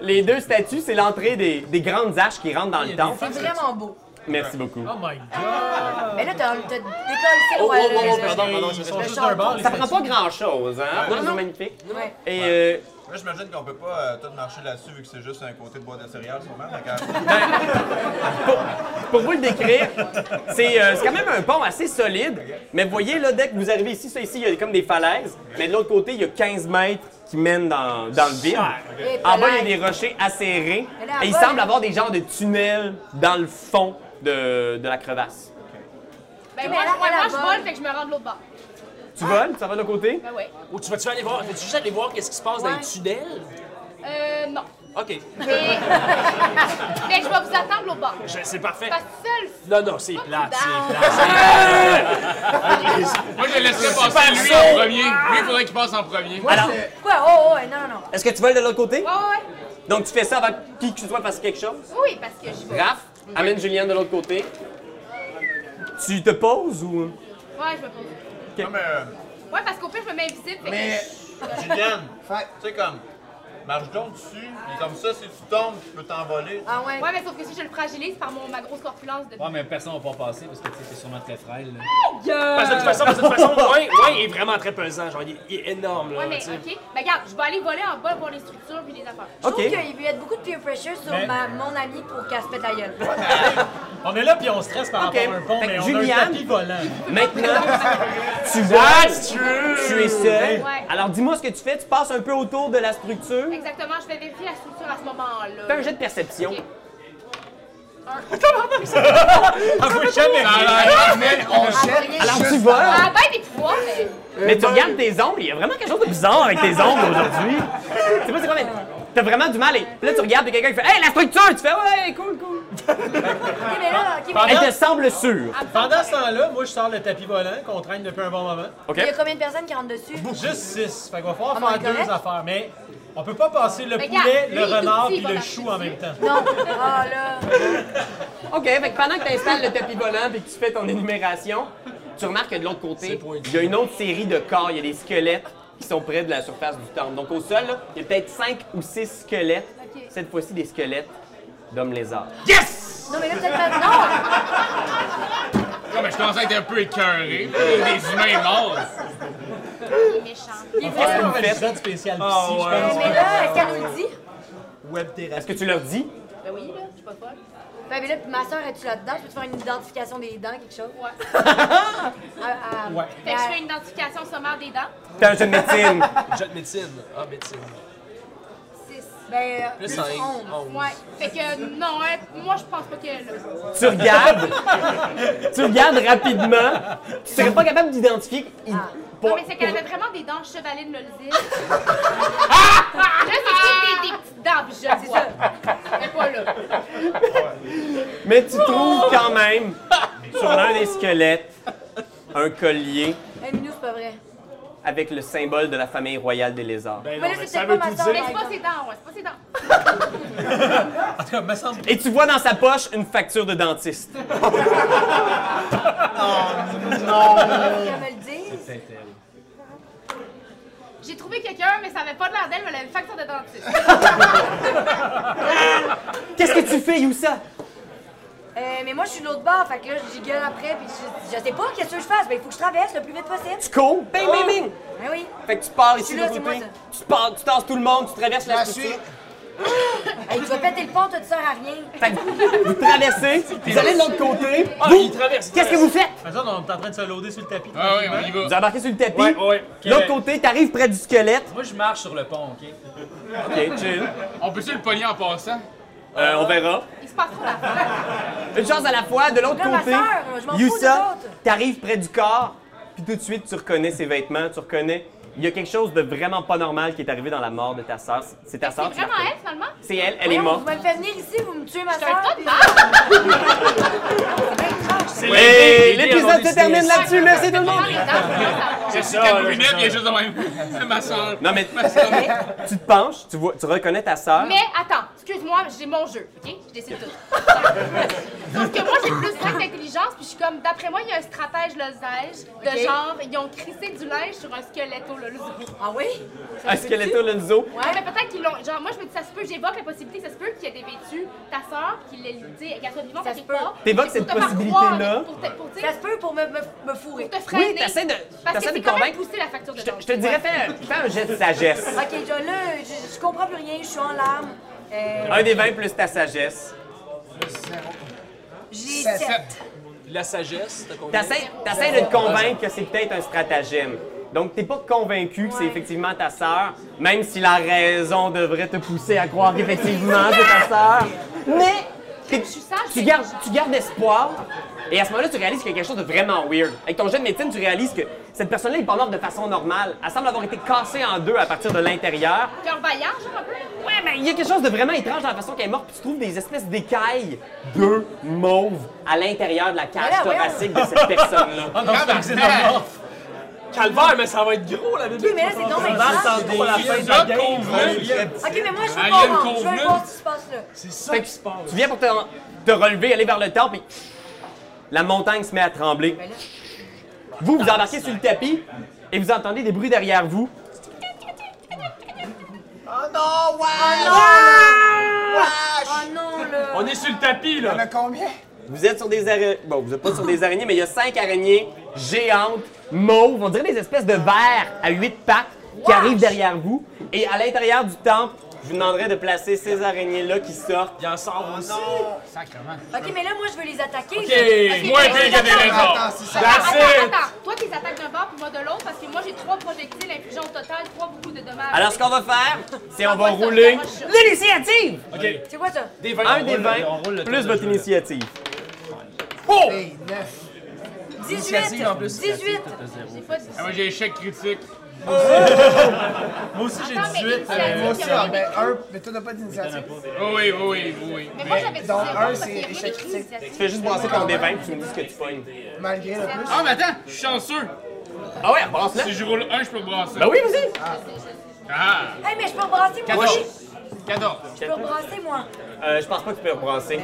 S2: les deux statues, c'est l'entrée des, des grandes arches qui rentrent dans le temple.
S5: C'est vraiment beau.
S2: Merci beaucoup.
S5: Ah,
S1: Oh my god!
S5: Mais là, t'as t'as décollé, c'est
S7: Oh, oh,
S5: ouais,
S7: oh,
S5: le-
S7: oh,
S5: le-
S7: pardon, pardon,
S1: Ils
S7: c'est
S1: sont
S7: ça.
S1: juste d'un bord, les
S2: Ça prend
S1: statues.
S2: pas grand-chose, hein?
S5: Ouais.
S2: Ils sont magnifiques.
S5: Ouais.
S2: Et euh,
S8: Là, j'imagine qu'on peut pas euh, tout marcher là-dessus vu que c'est juste un côté de bois de céréales, sûrement. Fait que-
S2: pour vous le décrire, c'est euh, c'est quand même un pont assez solide. Mais vous voyez, là, dès que vous arrivez ici, ça ici, il y a comme des falaises. Mais de l'autre côté, il y a 15 mètres qui mènent dans, dans le vide.
S5: Et
S2: En bas,
S5: voilà.
S2: il y a des rochers acérés.
S5: Mais là, en
S2: Et il
S5: bas,
S2: semble
S5: là-
S2: avoir des genres de tunnels dans le fond de, de la crevasse.
S9: Ben,
S5: Mais
S9: moi,
S5: là,
S9: je- moi,
S5: là,
S9: moi, je
S5: là-bas.
S9: vole, fait que je me rends de l'autre bord.
S2: Tu voles? Ça va de l'autre côté?
S9: Ben, ouais.
S7: Ou tu vas-tu aller voir, vas-tu juste aller voir qu'est-ce qui se passe dans
S5: Ouais.
S7: les tunnels?
S9: Euh, non.
S7: Ok,
S9: Mais. Mais je vais vous attendre de l'autre bord.
S7: Je- c'est parfait.
S9: Parce que seul.
S7: Non, non, c'est
S5: Bah.
S7: plate,
S9: Down.
S7: c'est plate.
S4: Moi, je le laisserais passer lui en premier. Lui, il faudrait qu'il passe en premier.
S2: Alors,
S5: Quoi? Oh, oh, non, non, non.
S2: est-ce que tu voles de l'autre côté?
S9: Ouais, ouais, ouais.
S2: Donc, tu fais ça avant que qui que ce soit fasse quelque chose?
S9: Oui, parce que je vais.
S2: Raph, amène Julien de l'autre côté. Tu te poses ou.
S9: Ouais, je me pose.
S8: Non, mais, euh,
S9: Ouais, parce qu'au pire, je me mets invisible. Fait
S8: mais Juliane, tu sais comme, marche donc dessus, puis comme ça, si tu tombes, tu peux t'envoler.
S5: Ah ouais?
S9: que... Ouais, mais sauf que si je le fragilise par mon, ma grosse corpulence de.
S10: Ouais, mais personne va pas passer parce que tu sais, t'es sûrement très frêle. là.
S7: Parce que de toute façon, parce que de toute façon, loin, loin, il est vraiment très pesant. Genre, il est, il est énorme, là.
S9: Ouais, mais
S7: tu sais.
S9: ok. Ben, regarde, je vais aller voler en bas pour les structures puis les affaires.
S5: Je trouve
S2: Ok.
S5: qu'il y a beaucoup de peer pressure sur
S1: Mais-
S5: ma, mon ami pour qu'elle se pète la gueule.
S1: On est là, puis on stresse par
S2: Ok.
S1: rapport à un pont,
S2: Fait que
S1: mais on a
S2: Juliane-
S1: un tapis volant.
S2: Maintenant, tu vois,
S7: true.
S2: tu es seul.
S9: Ouais.
S2: Alors, dis-moi ce que tu fais. Tu passes un peu autour de la structure.
S9: Exactement, je vais vérifier la structure à ce moment-là.
S2: Fais un jet de perception.
S9: Ok. Un.
S1: Ah,
S6: On jette.
S5: Rien.
S2: Alors, tu voles,
S9: Ah, ben des pouvoirs, mais.
S2: mais tu regardes tes ombres. Il y a vraiment quelque chose de bizarre avec tes ombres aujourd'hui. Tu sais pas c'est quoi, mais t'as vraiment du mal. Et puis là, tu regardes, il y a quelqu'un qui fait Hey, la structure! Tu fais Ouais, cool, cool.
S5: Ok, mais là, ok, mais
S2: Elle te semble sûre.
S1: Pendant ce temps-là, moi, je sors le tapis volant qu'on traîne depuis un bon moment.
S2: OK?
S5: il y a combien de personnes qui rentrent dessus?
S1: Juste six. Fait qu'il va falloir
S5: Ah, mais
S1: faire deux
S5: correct.
S1: affaires, mais on peut pas passer le
S9: Mais
S1: poulet,
S9: regarde,
S1: le
S9: lui, il est
S1: renard
S9: tout petit,
S1: puis
S9: il va
S1: le
S9: marcher
S1: chou en
S9: dessus.
S1: même temps.
S5: Non. Ah là.
S2: Ah, OK, fait que pendant que tu installes le tapis volant et que tu fais ton énumération, tu remarques que de l'autre côté, il y a une autre série de corps, il y a des squelettes qui sont près de la surface du temple. Donc au sol, là, il y a peut-être cinq ou six squelettes.
S9: OK.
S2: Cette fois-ci, des squelettes d'hommes lézards.
S5: Non, mais là, peut-être pas. Non!
S4: Non, Ah, mais je commence à être un peu écœuré. là. Des humains morts.
S9: Il est méchant.
S5: Il est vrai.
S1: Est-ce que vous faites un épisode spécial psy, je pense?
S5: Mais là, est-ce qu'elle nous le dit?
S2: Est-ce que tu leur dis?
S9: Ben oui, là, je suis pas folle.
S5: Fait Ouais, mais là, puis ma soeur, es-tu là-dedans? Je peux te faire une identification des dents, quelque chose?
S9: Ouais.
S5: Ah, ah,
S1: Ouais.
S9: Fait que je fais une identification sommaire des dents.
S2: T'as un jeu de médecine.
S7: Jet de médecine. Ah, médecine.
S9: 6.
S5: Ben, euh,
S7: Plus 5,
S5: onze.
S10: Oh.
S7: 11.
S9: Ouais. Fait que non, hein, moi je pense pas que là.
S2: tu regardes, tu regardes rapidement, tu serais pas capable d'identifier. il-
S5: Ah.
S2: pour-
S9: Non, mais c'est qu'elle
S2: pour-
S9: avait vraiment des dents chevalines de l'Olzine. là, c'est toutes des, des petites dents, puis
S10: Ah!
S9: je vois. Elle est pas là.
S2: Mais tu trouves quand même, sur l'un des squelettes, un collier
S5: Hey, Minou, c'est pas vrai.
S2: avec le symbole de la famille royale des lézards.
S10: Ben,
S5: mais là, c'est peut-être pas ma soeur.
S9: Mais c'est pas ses dents, ouais, c'est pas ses dents.
S1: En tout cas, me semble.
S2: Et tu vois dans sa poche une facture de dentiste.
S5: Qu'elle me le dise.
S9: J'ai trouvé quelqu'un, mais ça avait pas de l'air d'elle, mais elle avait une facture de dentiste.
S2: Qu'est-ce que tu fais, Youssa?
S5: Euh, mais moi, je suis de l'autre bord, fait que là, je gueule après, puis je, je sais pas qu'est-ce que je fasse. Ben, il faut que je traverse le plus vite possible.
S2: Tu cours, bing, bing, bing!
S5: Ben oui.
S2: Fait que tu pars
S5: Je
S2: ici
S5: suis
S2: de
S5: là, c'est moi,
S2: côté, tu, pars, tu tasses tout le monde, tu traverses la
S6: La
S2: structure.
S6: suite.
S5: Hey, tu vas péter le pont, toi, tu sers à rien.
S2: Fait que vous traversez, vous allez de l'autre côté.
S10: Ah,
S2: Vous- Qu'est-ce que vous faites?
S1: Par exemple, on est en train de se loader sur le tapis.
S4: Ah ouais, on y va.
S2: Vous embarquez sur le tapis.
S10: Ouais, ouais.
S2: De L'autre côté, t'arrives près du squelette.
S10: Moi, je marche sur le pont, OK?
S2: Ok, chill.
S4: On peut-tu le pogner en passant?
S2: Euh, on verra.
S9: Il se passe trop d'affaires.
S2: Une chose à la fois, de l'autre
S5: Là, ma
S2: côté,
S5: sœur, je m'en fous
S2: Youssa,
S5: des autres.
S2: t'arrives près du corps, puis tout de suite, tu reconnais ses vêtements, tu reconnais. Il y a quelque chose de vraiment pas normal qui est arrivé dans la mort de ta sœur. C'est ta
S9: C'est
S2: sœur, tu la
S9: vraiment
S2: reconnais.
S9: elle, finalement?
S2: C'est elle, elle est
S5: Voyons,
S2: morte.
S5: Vous me faites venir ici, vous me tuez ma
S9: C'est un
S5: soeur.
S9: tas de dents.
S2: Et l'épisode se termine là-dessus. Merci tout le monde.
S9: Dans les dents, je veux savoir.
S4: C'est
S7: Ah
S4: ça, Capoulina, il est juste de même. Ma soeur.
S2: Non, mais
S4: Ma soeur.
S2: tu te penches, tu, vois, tu reconnais ta sœur.
S9: Mais attends, excuse-moi, j'ai mon jeu, ok? Je décide tout. Sauf que moi, j'ai plus 5 d'intelligence, puis je suis comme, d'après moi, il y a un stratège losage de
S5: Ok.
S9: genre, ils ont crissé du linge sur un squelette au lolo.
S5: Ah oui?
S2: Un squeletto Lonzo.
S9: Ouais, mais peut-être qu'ils l'ont. Genre, moi, je me dis, ça se peut, j'évoque la possibilité, ça se peut qu'il y ait des vêtus, ta soeur, qu'il ait l'idée, qu'elle soit vivante,
S5: Ça
S9: à
S5: se
S9: quelque
S5: peut.
S9: part.
S2: T'évoques
S9: C'est
S2: cette
S9: pour te faire croire,
S2: possibilité-là.
S9: Pour te, pour, tu sais,
S5: Ça se peut pour me, me, me fourrer.
S9: pour te freiner.
S2: Oui, t'essaies de,
S9: Parce
S2: t'essaies
S9: que
S2: de
S9: c'est quand même
S2: convaincre.
S9: pousser la facture de
S2: Je te,
S9: dents.
S2: je te dirais, fais un, fais un jet de sagesse.
S5: Ok, genre là, je, je comprends plus rien, je suis en larmes. Euh,
S2: Un des 20 plus ta sagesse.
S5: j'ai sept.
S7: Puis la sagesse, t'as combien?
S2: T'essaies t'essaies de te convaincre que c'est peut-être un stratagème. Donc, t'es pas convaincu que c'est
S5: Ouais.
S2: effectivement ta sœur, même si la raison devrait te pousser à croire qu'effectivement c'est ta sœur. Mais t'es-
S9: Je suis sage,
S2: tu,
S9: mais-
S2: gardes, tu gardes espoir. Et à ce moment-là, tu réalises qu'il y a quelque chose de vraiment weird. Avec ton jet de médecine, tu réalises que cette personne-là est pas morte de façon normale. Elle semble avoir été cassée en deux à partir de l'intérieur.
S9: Cœur vaillant, genre un peu.
S2: Ouais, mais il y a quelque chose de vraiment étrange dans la façon qu'elle est morte, puis tu trouves des espèces d'écailles bleues, mauves, à l'intérieur de la cage
S5: là, voyons.
S2: thoracique de cette personne-là.
S1: Ah non, c'est pas- c'est normal.
S7: Calvaire, mais ça va être gros, la bébé!
S5: Ok, mais là, c'est donc bien grave.
S1: C'est pas la fin de la game.
S5: Ok, mais moi, je
S7: Ah,
S5: veux
S4: Alien
S5: pas voir. Je veux
S4: Covenant.
S5: voir ce qui se passe là.
S2: Fait que Tu viens pour te, te relever, aller vers le temple, et la montagne se met à trembler.
S5: là-
S2: Vous, vous embarquez sur le tapis, et vous entendez des bruits derrière vous.
S5: Oh non, là.
S10: On est sur le tapis,
S8: On
S10: là.
S8: a combien?
S2: Vous êtes sur des araignées. Bon, vous êtes pas sur des araignées, mais il y a cinq araignées géantes, mauves, on dirait des espèces de vers à huit pattes qui arrivent derrière vous. Et à l'intérieur du temple, je vous demanderai de placer ces araignées-là qui sortent.
S7: Il en sort aussi.
S4: Sacrement.
S5: Ok, mais là, moi, je veux les attaquer.
S7: Ok,
S4: Moi, bien qu'il y a des lézards.
S8: Attends, c'est ça.
S7: That's
S9: Attends,
S7: it!
S9: attends, toi, t'es attaques d'un bord, puis moi de l'autre, parce que moi, j'ai trois projectiles, infligés au total, trois beaucoup de dommages.
S2: Alors, ce qu'on va faire, c'est on va
S9: Ah, moi, ça,
S2: rouler
S9: moi, je suis-
S2: l'initiative!
S5: C'est quoi ça?
S7: Des vins.
S2: Un
S7: On
S2: des
S7: roule le-
S2: 20
S7: on roule le temps
S2: plus
S7: de
S2: votre
S7: jeu, là.
S2: initiative.
S6: Hey, neuf.
S5: 18.
S7: en plus.
S5: 18.
S9: J'ai pas de-
S4: Ah, Moi, j'ai échec critique.
S1: Moi aussi, j'ai
S9: Attends, mais
S1: 18.
S9: initiative,
S1: euh,
S9: il y
S6: Moi
S9: en
S6: aussi,
S9: a
S6: ah,
S9: des-
S6: ben, un, mais toi, t'as pas d'initiative.
S4: Oh oui, oh oui, oh
S2: Ah,
S4: oui.
S9: Mais moi, j'avais dit
S6: Donc,
S9: zéro,
S6: un,
S9: parce
S6: c'est
S9: qu'il y a rien
S6: échec
S9: d'écrit,
S6: critique.
S9: initiative.
S2: Tu fais juste brasser ton dé 20 puis tu me dis ce que tu pognes.
S6: Malgré le plus.
S4: Ah, mais attends, je suis chanceux.
S2: Ah ouais, brasse-le!
S4: Si je roule un, je peux brasser.
S2: Ben oui, vas-y!
S4: Ah,
S5: Hey, mais je peux brasser, moi.
S4: 14.
S5: aussi.
S4: 14.
S5: Je peux brasser, moi.
S2: Euh, je pense pas que tu peux rebrasser.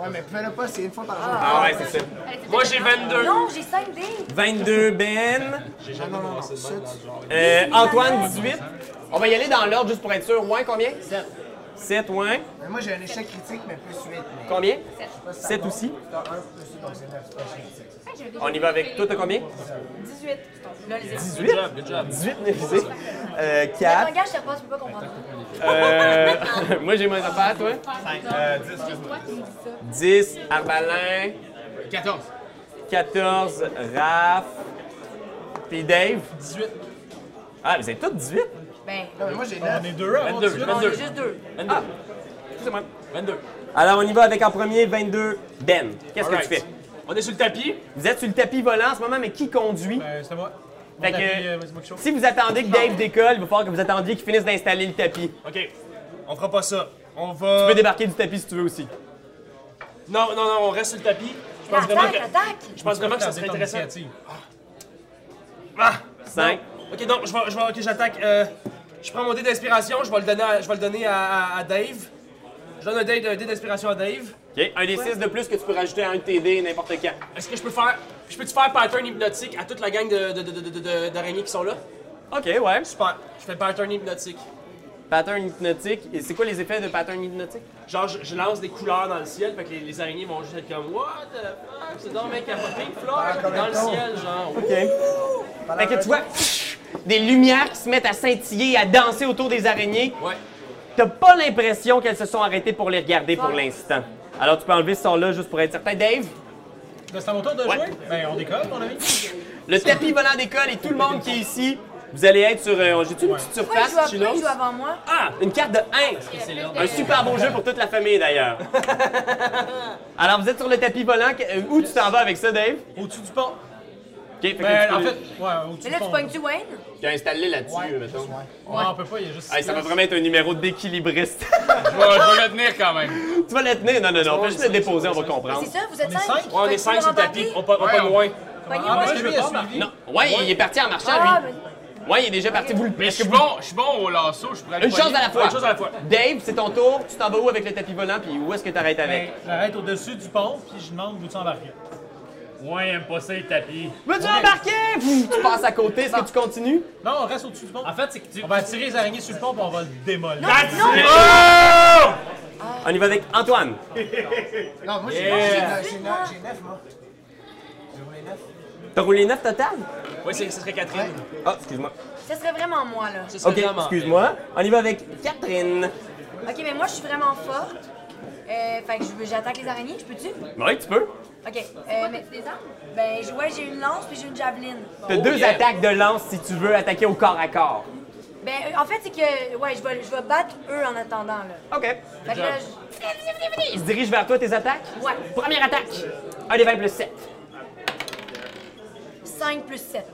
S6: Ouais, mais fais-le pas, c'est une fois par jour.
S2: Ah ouais, c'est ça.
S9: Allez, c'est
S7: Moi,
S9: fait.
S7: j'ai 22.
S5: Non, j'ai 5 dés.
S2: 22 Ben.
S6: Ah non, non, non, ça, tu-
S2: Euh, Antoine, 18. On va y aller dans l'ordre juste pour être sûr. Ouais, combien? 7. 7, ouais.
S6: Mais moi, j'ai un échec critique, mais plus 8. Mais...
S2: Combien?
S6: Je sais pas si ça
S2: 7
S6: compte.
S2: aussi.
S6: T'as un plus, donc c'est neuf, c'est pas un échec critique.
S2: On y va avec. Toi, t'as combien?
S5: 18. Là, les
S2: 18.
S7: job, good job.
S2: 18 névisés. Euh,
S5: Le
S2: 4.
S5: langage, je sais pas, je peux pas comprendre.
S2: Euh, moi, j'ai moins affaires, toi.
S8: Euh, 10.
S9: Juste toi qui me dis ça.
S2: 10. Arbalin.
S4: 14.
S2: 14. Raph. Puis Dave.
S7: 18.
S2: Ah, vous êtes tous 18?
S5: Ben,
S6: Non, mais moi, j'ai 9.
S1: On est deux à avoir
S2: Ah,
S7: 22,
S1: dit-
S5: on est
S7: 22,
S5: juste deux.
S7: 22,
S2: Excusez-moi.
S7: 22.
S2: Alors, on y va avec en premier 22. Ben, qu'est-ce que tu fais?
S7: On est sur le tapis.
S2: Vous êtes sur le tapis volant en ce moment, mais qui conduit?
S1: Euh, c'est à moi. Mon
S2: Fait que-
S1: tapis, euh, vas-y, moi qui chauffe.
S2: Si vous attendez que Dave décolle, il va falloir que vous attendiez qu'il finisse d'installer le tapis.
S7: OK. On fera pas ça. On va...
S2: Tu peux débarquer du tapis si tu veux aussi.
S7: Non, non, non, on reste sur le tapis. Je pense vraiment
S5: Attaque,
S7: que,
S5: attaque!
S7: je pense vraiment que ça
S1: Regardez
S7: serait
S1: ton
S7: intéressant.
S1: initiative.
S7: Ah!
S2: 5.
S7: OK, donc, je vais... Je vais- OK, j'attaque. euh, je prends mon dé d'inspiration. Je vais le donner, à, je vais le donner à, à- à Dave. Je donne un dé, un dé d'inspiration à Dave.
S2: OK. Un des 6 de plus que tu peux rajouter à un de tes dés n'importe quand.
S7: Est-ce que je peux faire... Je peux-tu faire pattern hypnotique à toute la gang de- de- de- de- de- de- d'araignées qui sont là?
S2: OK, ouais.
S7: Super. Je fais pattern hypnotique.
S2: Pattern hypnotique. Et c'est quoi les effets de pattern hypnotique?
S7: Genre, je, je lance des couleurs dans le ciel, fait que les, les araignées vont juste être comme What the fuck, c'est donc mec capoté, une fleur
S6: comme
S7: dans le
S6: un con.
S7: ciel, genre.
S2: OK. Fait que tu vois des lumières qui se mettent à scintiller, à danser autour des araignées.
S7: Ouais.
S2: T'as pas l'impression qu'elles se sont arrêtées pour les regarder pour l'instant. Alors tu peux enlever ce son-là juste pour être certain. Dave,
S1: Ben, C'est à mon tour de
S2: Ouais.
S1: jouer? Ben, on décolle, mon ami.
S2: le tapis volant d'école et tout le monde qui est ici, vous allez être sur... euh, J'ai-tu une petite
S5: Pourquoi il
S2: surface?
S5: joue après,
S2: chillos?
S5: il joue avant moi?
S2: Ah, une carte de 1! Un super beau jeu pour toute la famille d'ailleurs. Alors vous êtes sur le tapis volant. que- euh, Où tu t'en vas avec ça, Dave?
S1: Au-dessus du pont.
S2: Ok, fait que
S1: Ben,
S2: tu
S1: en
S2: peux-
S1: fait, ouais, au-dessus
S5: Mais
S1: du
S5: là,
S1: pont.
S5: tu pognes-tu Wayne?
S2: tu as installé là-dessus, mettons.
S1: Ouais, on peut pas, il y a juste.
S2: Hey, ça va vraiment être un numéro d'équilibriste.
S4: Je vais, je vais le tenir quand même.
S2: tu vas le tenir? Non, non, non. On peut juste le déposer, Ah, on va comprendre.
S5: C'est ça, vous êtes
S1: On est
S5: cinq?
S1: cinq? Ouais,
S7: on est cinq sur le tapis, on part on part pas
S4: Ouais, on-
S7: loin.
S1: Ah,
S5: Pognez-moi.
S1: parce que lui a suivi.
S2: Non. Ouais, il est parti en marchant,
S5: Ah,
S2: lui.
S5: mais-
S2: Ouais, il est déjà parti. Vous le
S4: Mais je
S2: est-ce
S4: suis
S2: que vous-
S4: bon, je suis bon au lasso, je pourrais le
S2: Une chose à la fois.
S7: Une chose à la fois.
S2: Dave, c'est ton tour. Tu t'en vas où avec le tapis volant, puis où est-ce que tu arrêtes avec?
S1: Ben, J'arrête au-dessus du pont, puis je demande où tu embarques.
S10: Ouais, il aime pas ça les tapis.
S2: Veux-tu embarquer? Pff, tu passes à côté. Est-ce que tu continues?
S1: Non, on reste au-dessus du pont.
S10: En fait, c'est que tu.
S1: On va attirer les araignées sur le pont, puis on va le démolir.
S2: On y va avec Antoine.
S6: Non, moi, j'ai neuf, j'ai neuf, j'ai neuf, moi. J'ai roulé neuf.
S2: T'as roulé 9 total?
S7: Ouais, c'est- ce serait Catherine.
S2: Ah, excuse-moi.
S5: Ça serait vraiment moi, là.
S7: Ce serait
S2: Ok,
S7: vraiment-
S2: excuse-moi. On y va avec Catherine.
S5: Ok, mais moi, je suis vraiment forte. Euh, fait que je- j'attaque les araignées, je peux-tu? Ok.
S2: Oui, tu peux.
S5: Euh, mais des armes? Ben, je- ouais, j'ai une lance puis j'ai une javeline.
S2: T'as deux attaques de lance si tu veux attaquer au corps à corps.
S5: Ben, euh, en fait, c'est que, ouais, je vais, je vais battre eux en attendant, là.
S2: OK.
S5: Fait que là, je-
S2: Il se dirige vers toi tes attaques?
S5: Ouais.
S2: Première attaque. Un des 20 plus 7.
S5: 5 plus 7.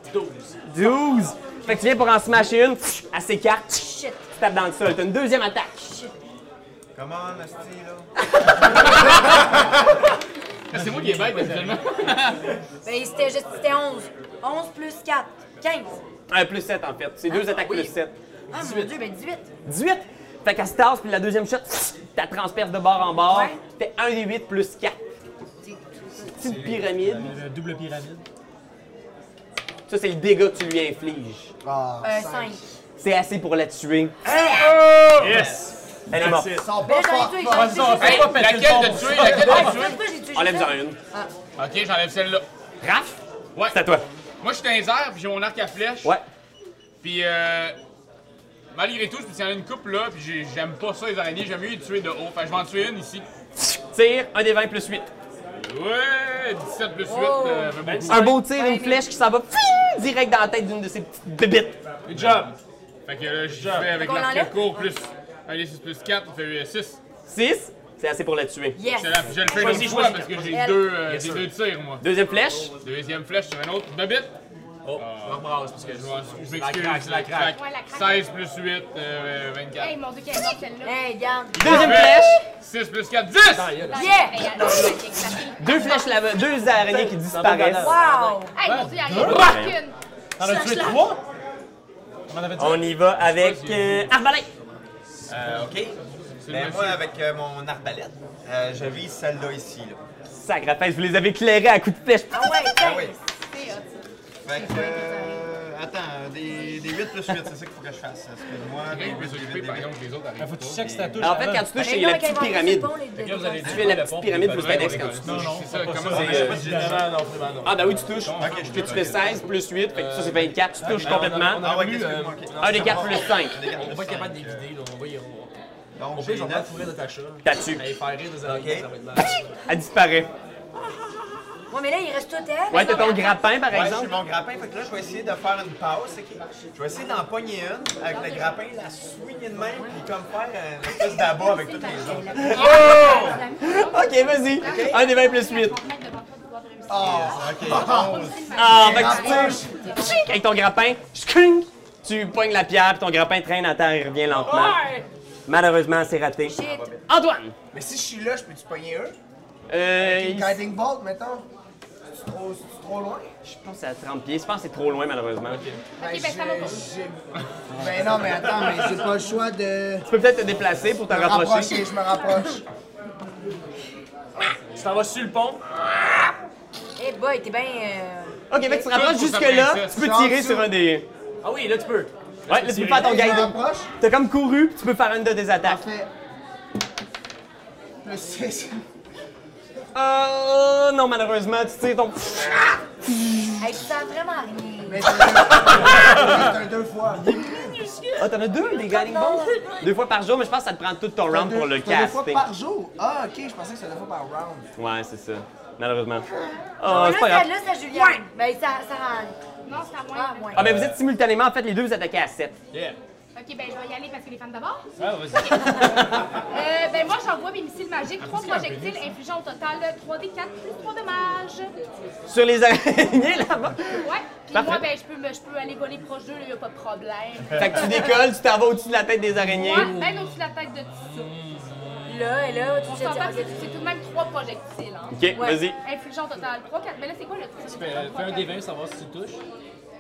S2: 12. Fait que tu viens pour en smasher une, pff, elle s'écarte, pff,
S5: Shit.
S2: tu tapes dans le sol. T'as une deuxième attaque.
S8: Comment, Nasty, là?
S4: C'est moi qui est bête, habituellement.
S5: Ben, c'était juste- c'était 11. 11 plus 4. 15.
S2: Un plus 7 en fait. C'est deux attaques
S5: oui.
S2: plus 7.
S5: Ah, mon Dieu, ben 18.
S2: 18. Fait qu'elle se tasse, puis la deuxième shot, pff, t'as transperce de bord en bord.
S5: Ouais.
S2: Fait un des 8 plus 4. Petite pyramide.
S1: Le double pyramide.
S2: Ça, c'est le dégât que tu lui infliges.
S1: Ah,
S5: Euh, 5.
S2: C'est assez pour la tuer.
S10: Yes!
S2: Elle est morte.
S5: Ben, j'en ai tué, j'en ai tué.
S1: Vas-y, on
S5: j'en ai
S1: fait
S4: Hey,
S5: tué.
S1: Ah, pas péter
S4: laquelle
S1: le pont.
S4: de tuer,
S5: Ouais,
S4: laquelle de
S5: c'est
S4: tuer?
S5: pour ça que j'ai tué juste
S2: Enlève-en
S5: ça.
S2: une.
S4: Ok, j'enlève celle-là.
S2: Raph,
S4: Ouais.
S2: c'est à toi.
S4: Moi, je suis dans les airs, puis j'ai mon arc à flèche.
S2: Ouais.
S4: Puis, euh, malgré tout, je peux tirer une coupe là, puis j'ai- j'aime pas ça, les araignées. J'aime mieux les tuer de haut. Fait que je vais en tuer une ici.
S2: Tire, un des 20 plus 8.
S4: Ouais, 17 plus 8,
S5: Oh.
S4: euh, veut beaucoup.
S2: Un beau tir,
S5: Ouais,
S2: une
S5: mais-
S2: flèche qui s'en va pfiou, direct dans la tête d'une de ces petites bébites.
S7: Good job.
S4: Fait que là, je vais avec
S5: Qu'on
S4: l'arc de
S5: l'enlève?
S4: court plus 1 des 6 plus 4, ça fait 6.
S2: 6, c'est assez pour la tuer.
S5: Yes.
S4: C'est la- Je le fais une autre
S7: Choisis,
S4: fois
S7: choisis.
S4: parce que j'ai
S5: Elle.
S4: deux, euh,
S7: Yes,
S4: j'ai
S7: sir.
S4: deux tirs, moi.
S2: Deuxième flèche.
S4: Deuxième flèche sur un autre, babite.
S7: Oh, je m'embrasse parce que je
S4: Je m'en- je
S7: vais... La craque,
S4: m'excuse.
S7: la craque.
S9: Ouais, la craque.
S4: 16 plus 8, euh,
S9: Hey,
S4: 24.
S9: mon dieu, quelle est bonne, celle-là.
S5: Hey, garde.
S2: Deuxième flèche.
S4: 6 plus 4, 10!
S5: Yeah!
S9: Hey, elle a kick sa fille.
S2: Deux flèches là-bas, deux araignées qui disparaissent.
S5: Wow!
S9: Hey, mon dieu, il y en a aucune.
S1: T'en as tué trois? On en avait dit.
S2: On y va avec euh, Arbalin.
S8: Euh, OK. Ben, moi, avec euh, mon arbalète, euh, je vise celle-là ici, là.
S2: Sacre fesse, vous les avez éclairés à coups de flèche.
S5: Ah ouais,
S8: Ah
S5: thanks.
S8: oui. Fait que... euh, attends, euh, des, des 8 plus 8, c'est ça qu'il faut que je fasse. Parce que moi, des
S4: Quelqu'un
S8: 8
S4: qui peut
S8: plus 8,
S4: s'occuper,
S8: des
S4: par
S8: 8.
S4: exemple, que les autres
S1: Il
S4: arrivent.
S1: faut que tu
S4: pas,
S1: checkes si
S4: mais-
S1: ça touche.
S2: Alors, en fait, quand tu touches, c'est la petite pyramide.
S4: Là, vous avez
S2: Tu
S4: dit
S2: fais
S4: quoi,
S2: la
S4: le
S2: petite
S4: pont,
S2: pyramide
S4: puis
S2: plus
S4: le
S2: Dex
S4: pont,
S2: quand
S4: c'est
S2: tu
S4: pas
S2: touches.
S4: ça. C'est ça, comment
S8: Ah,
S4: c'est-
S8: mais je sais pas si j'ai dit-
S10: Évidemment, non, vraiment non.
S2: Ah, ben oui, tu touches.
S8: Ok, je
S2: Puis tu fais 16 plus 8, fait que ça, c'est 24. Tu touches
S7: Ben, on a-
S2: complètement.
S7: on a
S8: Ah ouais,
S7: eu,
S8: qu'est-ce que
S7: euh,
S8: moi, ok.
S2: Un des 4 plus 5.
S7: On va être capable de les vider, là. On va y revoir.
S8: Donc,
S7: On peut,
S8: j'ai
S7: j'en vais
S8: 9.
S7: fourrer de ta chat.
S2: T'as-tu.
S7: Allez, faire rire des araignées,
S8: Ok.
S7: ça va être mal.
S2: Elle disparaît.
S5: Ouais, mais là, il reste tout elle.
S2: Ouais, t'as ton grappin, par
S8: Ouais, j'ai
S2: exemple.
S8: mon grappin, fait que là, je vais essayer de faire une pause. ok? Je vais essayer d'en pogner une avec le grappin, la swinguer de même, puis comme faire un espèce d'abat avec toutes les autres.
S2: Ok, vas-y. Un des 20 plus 8.
S8: Ah, ok.
S2: Ah, fait que tu touches. Pshink, Avec ton grappin, shkunk, tu pognes la pierre, puis ton grappin traîne à terre et revient lentement. Malheureusement, c'est raté. Antoine!
S6: Mais si je suis là, je peux-tu pogner eux?
S2: Euh, il- je
S6: Guiding Bolt, mettons. C'est trop, c'est-tu trop loin?
S2: pense que c'est à 30 pieds. Je pense que c'est trop loin, malheureusement.
S6: Ben,
S9: ben, ça va pas.
S6: j'ai- j'ai- ben non, mais attends, mais j'ai pas le choix de.
S2: Tu peux peut-être te déplacer pour te
S6: me
S2: rapprocher.
S6: rapprocher, je me rapproche.
S7: Tu t'en vas sur le pont.
S5: Eh boy, t'es bien. euh,
S2: Ok, fait que tu te rapproches
S4: Tout pour
S2: jusque-là.
S4: sa princesse.
S2: Tu peux tirer sur un des.
S7: Ah oui, là, tu peux.
S2: Ouais, là, tu peux faire ton
S6: Je me
S2: guiding.
S6: rapproche.
S2: T'as comme couru, puis tu peux faire une de tes attaques.
S6: Fait. Plus 6.
S2: Euh. Non, malheureusement, tu tires ton.
S5: Hey, tu sens vraiment rien.
S6: Mais c'est un- c'est un deux fois.
S2: Ah, t'en as deux, des guiding balls? Deux fois par jour, mais je pense que ça te prend tout ton round pour le
S6: C'est deux fois
S2: caster.
S6: par jour. Ah, ok, je pensais que c'était deux fois par round.
S2: Ouais, c'est ça. Malheureusement. Ah,
S5: là,
S2: c'est pas grave.
S5: ça- là, c'est Julien. Ben, ça, ça rend.
S9: Non, c'est à
S5: Ah,
S9: moi.
S5: moins.
S2: Ah, ben vous êtes simultanément, en fait, les deux, vous attaquez à 7.
S9: Ok, ben je vais y aller parce que les femmes d'abord.
S10: Ah, vas-y.
S9: Euh, ben moi j'envoie mes missiles magiques,
S10: Ah,
S9: trois projectiles infligeant au total euh, 3d4 plus 3 dommages.
S2: Sur les araignées là-bas.
S9: Ouais, puis
S2: Parfait.
S9: moi ben je peux, me- je peux aller voler proche d'eux, là, y a pas de problème.
S2: Fait que tu décolles, tu t'en vas au-dessus de la tête des araignées.
S9: Moi, même au-dessus de la tête de tout ça.
S10: Hmm.
S5: Là, et là, tu
S9: On
S5: sais,
S9: s'entend que c'est
S5: tu-
S9: c'est tout de même trois projectiles. Hein.
S2: Ok, vas-y.
S9: Infligeant au total 3, 4. Mais là c'est quoi le truc?
S10: Fais
S7: Euh,
S10: fais un des 20 savoir si tu touches.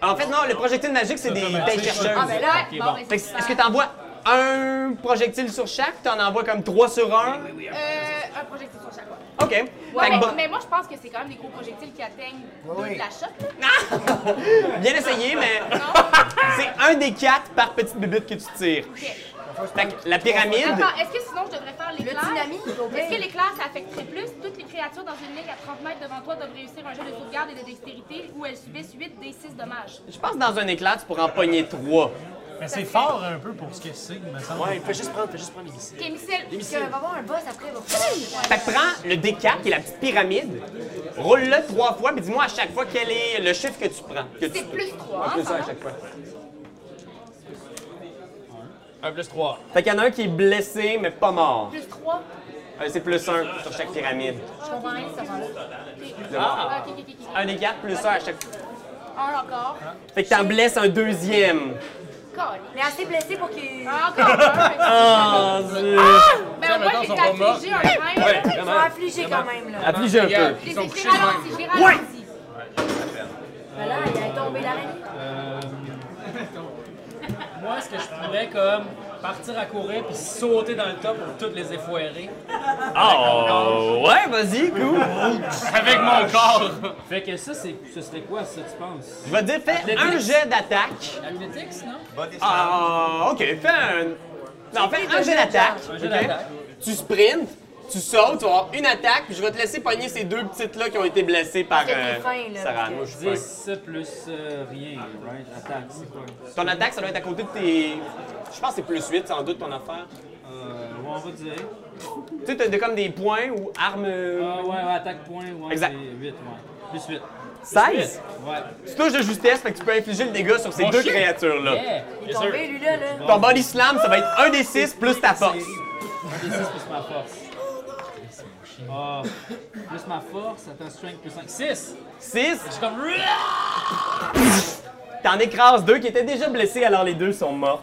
S2: En fait, non, le projectile magique, c'est des têtes
S9: Ah
S2: chercheuses.
S9: ben là,
S10: Ok,
S9: bon,
S10: bon.
S9: ben,
S2: Fait que
S9: super.
S2: Est-ce que t'envoies un projectile sur chaque? T'en envoies comme trois sur un?
S9: Euh, un projectile sur chaque fois.
S2: Ok. Fait
S9: Ouais,
S2: que
S9: mais,
S2: bon,
S9: mais moi je pense que c'est quand même des gros projectiles qui atteignent
S6: oui.
S9: de la shot. là.
S2: bien essayé, mais c'est un des quatre par petite bibite que tu tires.
S9: Ok.
S2: Fait que la pyramide,
S9: Attends, est-ce que sinon je devrais faire l'éclair?
S5: dynamite, s'il vous plaît.
S9: Est-ce que l'éclair, ça affecterait plus? Toutes les créatures dans une ligne à 30 mètres devant toi doivent réussir un jeu de sauvegarde et de dextérité où elles subissent 8 des 6 dommages.
S2: je pense que dans un éclat, tu pourrais en pogner trois.
S1: Mais c'est fort un peu pour ce que c'est, il me semble.
S7: Ouais, fais juste prendre, fais juste prendre les missiles.
S9: Ok, missile.
S7: Les
S5: Parce qu'on
S7: missiles.
S5: va avoir un boss après, il va falloir-
S2: Fait que prends le D4, qui est la petite pyramide, roule-le trois fois, puis dis-moi à chaque fois quel est le chiffre que tu prends. que tu-
S9: C'est plus 3, hein,
S2: Fais ça à
S9: pardon.
S2: chaque fois.
S7: Un plus trois.
S2: Fait qu'il y en a un qui est blessé, mais pas mort.
S9: Plus 3.
S2: Euh, c'est plus un sur chaque pyramide.
S9: Je comprends rien, ça va
S2: Ah.
S9: là. Ah, Ok, ok, ok. Hein? ok.
S2: Un des quatre, plus un à chaque fois.
S9: Un encore.
S2: Fait que t'en blesses un deuxième.
S9: Collé.
S5: Mais assez blessé pour qu'il.
S9: Ah, Encore un.
S2: Ah, zut.
S9: Ben, moi, j'ai affligé un rein. là.
S5: Ils sont affligés quand même, là.
S2: Affligez un peu.
S9: Je les
S4: Ils sont
S9: ai- je
S4: couchés
S9: les
S4: de même.
S9: ralentis, je les ralentis.
S5: Ben là, il est tombé l'araignée.
S10: Moi, est-ce que je pourrais comme partir à courir puis sauter dans le tas pour toutes les effoirer?
S2: Oh, ouais, vas-y, cool.
S4: Avec mon corps.
S10: Fait que ça, c'est, ce serait quoi, ça, tu penses?
S2: Je vais te dire, fais un jet d'attaque.
S10: Athletics, non?
S2: Ah, ok, fais un. Non, fais un jet d'attaque.
S10: Un jeu
S2: ok?
S10: d'attaque.
S2: Tu sprintes, tu sautes, tu vas avoir une attaque, puis je vais te laisser pogner ces deux petites-là qui ont été blessées par euh,
S5: Parce que t'es fin, là,
S2: Sarah.
S5: parce que-
S2: Moi, je suis fin.
S10: 10 plus euh, rien, right? Attaque, c'est quoi?
S2: Ton attaque, ça doit être à côté de tes. Je pense que c'est plus 8, sans doute, ton affaire.
S10: Euh, ouais, on va dire.
S2: Tu sais, t'as des- comme des points ou armes. euh,
S10: Ah ouais, ouais, attaque point, ouais,
S2: Exact.
S10: c'est 8, ouais. Plus 8.
S2: 16?
S10: Ouais.
S2: Tu touches de justesse, fait que tu peux infliger le dégât sur ces
S4: Mon
S2: deux
S4: chien.
S2: créatures-là.
S10: Oh, Yeah!
S5: Il est tombé, lui, là. là.
S2: Ton body slam, ça va être 1 des 6 plus ta force.
S10: Un des 6 plus ma force. Ah, plus ma force, attends, strength plus 5. 6!
S2: 6,
S10: Je suis comme.
S2: t'en écrases deux qui étaient déjà blessés, alors les deux sont morts.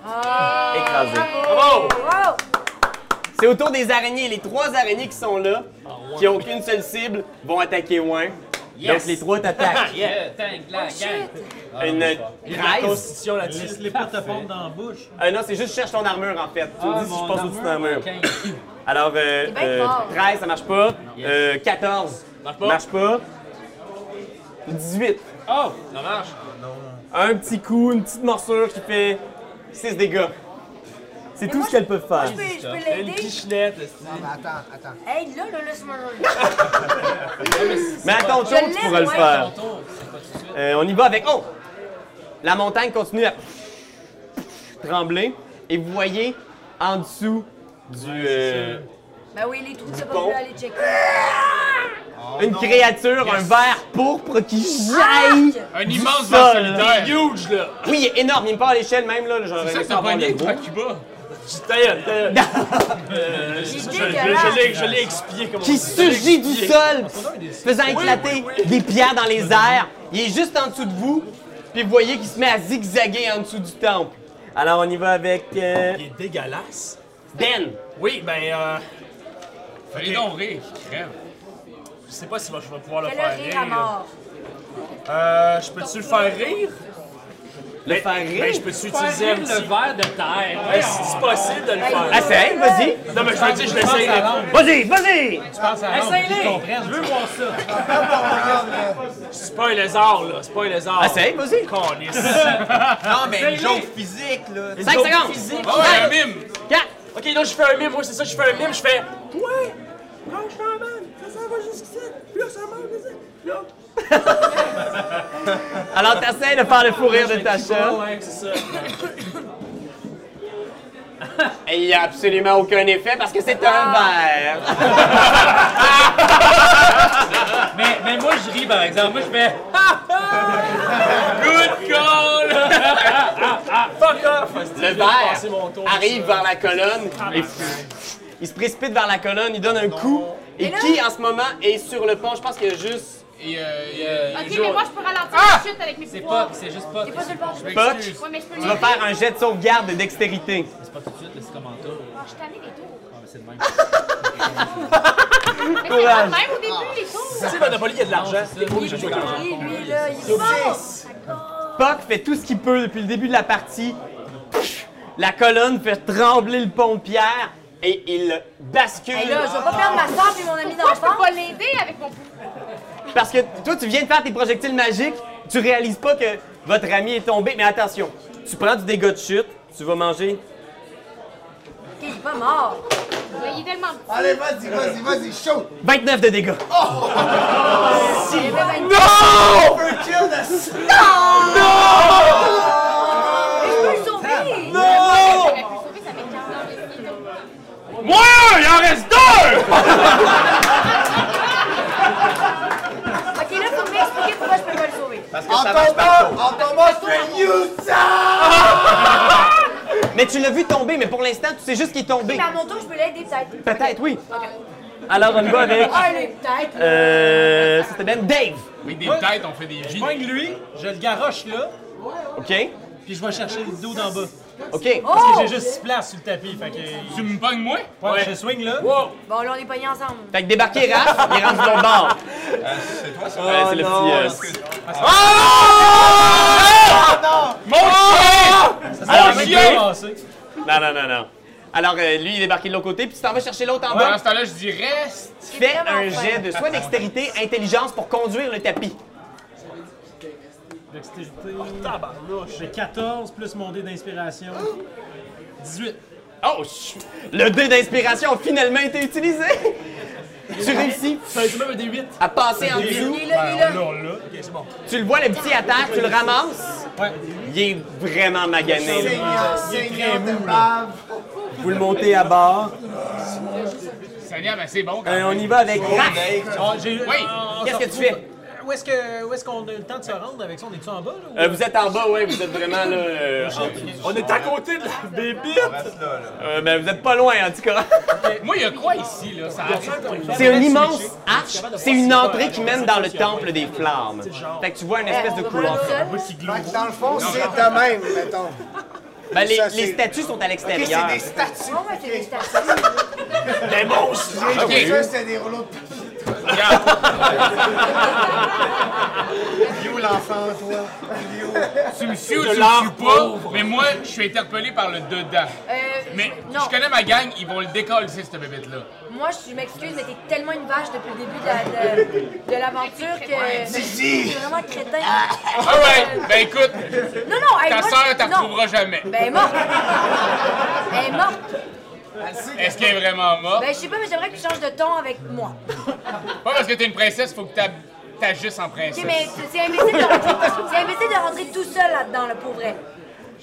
S2: Écrasés.
S5: Ah, Bravo! Wow!
S2: C'est autour des araignées. Les trois araignées qui sont là, qui n'ont qu'une seule cible, vont attaquer Wang. Donc les trois t'attaquent.
S10: Yeah! Tank,
S7: Oh,
S10: la gang!
S2: Une graisse.
S7: Constitution là-dessus.
S1: Laisse les portes te fondre dans la bouche.
S2: Euh, non, c'est juste cherche ton armure en fait. Tu me dis si je passe au-dessus de ton armure. Alors, euh,
S5: bien
S2: euh,
S5: fort.
S2: 13, ça marche pas. Euh, 14, marche pas. 18,
S4: Oh!
S7: Ça marche.
S2: Un petit coup, une petite morsure qui fait 6 dégâts. C'est tout
S5: moi,
S2: ce qu'elles peuvent faire.
S5: Je peux, je peux
S7: Une
S5: l'aider?
S7: pichenette, esti.
S6: Non, mais attends, attends.
S5: Hey, là, là, laisse-moi
S2: Mais à ton tour,
S5: Je
S2: tu
S5: l'ai,
S2: pourras le
S5: ouais.
S2: faire. Euh, on y va avec. Oh! La montagne continue à trembler. Et vous voyez en dessous du. euh,
S5: Ben oui, les trous, t'as pas
S2: Bon.
S5: voulu aller checker.
S4: Oh
S2: une créature, un verre pourpre qui jaillit.
S4: Un
S2: du
S4: immense
S2: sol.
S4: verre solitaire. huge, là.
S2: Oui, il est énorme, il me part à l'échelle même, là. J'aurais
S4: C'est ça
S2: aimé
S4: que t'as
S2: avoir
S4: pogné,
S2: le gros.
S4: toi, Cuba.
S7: Ta gueule, ta gueule.
S5: Il est
S7: Je- Je je
S5: dégueulasse!
S7: l'ai- je l'ai expié comme on
S2: Qui
S7: dit.
S2: surgit du sol, faisant éclater des pierres dans les airs. Il est juste en dessous de vous, puis vous voyez qu'il se met à zigzaguer en dessous du temple. Alors, on y va avec. euh,
S7: Il est dégueulasse.
S2: Ben!
S7: Oui, ben, euh,
S4: Fallait donc rire, je crève.
S7: je sais pas si moi, je vais pouvoir le
S5: Fais-le
S7: faire
S5: rire à
S7: rire.
S5: mort.
S7: Euh, je peux-tu le faire rire?
S2: Le faire rire?
S7: Ben, je peux-tu utiliser un
S10: le
S7: petit...
S10: verre de terre.
S7: Ben, si c'est possible de le faire.
S2: Essaye, ah, vas-y!
S7: Non, mais je veux dire, je l'essayerai pas.
S2: Vas-y, vas-y!
S1: Tu penses à la langue, puis tu comprends.
S10: Je veux voir ça.
S7: C'est pas un lézard, là. C'est pas un lézard.
S2: Essaye, vas-y!
S7: Câlisse.
S8: Non, mais une joke physique, là.
S2: 5
S7: Donc,
S2: secondes!
S7: physique.
S4: Ah ouais, un mime!
S2: 4!
S7: Ok, donc je fais un mime, moi c'est ça, je fais un mime, je fais.
S2: Alors, t'essayes de faire le fou rire de ta chatte.
S7: Ouais, c'est ça.
S2: Et il n'y a absolument aucun effet parce que c'est un verre.
S10: Mais, mais moi, je ris, par exemple. Moi, je fais...
S4: Good call!
S7: Fuck off!
S2: Le verre arrive vers la colonne et pff, il se précipite vers la colonne, il donne un coup. Et
S5: Mais là-
S2: qui en ce moment est sur le pont? Je pense qu'il y a juste
S4: Et euh, et, euh,
S9: Ok,
S4: il joue-
S9: mais moi, je peux ralentir la chute avec mes
S10: C'est
S9: pouvoirs.
S10: pas, c'est juste pas.
S5: T'es pas sur le bord du
S2: Poc.
S9: Ouais, mais je peux
S2: Tu vas
S9: les
S2: faire un jet de sauvegarde de dextérité.
S10: C'est pas tout de suite, mais c'est comme en tour.
S9: Ah, je t'en ai des tours.
S10: Ah, mais c'est le même.
S9: Mais c'est pas le même au début, les tours.
S7: Tu sais, Monopoly, il y a de l'argent.
S5: Oui, lui, là, il fonce!
S2: Puck fait tout ce qu'il peut depuis le début de la partie. Pff, La colonne fait trembler le pont de pierre et il bascule.
S5: Hey, là, je vais pas perdre ma soeur et mon ami
S9: Moi, je peux
S5: d'enfance.
S9: pas l'aider avec mon pouvoir.
S2: Parce que toi, tu viens de faire tes projectiles magiques, tu réalises pas que votre ami est tombé. Mais attention, tu prends du dégât de chute, tu vas manger
S5: Ok, il est pas mort.
S9: Mais Il est tellement petit.
S6: Allez, vas-y, vas-y, vas-y, chaud!
S2: 29 de dégâts.
S5: Il avait 20
S2: Non!
S6: Overkill de ça!
S5: Je peux le sauver!
S9: J'aurais pu le sauver, ça fait 15 ans. mais il est tombé.
S4: Moi, il en reste deux!
S5: Ok, là, faut m'expliquer pourquoi je peux pas le sauver.
S8: Parce que
S6: En
S8: ça marche pas
S6: tombant, en tombant, je fais Utah!
S2: Mais tu l'as vu tomber, mais pour l'instant, tu sais juste qu'il est tombé.
S5: Mais à mon tour, je peux l'aider peut-être.
S2: Peut-être, oui. Alors, on y va avec.
S5: Allez, peut-être.
S2: Euh. C'était même Dave.
S4: Oui, des têtes, on fait des
S1: Je
S4: vies.
S1: pogne lui, je le garoche là,
S2: OK?
S1: puis je vais chercher le dos d'en bas.
S2: OK.
S1: Parce que
S5: Oh!
S1: j'ai juste 6 places sur le tapis, fait que...
S4: Tu me pognes, moi?
S1: Ouais, je swing là.
S5: Bon, là, on est pognés ensemble.
S2: Fait que débarquer Raph, il est rendu de l'autre bord. Ah!
S8: C'est toi, ça? Oh,
S2: Ouais, c'est le petit. euh, Ah!
S4: Mon chien!
S1: Ah,
S4: Mon
S1: j'ai
S4: chien!
S1: passé.
S2: Non, non, non, non. Alors, euh, lui, il est débarqué de l'autre côté, puis tu t'en vas chercher l'autre en bas.
S4: Pendant ce temps-là, je dis reste!
S2: Tu fais
S5: vraiment
S2: un
S5: fin.
S2: jet de soit dextérité, intelligence pour conduire le tapis.
S1: Dextérité. Oh, J'ai 14 plus mon dé d'inspiration. 18.
S2: Oh, chut! Le dé d'inspiration a finalement été utilisé! tu réussis
S7: C'est même un des 8.
S2: à passer en dessous.
S5: Il est là, il est là.
S10: Oh,
S1: Là, là. Ok, c'est bon.
S2: Tu le vois, le petit à terre, tu le ramasses.
S1: Ouais.
S2: Il est vraiment magané. là.
S6: Seigneur, Seigneur de bave!
S2: Vous le montez à bord.
S4: Seigneur, ben c'est bon quand
S2: Euh,
S4: même.
S2: on y va avec Raph.
S1: Ah, j'ai-
S4: Oui.
S1: on
S2: Qu'est-ce
S1: se
S2: que tu
S1: retrouve-
S2: fais?
S1: Où est-ce que- où est-ce qu'on a le temps de se rendre avec ça? On est-tu en bas, là?
S2: Euh, vous êtes en bas, ouais, vous êtes vraiment là. euh, en-
S7: On est à côté de la bébite.
S2: euh, ben, vous êtes pas loin, en tout cas.
S4: Moi, il y a quoi ici, là? Ça arrête pas.
S2: C'est une immense arche, c'est une entrée qui mène dans le temple des flammes. Fait que tu vois une espèce de
S5: On va pas
S2: couloir.
S5: le seul.
S6: Fait que dans le fond, c'est de même, mettons.
S2: Ben, les,
S6: Ça, c'est-
S2: les statues sont à
S6: Ok,
S2: l'extérieur.
S6: c'est des statues.
S5: Bon, ben, c'est des statues.
S6: J'ai trouvé ça, c'était des rouleaux de papier.
S8: Yo, l'enfant, toi. Yo.
S4: Tu me suis ou tu me suis pas, mais moi, je suis interpellé par le dedans.
S5: Euh,
S4: Mais
S5: non.
S4: je connais ma gang, ils vont le décoller, cette bébête-là.
S5: Moi, je m'excuse, mais t'es tellement une vache depuis le début de la- de de l'aventure que.
S8: Zizi!
S5: T'es vraiment crétin.
S4: Ah ouais, ben écoute,
S5: Euh, Non, non, hey,
S4: ta
S5: moi,
S4: sœur, t'as
S5: non.
S4: retrouveras jamais.
S5: Ben, elle est morte. Elle est morte.
S4: Est-ce qu'elle est vraiment morte?
S5: Ben, je sais pas, mais j'aimerais que tu changes de ton avec moi.
S4: Pas parce que t'es une princesse, faut que t'a- t'agisses en princesse.
S5: Ben, Ok, mais c'est- c'est imbécile de rentrer, c'est imbécile de rentrer tout seul là-dedans, là, pour vrai.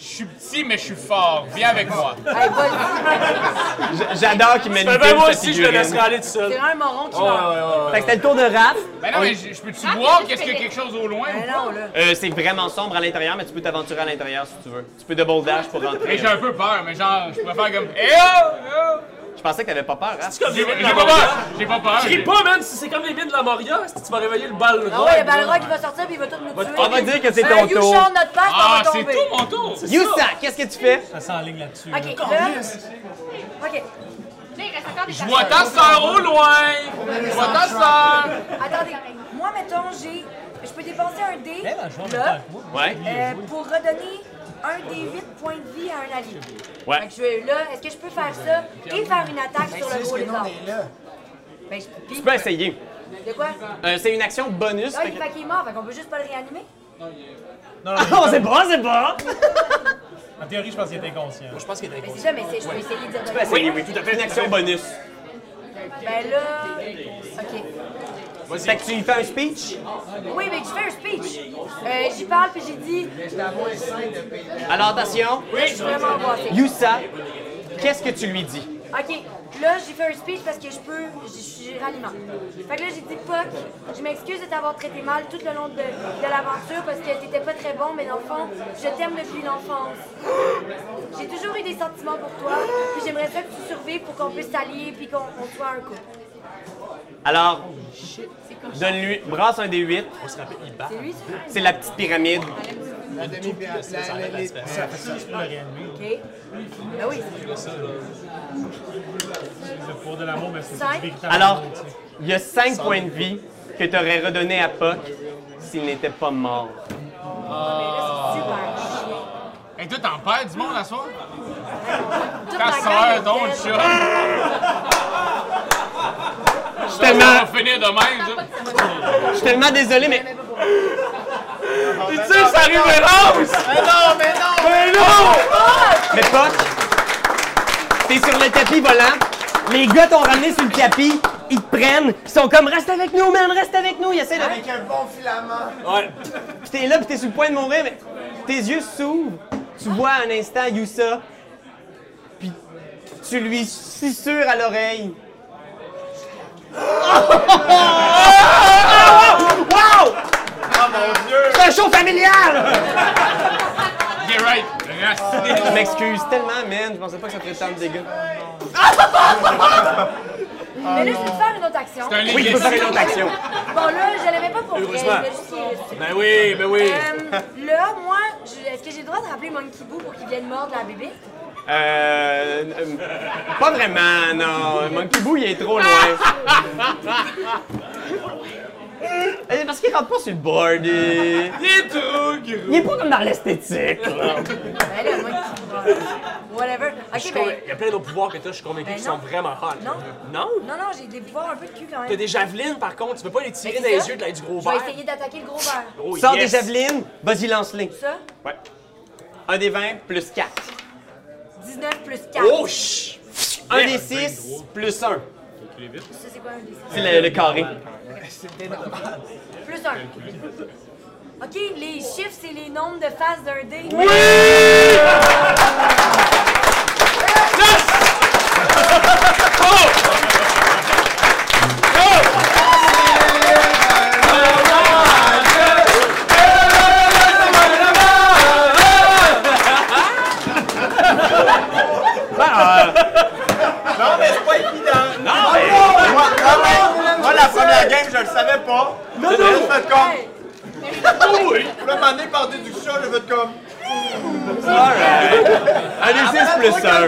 S4: Je suis petit, mais je suis fort. Viens avec moi.
S5: Hey, vas-y.
S2: J'adore qu'il manipule
S10: Ben, moi
S2: sa
S10: aussi, je le
S2: figurine.
S10: laisserai aller tout seul.
S5: C'est vraiment un moron qui meurt.
S2: Fait que c'était le tour de Raph.
S4: Ben non, mais je je peux-tu voir qu'est-ce qu'il y a quelque chose au loin?
S5: Ben non, là.
S2: Euh, c'est vraiment sombre à l'intérieur, mais tu peux t'aventurer à l'intérieur si tu veux. Tu peux double dash pour rentrer.
S4: Hey, j'ai un peu peur, mais genre, je préfère comme. Eh oh! eh
S2: Je pensais que t'avais pas peur, hein. Raph.
S4: oh! J'ai j'ai pas peur! J'ai pas peur!
S10: Crie pas, man, si c'est comme les mines de la Moria, si tu vas réveiller le bal.
S5: Ah ouais, ben le rock, il va sortir puis il va tout nous tuer.
S2: on va dire que c'est ton
S5: Un You
S2: tour.
S5: shall not pass,
S4: Ah,
S5: on va
S4: c'est
S5: tomber.
S4: tout mon tour!
S2: Youssa, qu'est-ce que tu fais?
S1: Ça s'enligne là-dessus. là.
S5: Ok, là. Ok,
S9: Là, il reste encore des
S4: Je vois ta
S9: personnes.
S4: sœur au loin! Je vois ta sœur!
S5: attendez. Moi, mettons, j'ai. Je peux dépenser un dé.
S1: Elle, elle joue en même temps
S5: Là.
S1: que moi.
S2: Ouais.
S5: euh, pour redonner un des 8 points de vie à un allié.
S2: Ouais.
S5: Fait que je vais là, est-ce que je peux faire ça et faire une attaque sur le
S6: C'est
S5: gros
S6: que nous,
S5: lézard?
S6: on est là.
S5: Ben, je pis,
S2: Tu peux essayer.
S5: de quoi?
S2: Euh, c'est une action bonus.
S5: Là,
S2: fait
S5: il
S2: que-
S5: fait qu'il est mort, fait qu'on peut juste pas le réanimer?
S1: Non, non,
S2: on sait Oh, pas, on sait pas!
S1: en théorie, je pense qu'il est inconscient.
S7: Je pense qu'il est
S5: Mais c'est ça, mais c'est- je peux essayer de dire de
S2: Tu peux essayer, oui, tout à fait. Une action bonus.
S5: Ben là. Ok.
S2: Fait que tu lui fais un speech.
S5: Oui, mais tu fais un speech. Euh, J'y parle puis j'ai dit,
S6: Mais j'étais à moins 5 de payer.
S2: Alors, attention.
S5: là, je suis vraiment angoissée.
S2: Youssa, qu'est-ce que tu lui dis?
S5: OK, là, j'ai fait un speech parce que je peux, je suis ralliement. Fait que là, j'ai dit, Poc, je m'excuse de t'avoir traité mal tout le long de, de l'aventure parce que t'étais pas très bon, mais dans le fond, je t'aime depuis l'enfance. J'ai toujours eu des sentiments pour toi, puis j'aimerais ça que tu survives pour qu'on puisse s'allier puis qu'on on soit un couple.
S2: Alors, donne-lui, brasse un des 8.
S5: C'est lui, ça?
S2: C'est la petite pyramide.
S6: La demi
S5: OK. Ben oui,
S1: Pour de l'amour, mais c'est
S5: Cinq.
S1: véritable
S2: Alors,
S1: amour, tu sais.
S2: il y a 5 points de vie que tu aurais redonné à Puck s'il n'était pas mort.
S5: super chien.
S4: Hey, toi, t'en perds du monde à soir?
S5: Toute
S4: Ta
S5: ma gang est
S4: sœur, ton
S5: belle.
S4: chat!
S2: Je suis
S4: On
S2: tellement,
S4: va finir de même, ça.
S2: je suis tellement désolé, mais.
S10: Tu sais, ça arrive rose! Mais non, mais non! Mais non!
S2: Mais Puck, t'es sur le tapis volant. Les gars t'ont ramené sur le tapis. Ils te prennent. Ils sont comme, reste avec nous, man, reste avec nous. Ils essaient de.
S6: Avec un bon filament.
S2: Puis t'es là, puis t'es sur le point de mourir, mais tes yeux s'ouvrent. Tu vois un instant Youssa, puis tu lui susurres à l'oreille. Wow!
S8: Oh mon dieu!
S2: C'est un show familial!
S4: You're right! Raciste!
S2: Je m'excuse tellement, man. Je pensais pas que ça ferait tant de dégâts.
S5: Mais là, je peux faire une autre action.
S4: C'est un
S2: Oui, tu peux faire une autre action.
S5: Bon, là, je l'avais pas pour vrai.
S7: Heureusement.
S5: je l'ai juste illustré.
S7: Ben oui, ben oui.
S5: Euh, là, moi, je- est-ce que j'ai le droit de rappeler Monkey Boo pour qu'il vienne mordre la bébé?
S2: Euh, euh, Pas vraiment, non. Monkey Boo, il est trop loin. Euh, Parce qu'il rentre pas sur le board. Il,
S4: Il est trop gros!
S2: il est pas comme dans l'esthétique. là.
S5: Ben là, Monkey Boo. euh, Whatever.
S7: Je
S5: Ok,
S7: suis
S5: ben.
S7: convain- Il y a plein d'autres pouvoirs que toi, je suis convaincu
S5: Ben
S7: qu'ils
S5: non.
S7: sont vraiment hot.
S5: Non.
S7: Non?
S5: Non, non, j'ai des pouvoirs un peu de cul quand même.
S7: T'as des javelines, par contre, tu peux pas les tirer
S5: Ben,
S7: dans
S5: c'est
S7: les
S5: ça.
S7: yeux de la- du gros
S5: Je vais
S7: verre.
S5: essayer d'attaquer le gros verre.
S7: Oh,
S2: Sors
S7: yes.
S2: des javelines, vas-y, lance-les.
S5: Ça,
S2: Ouais. Un des 20 plus 4.
S5: 19 plus 4.
S7: Oh, shh!
S2: Un des 6 plus 1.
S5: Ça, c'est quoi un des six?
S2: C'est le, le carré.
S5: Plus 1. Ok, les chiffres, c'est les nombres de faces d'un dé.
S8: Non, mais c'est pas évident. Non, mais... Moi, quand même, moi, la première game, je le savais pas. Non, non. Je vais être comme...
S5: Hey,
S8: Là, m'en est par déduction, je vais être comme...
S2: Un des 6 plus 1.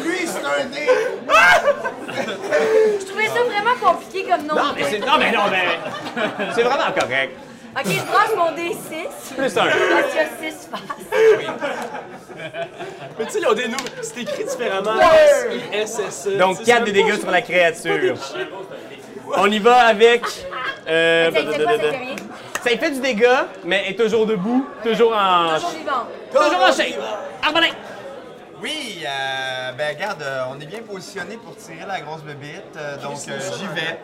S6: Lui, c'est un dé.
S5: je trouvais ça comme nom.
S2: Non, mais c'est. Non, mais non, mais. C'est vraiment correct.
S5: Ok, je brasse mon D6.
S2: Plus un.
S5: Parce qu'il y a 6 faces.
S11: Mais tu sais, ils ont des noms. C'est écrit différemment.
S7: E,
S11: S-I-S-S.
S2: Donc 4 de dégâts sur la créature. On y va avec. euh,
S5: Ça fait quoi, ça fait rien?
S2: Ça y fait du dégât, mais elle est toujours debout, toujours en.
S5: Toujours vivant.
S2: Toujours en shape. Arbalin!
S8: Oui, euh, ben regarde, euh, on est bien positionné pour tirer la grosse bébite, euh, donc euh, j'y vais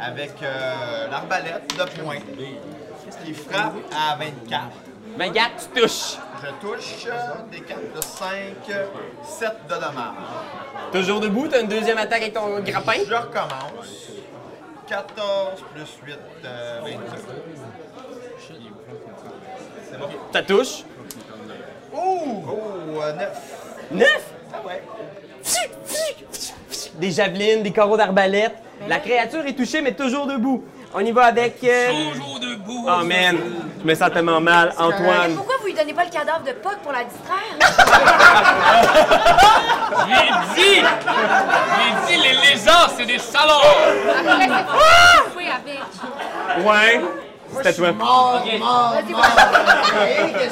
S8: avec euh, l'arbalète de poing. qui frappe à 24.
S2: 24, Ben, tu touches.
S8: Je touche euh, des cartes de 5, 7 de dommage.
S2: Toujours debout, t'as une deuxième attaque avec ton grappin.
S8: Je recommence. 14 plus 8, euh, 22. C'est bon.
S2: Ta touche.
S8: Oh, euh, 9.
S2: Neuf!
S8: Ah ouais.
S2: Des javelines, des carreaux d'arbalète.
S5: Ben
S2: La créature est touchée, mais toujours debout. On y va avec. euh,
S4: Toujours debout.
S2: Oh man, je me sens tellement mal,
S5: Mais
S2: Antoine.
S5: pourquoi vous lui donnez pas le cadavre de Puck pour la distraire?
S4: J'ai dit! J'ai dit, les lézards, c'est des salons!
S9: Après, c'est faut jouer avec.
S2: Ouais, c'était toi.
S5: Vas-y, vas-y.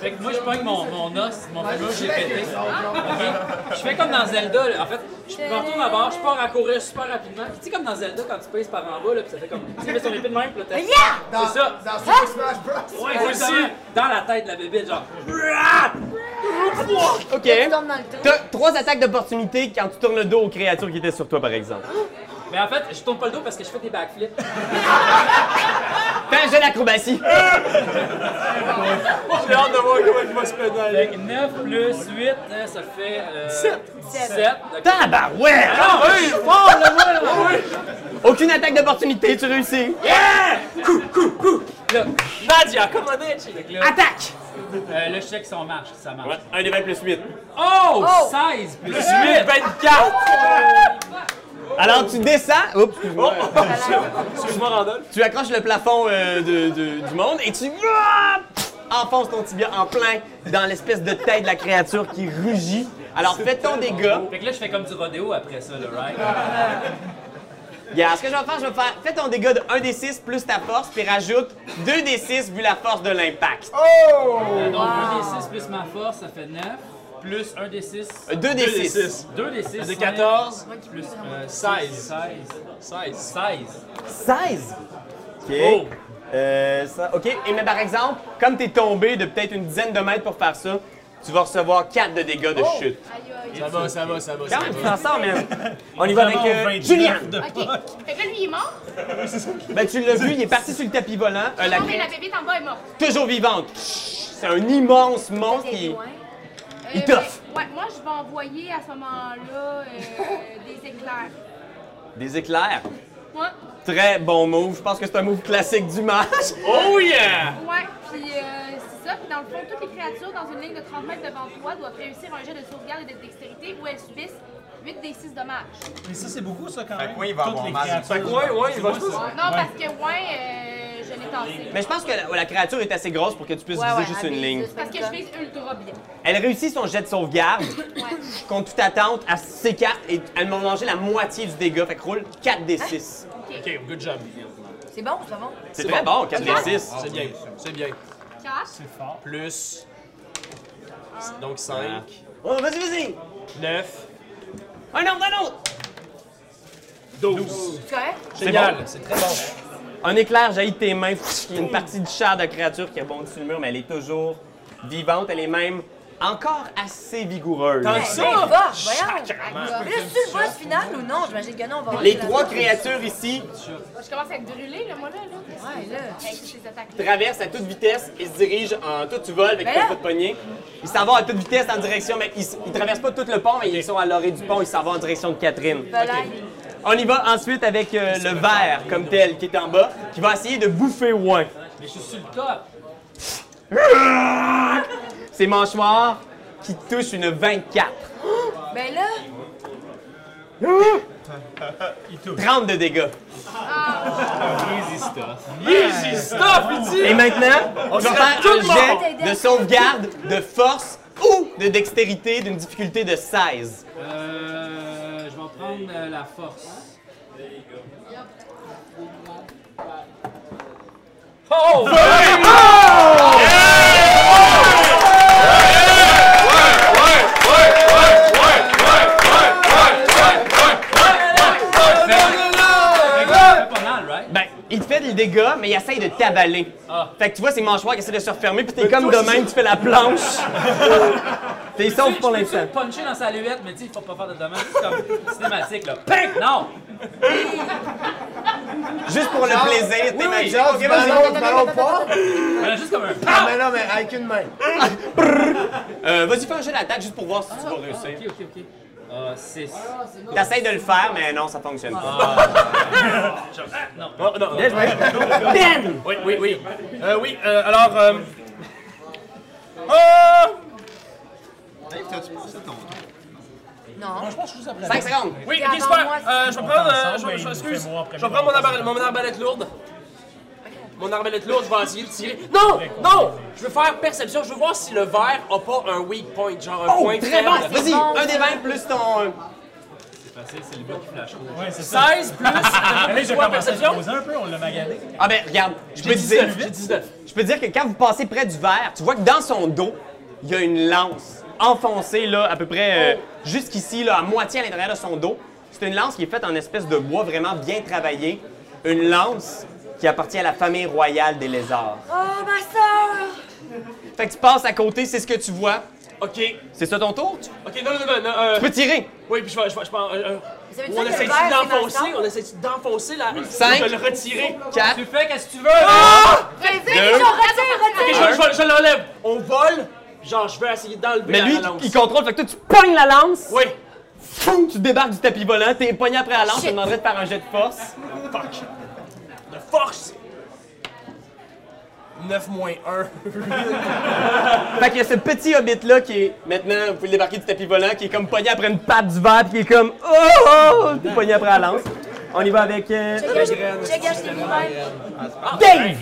S10: Fait que moi, je pogne mon, mon os, mon fémur, j'ai pété. Je fais comme dans Zelda, là. en fait, je me retourne à bord, je pars à courir super rapidement. Puis tu sais, comme dans Zelda, quand tu pèses par en bas, là, puis ça fait comme. Tu mets son épée de même, puis là, t'as-
S6: Dans,
S10: C'est ça.
S6: Dans Super Smash Bros.
S10: Ouais, aussi, dans la tête de la bébé, genre.
S2: Ok.
S5: Tu tombes dans le trou.
S2: T'as trois attaques d'opportunité quand tu tournes le dos aux créatures qui étaient sur toi, par exemple.
S10: Mais en fait, je tourne pas le dos parce que je fais des backflips.
S2: Fais un jeu d'acrobatie.
S11: J'ai hâte de voir comment il va se pédaler.
S10: Fait que 9 plus 8, hein, ça fait. Euh, 17. 17. d'accord.
S2: Tabarouette!
S10: Ah oui! fort, là, moi, là.
S2: Aucune attaque d'opportunité, tu réussis.
S10: Là,
S11: Nadia, Comaneci.
S10: fait que là,
S2: Attaque!
S10: euh, là, je check si on marche, si ça marche.
S2: Un des 20 plus 8.
S10: Oh,
S5: Oh!
S10: 16 plus 8!
S11: 24!
S2: Alors tu descends. Oups, excuse-moi.
S10: Oh.
S11: Excuse-moi, Randolph.
S2: Tu accroches le plafond euh, de- de- du monde et tu Ah! enfonces ton tibia en plein dans l'espèce de tête de la créature qui rugit. Alors fais ton dégât.
S10: Fait que là, je fais comme du rodéo après ça, le right?
S2: Regarde, ce que je vais faire, je vais faire. Fais ton dégât de 1d6 plus ta force, puis rajoute 2d6 vu la force de l'impact.
S10: Euh, Donc, 1d6 plus ma force, ça fait 9. Plus 1d6.
S2: 2d6.
S10: 2d6.
S11: De
S10: cinq,
S11: 14,
S10: Plus euh,
S11: 16.
S10: 16.
S11: 16.
S10: 16.
S2: 16! Ok.
S10: Oh.
S2: Euh, ça- ok, et mais par exemple, comme t'es tombé de peut-être une dizaine de mètres pour faire ça, tu vas recevoir 4 de dégâts
S11: Oh.
S2: de chute.
S9: Aïe, aïe.
S11: Ça va, ça va, ça va. ça
S2: Quand même,
S11: va.
S2: tu t'en sors, man. On y va avec euh, Julien.
S9: OK. Fait que là, lui, il est mort.
S2: Ben, tu l'as vu, il est parti sur le tapis volant. Euh, la
S9: Non, mais la
S2: crête,
S9: bébé en bas est morte.
S2: toujours vivante. C'est un immense monstre
S5: C'est
S2: qui.
S5: loin.
S9: Euh,
S2: Il
S9: ben,
S2: t'offre.
S9: Ouais, moi, je vais envoyer à ce moment-là euh, des éclairs.
S2: Des éclairs.
S9: Moi,
S2: Très bon move. Je pense que c'est un move classique du match.
S11: Oh yeah!
S9: ouais, puis euh, c'est ça. Puis dans le fond, toutes les créatures dans une ligne de 30 mètres devant toi doivent réussir un jet de sauvegarde et de dextérité où elles subissent 8 des 6 dommages.
S1: Mais ça, c'est beaucoup, ça, quand
S8: Fait
S1: même.
S8: que oui, il va
S1: Toutes
S8: avoir
S1: les
S8: mal.
S1: créatures.
S11: Fait que ouais, ouais, il va se
S9: Non, parce que, ouais, euh, je l'ai tassé.
S2: Mais je pense que la, la créature est assez grosse pour que tu puisses
S5: Ouais,
S2: viser
S5: ouais,
S2: juste
S5: elle
S2: une
S5: vise
S2: ligne.
S5: juste
S9: Parce
S5: comme
S9: que
S5: ça.
S9: je fais ultra bien.
S2: Elle réussit son jet de sauvegarde. Contre toute attente, elle s'écarte et elle m'a mangé la moitié du dégât. Fait que roule 4 des 6.
S11: Ok, good job.
S5: C'est bon, c'est bon.
S2: C'est très bon, 4 des 6.
S11: C'est bien, c'est bien.
S9: 4.
S11: Plus. Donc 5,
S2: Oh, vas-y, vas-y!
S11: 9,
S2: Un autre, un autre!
S11: 12.
S5: C'est correct?
S11: Génial, c'est très bon.
S2: Un éclair jaillit de tes mains. Il y a une partie du char de créature qui rebondit sur le mur, mais elle est toujours vivante. Elle est même encore assez vigoureuse.
S11: Tant que
S5: Ben,
S11: ça,
S5: va, voyons. Mais Là, c'est le boss final ou non? J'imagine que non, on va
S2: Les
S5: rentrer là-dedans.
S2: trois créatures ici
S9: Je commence à être brûlée, là, moi, là. là.
S5: Ouais, là.
S9: Avec ces attaques-là.
S2: traversent à toute vitesse et se dirigent en tout vol avec
S5: Ben là-
S2: un coup de poignet. Ils s'en vont à toute vitesse en direction, mais ils, s- ils traversent pas tout le pont, mais ils sont à l'orée du pont. Ils s'en vont en direction de Catherine.
S5: Voilà.
S2: On y va ensuite avec euh, le verre comme tel qui est en bas, qui va essayer de bouffer Ouin.
S10: Mais je suis sur le top.
S2: Ses mâchoires qui touchent une 24.
S5: Ben là,
S2: 30 de dégâts.
S11: easy stuff, il dit!
S2: Et maintenant, on va faire
S11: tout
S2: un
S5: le monde.
S2: jet de sauvegarde de force ou de dextérité d'une difficulté de 16.
S10: Euh, je vais prendre euh, la force. Oh!
S2: Ben, il te fait des dégâts, mais il essaye de t'avaler.
S10: Ah.
S2: Fait que tu vois ses mâchoires qui essaient de se refermer, puis t'es comme de même, tu fais la planche. t'es sauf pour
S10: Je
S2: l'instant.
S10: peux puncher dans sa luette, mais tu sais, il faut pas faire de dommage. C'est comme cinématique, là. Ping! Non!
S2: Juste pour le plaisir, t'es
S10: oui.
S2: magique.
S6: Genre,
S2: Ok,
S6: du
S2: vas-y.
S6: ballon, du ballon pas.
S10: Voilà, juste comme un.
S6: Ah, mais non, mais avec une main.
S2: Euh, vas-y, fais un jeu d'attaque juste pour voir si tu vas réussir.
S10: Ah. Ok, ok, ok. Ah, 6.
S2: T'essayes de le faire, mais non, ça fonctionne pas.
S11: Oh, non, non.
S2: Bien joué. Ben!
S11: Oui, oui, oui. Euh, oui, euh, alors. Euh... Oh!
S8: Dave, t'as-tu passé ton tour?
S5: Non.
S2: 5 secondes.
S11: Oui,
S5: Puis
S11: ok,
S5: avant
S11: super.
S5: moi, si
S11: Euh, je vais prendre. euh,
S1: ensemble,
S11: je vais-
S1: il
S11: je
S1: nous
S11: vais-
S1: fait
S11: excuse.
S1: moi après
S11: Je vais prendre mon, arba- mon arbalète lourde.
S10: Mon arbalète lourde, je vais essayer de tirer. Non! Non! Je veux faire perception, je veux voir si le verre a pas un weak point, genre
S7: Oh,
S10: un point
S2: Oh, Très bon.
S10: faible.
S2: Vas-y,
S5: bon.
S2: un des 20 plus ton. euh,
S1: Ouais, c'est ça.
S10: 16 plus.
S1: Allez, j'ai
S10: Toi,
S1: commencé à se
S10: perception?
S1: poser un peu, on l'a magané.
S2: Ah ben regarde, je peux te dire,
S10: 19, j'ai 19.
S2: je peux te dire que quand vous passez près du verre, tu vois que dans son dos, il y a une lance enfoncée là, à peu près euh, jusqu'ici là, à moitié à l'intérieur de son dos. C'est une lance qui est faite en espèce de bois vraiment bien travaillé, une lance qui appartient à la famille royale des lézards.
S5: Oh, ma soeur!
S2: Fait que tu passes à côté, c'est ce que tu vois.
S11: Ok.
S2: C'est ça ton tour Tu
S11: Ok, non, non, non. non euh,
S2: tu peux tirer.
S11: oui, puis je vais. Je vais, je vais euh, euh,
S5: Ça veut dire
S11: on
S5: que le
S11: essaie
S5: verre, c'est dans le
S11: d'enfoncer,
S5: sang?
S11: on essaie d'enfoncer la.
S2: Cinq. Ah!
S11: Je vais le retirer.
S2: 4
S10: Tu fais qu'est-ce que tu veux, là?
S5: Vas-y, on retire,
S11: Ah! Ok, je,
S5: retire!
S11: je, je, l'enlève. On vole. Genre, je veux essayer d'enlever
S2: Mais
S11: la
S2: lui,
S11: la lance.
S2: il contrôle, fait que toi, tu pognes la lance,
S11: Oui.
S2: fou, tu débarques du tapis volant, t'es pogné après la lance, je te
S5: Shit.
S2: demanderais de faire un jet de force.
S11: De force.
S7: 9 moins 1.
S2: Fait qu'il y a ce petit hobbit là qui est maintenant, vous pouvez le débarquer du tapis volant, qui est comme pogné après une patte du verre, puis qui est comme oh, oh t'es pogné après la lance. On y va avec euh,
S5: J'ai gâché les même
S2: Dave.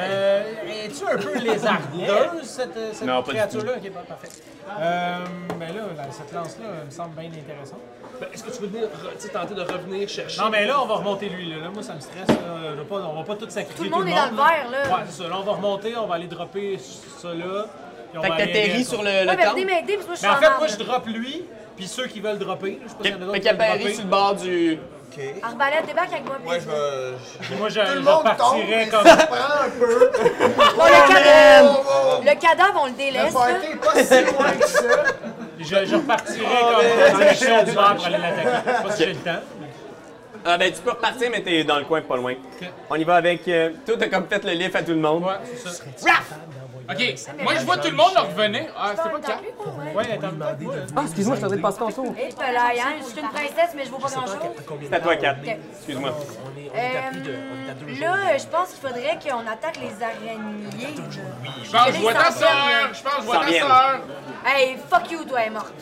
S1: Euh, Es-tu un peu lézardeuse, cette, euh, cette
S2: Non, pas du
S1: créature-là? Ok, bon, parfait. Euh, ben là, là, cette lance-là elle me semble bien intéressante.
S11: Ben, Est-ce que tu veux venir re- tu sais, tenter de revenir chercher?
S1: Non, mais là, on va remonter lui. Là, Là, moi, ça me stresse. Là. Je veux pas- on va pas tout sacrifier.
S5: Tout le monde est dans le vert, là.
S1: Ouais, c'est ça. Là, on va remonter, on va aller dropper ça là. puis on
S2: Fait
S1: va
S2: que
S1: aller
S2: t'atterris
S1: aider à
S2: sur
S1: ça.
S2: le,
S5: Ouais,
S2: le
S5: mais
S2: temple.
S5: venez m'aider, parce que moi, je suis
S1: Mais en
S5: en
S1: fait, moi,
S5: marbre.
S1: je drop lui, puis ceux qui veulent dropper. Je sais pas s'il y en a d'autres
S2: Fait
S1: qui
S2: qu'il
S1: veulent
S2: apparaît sur
S1: dropper.
S2: le bord du.
S8: Ok.
S5: Arbalète, débarque avec moi.
S8: Moi, je vais.
S1: Puis moi,
S8: Tout
S1: je,
S8: le
S1: je
S8: monde tombe,
S1: repartirais
S8: mais
S1: comme.
S8: ça Ah, prend un peu.
S5: Bon, le cadavre,
S8: Oh, oh.
S5: le cadavre, on le
S8: Le
S5: délaisse, là.
S8: party est pas si loin que ça.
S1: Je, je repartirais comme en direction du bar pour aller l'attaquer. Je sais pas si j'ai le temps.
S2: Ah ben tu peux repartir, mais t'es dans le coin, pas loin. On y va avec. euh, toi, t'as comme fait le lift à tout le monde.
S4: Ok, moi je vois tout le monde revenir. Ah, c'est pas le
S5: T'as
S4: cas.
S5: plus, quoi, ouais?
S1: Ouais, attends, moi, là.
S2: Ah, excuse-moi, je t'en ai passé ton saut.
S5: Eh, ben là, hein, je suis une princesse, mais je vaux pas grand-chose.
S2: C'est à toi, 4. Excuse-moi.
S5: Euh, là, je pense qu'il faudrait qu'on attaque les araignées.
S4: Je pense que je vois ta sœur. Je pense que je vois ta sœur.
S5: Hey, fuck you, toi, elle est morte.